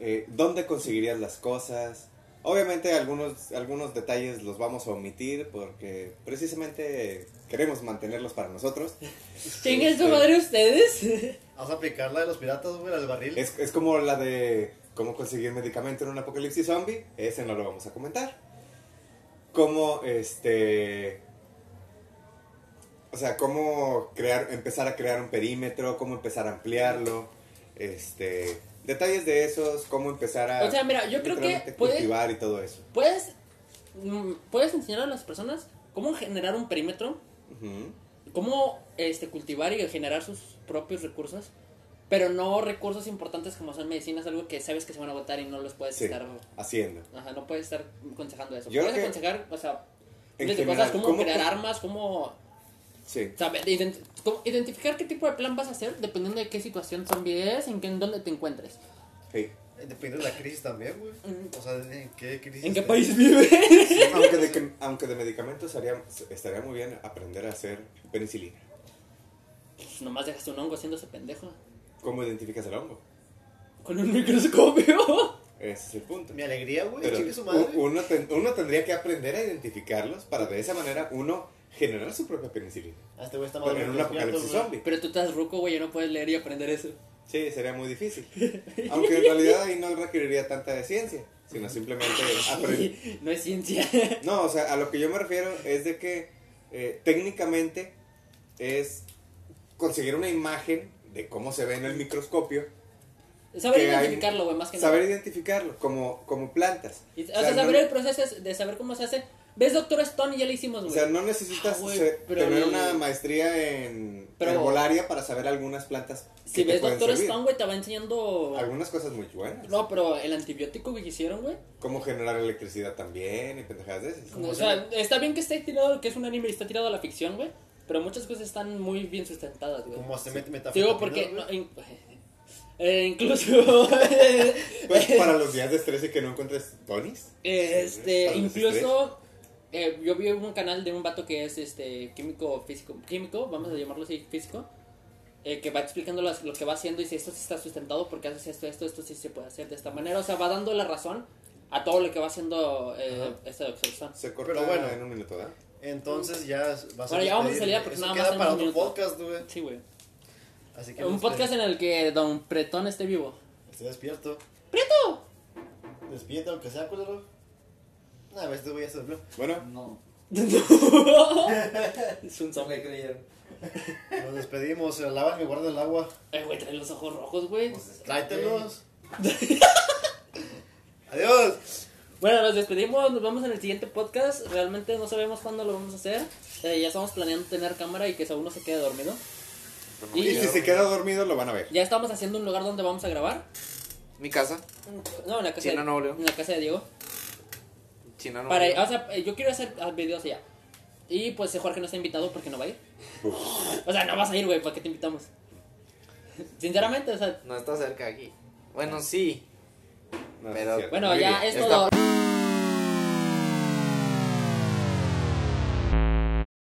[SPEAKER 1] Eh, ¿Dónde conseguirías las cosas? Obviamente algunos, algunos detalles los vamos a omitir porque precisamente queremos mantenerlos para
[SPEAKER 2] *laughs*
[SPEAKER 1] nosotros. Este,
[SPEAKER 2] ¿Quién su madre ustedes?
[SPEAKER 7] Vas a aplicar la de los piratas, güey, la del barril.
[SPEAKER 1] Es, es como la de cómo conseguir medicamento en un apocalipsis zombie, ese no lo vamos a comentar. Cómo, este... O sea, cómo crear, empezar a crear un perímetro, cómo empezar a ampliarlo, este... Detalles de esos, cómo empezar a...
[SPEAKER 2] O sea, mira, yo creo que
[SPEAKER 1] Ah, literalmente
[SPEAKER 2] puede-
[SPEAKER 1] cultivar y todo eso.
[SPEAKER 2] ¿Puedes, mm, puedes enseñar a las personas cómo generar un perímetro,
[SPEAKER 1] Ujú.
[SPEAKER 2] cómo este, cultivar y generar sus propios recursos, pero no recursos importantes como son medicinas, algo que sabes que se van a agotar y no los puedes
[SPEAKER 1] Sí,
[SPEAKER 2] estar.
[SPEAKER 1] haciendo.
[SPEAKER 2] Ajá, no puedes estar aconsejando eso.
[SPEAKER 1] Yo creo
[SPEAKER 2] puedes
[SPEAKER 1] que-
[SPEAKER 2] aconsejar, o sea,
[SPEAKER 1] En
[SPEAKER 2] desde
[SPEAKER 1] general,
[SPEAKER 2] Pues cosas como
[SPEAKER 1] ¿cómo
[SPEAKER 2] crear
[SPEAKER 1] con-
[SPEAKER 2] armas, cómo
[SPEAKER 1] Sí.
[SPEAKER 2] Saber, ident- como identificar qué tipo de plan vas a hacer dependiendo de qué situación zombie es, en, qué, en dónde te encuentres. *laughs*
[SPEAKER 1] sí.
[SPEAKER 7] Eh, Depende de la crisis también, güey.
[SPEAKER 2] Mm.
[SPEAKER 7] O sea, ¿en qué crisis?
[SPEAKER 2] ¿En qué
[SPEAKER 7] estés?
[SPEAKER 2] país vive?
[SPEAKER 1] Aunque de, aunque de medicamentos haría- estaría muy bien aprender a hacer penicilina.
[SPEAKER 2] *laughs* Nomás dejas un hongo haciéndose pendejo.
[SPEAKER 1] ¿Cómo identificas el hongo?
[SPEAKER 2] Con un microscopio. *laughs*
[SPEAKER 1] Ese es el punto.
[SPEAKER 7] Mi alegría, güey.
[SPEAKER 1] Pero
[SPEAKER 7] Chingue su madre.
[SPEAKER 1] u- uno, ten- uno tendría que aprender a identificarlos para de esa manera uno generar su propia penicilina.
[SPEAKER 7] Ah, este güey está
[SPEAKER 1] Pero
[SPEAKER 7] madre.
[SPEAKER 1] en un apocalipsis zombie.
[SPEAKER 2] Pero tú estás ruco, güey, ya no puedes leer y aprender eso.
[SPEAKER 1] Sí, sería muy difícil. Aunque en realidad ahí no requeriría tanta de ciencia, sino simplemente aprender.
[SPEAKER 2] *laughs* no es ciencia. *laughs*
[SPEAKER 1] No, o sea, a lo que yo me refiero es de que eh, técnicamente es conseguir una imagen de cómo se ve en el microscopio,
[SPEAKER 2] saber
[SPEAKER 1] Que hay-
[SPEAKER 2] identificarlo, güey, más que
[SPEAKER 1] saber
[SPEAKER 2] nada.
[SPEAKER 1] identificarlo como, como plantas.
[SPEAKER 2] Y- O sea,
[SPEAKER 1] O sea, no-
[SPEAKER 2] saber el proceso es- de saber cómo se hace. ¿Ves Doctor Stone? Ya lo
[SPEAKER 1] O
[SPEAKER 2] hicimos, güey.
[SPEAKER 1] sea, no necesitas
[SPEAKER 2] Ah, güey,
[SPEAKER 1] se-
[SPEAKER 2] pero
[SPEAKER 1] tener
[SPEAKER 2] el-
[SPEAKER 1] una maestría en
[SPEAKER 2] Pero-
[SPEAKER 1] herbolaria para saber algunas plantas. que
[SPEAKER 2] si
[SPEAKER 1] te
[SPEAKER 2] ves
[SPEAKER 1] pueden
[SPEAKER 2] Doctor
[SPEAKER 1] servir.
[SPEAKER 2] Stone, güey, te va enseñando...
[SPEAKER 1] Algunas cosas muy buenas.
[SPEAKER 2] No, pero el antibiótico que hicieron, güey.
[SPEAKER 1] Cómo generar electricidad también y pendejadas de esas.
[SPEAKER 2] No, o sea, está bien que esté tirado, que es un anime y está tirado a la ficción, güey. Pero muchas cosas están muy bien sustentadas, güey.
[SPEAKER 7] Como se mete metáfora.
[SPEAKER 2] Digo, porque. no, in- *laughs* eh,
[SPEAKER 1] *laughs*
[SPEAKER 2] incluso. *laughs*
[SPEAKER 1] Pues para los días de estrés y que no encuentres tonis.
[SPEAKER 2] este.
[SPEAKER 1] Para los
[SPEAKER 2] Incluso. eh, yo vi un canal de un vato que es este químico físico. Químico, vamos a llamarlo así, físico. eh, que va explicando las- lo que va haciendo y si esto sí está sustentado, porque haces esto, esto, esto sí se puede hacer de esta manera. O sea, va dando la razón a todo lo que va haciendo eh, este doctor Stone.
[SPEAKER 1] Se corta
[SPEAKER 7] Pero bueno.
[SPEAKER 1] en un minuto, ¿verdad?
[SPEAKER 7] Entonces ya va a ser.
[SPEAKER 2] Bueno, ya vamos a salir
[SPEAKER 7] despedir, güey.
[SPEAKER 2] porque
[SPEAKER 7] Eso
[SPEAKER 2] nada
[SPEAKER 7] queda
[SPEAKER 2] más en
[SPEAKER 7] para
[SPEAKER 2] un
[SPEAKER 7] otro
[SPEAKER 2] minuto.
[SPEAKER 7] podcast, güey.
[SPEAKER 2] Sí, güey.
[SPEAKER 7] Así que.
[SPEAKER 2] Un
[SPEAKER 7] nos
[SPEAKER 2] podcast
[SPEAKER 7] despedimos.
[SPEAKER 2] en el que Don Pretón esté vivo.
[SPEAKER 7] Estoy despierto.
[SPEAKER 2] ¡Preto!
[SPEAKER 7] Despídete, aunque sea, culero. Nada, este ves, te voy a hacer, ¿no?
[SPEAKER 1] Bueno,
[SPEAKER 6] No,
[SPEAKER 2] es un
[SPEAKER 4] No
[SPEAKER 2] zombie.
[SPEAKER 4] me creyeron.
[SPEAKER 7] Nos despedimos. Se lavan me guardan el agua.
[SPEAKER 2] Eh, güey, trae los ojos rojos, güey.
[SPEAKER 6] pues es que-
[SPEAKER 7] Tráetelos. Adiós.
[SPEAKER 2] Bueno, nos despedimos, nos vemos en el siguiente podcast. Realmente no sabemos cuándo lo vamos a hacer. Eh, ya estamos planeando tener cámara y que Saúl no se quede dormido.
[SPEAKER 1] y si se queda dormido lo van a ver.
[SPEAKER 2] Ya estamos haciendo un lugar donde vamos a grabar.
[SPEAKER 5] Mi casa.
[SPEAKER 2] No, en la casa,
[SPEAKER 5] China,
[SPEAKER 2] de,
[SPEAKER 5] Nuevo León.
[SPEAKER 2] en la casa de Diego.
[SPEAKER 5] China no.
[SPEAKER 2] Para,
[SPEAKER 5] me-
[SPEAKER 2] o sea, eh, yo quiero hacer ah, videos allá. Y pues Jorge no está invitado porque no va a ir. O sea, no vas a ir, güey, ¿para qué te invitamos? Sinceramente, o sea,
[SPEAKER 5] No está cerca aquí. Bueno, sí.
[SPEAKER 1] No, sí,
[SPEAKER 5] Pero-
[SPEAKER 1] cierto.
[SPEAKER 2] bueno,
[SPEAKER 1] Muy
[SPEAKER 2] ya
[SPEAKER 1] bien.
[SPEAKER 2] es
[SPEAKER 5] está-
[SPEAKER 2] todo.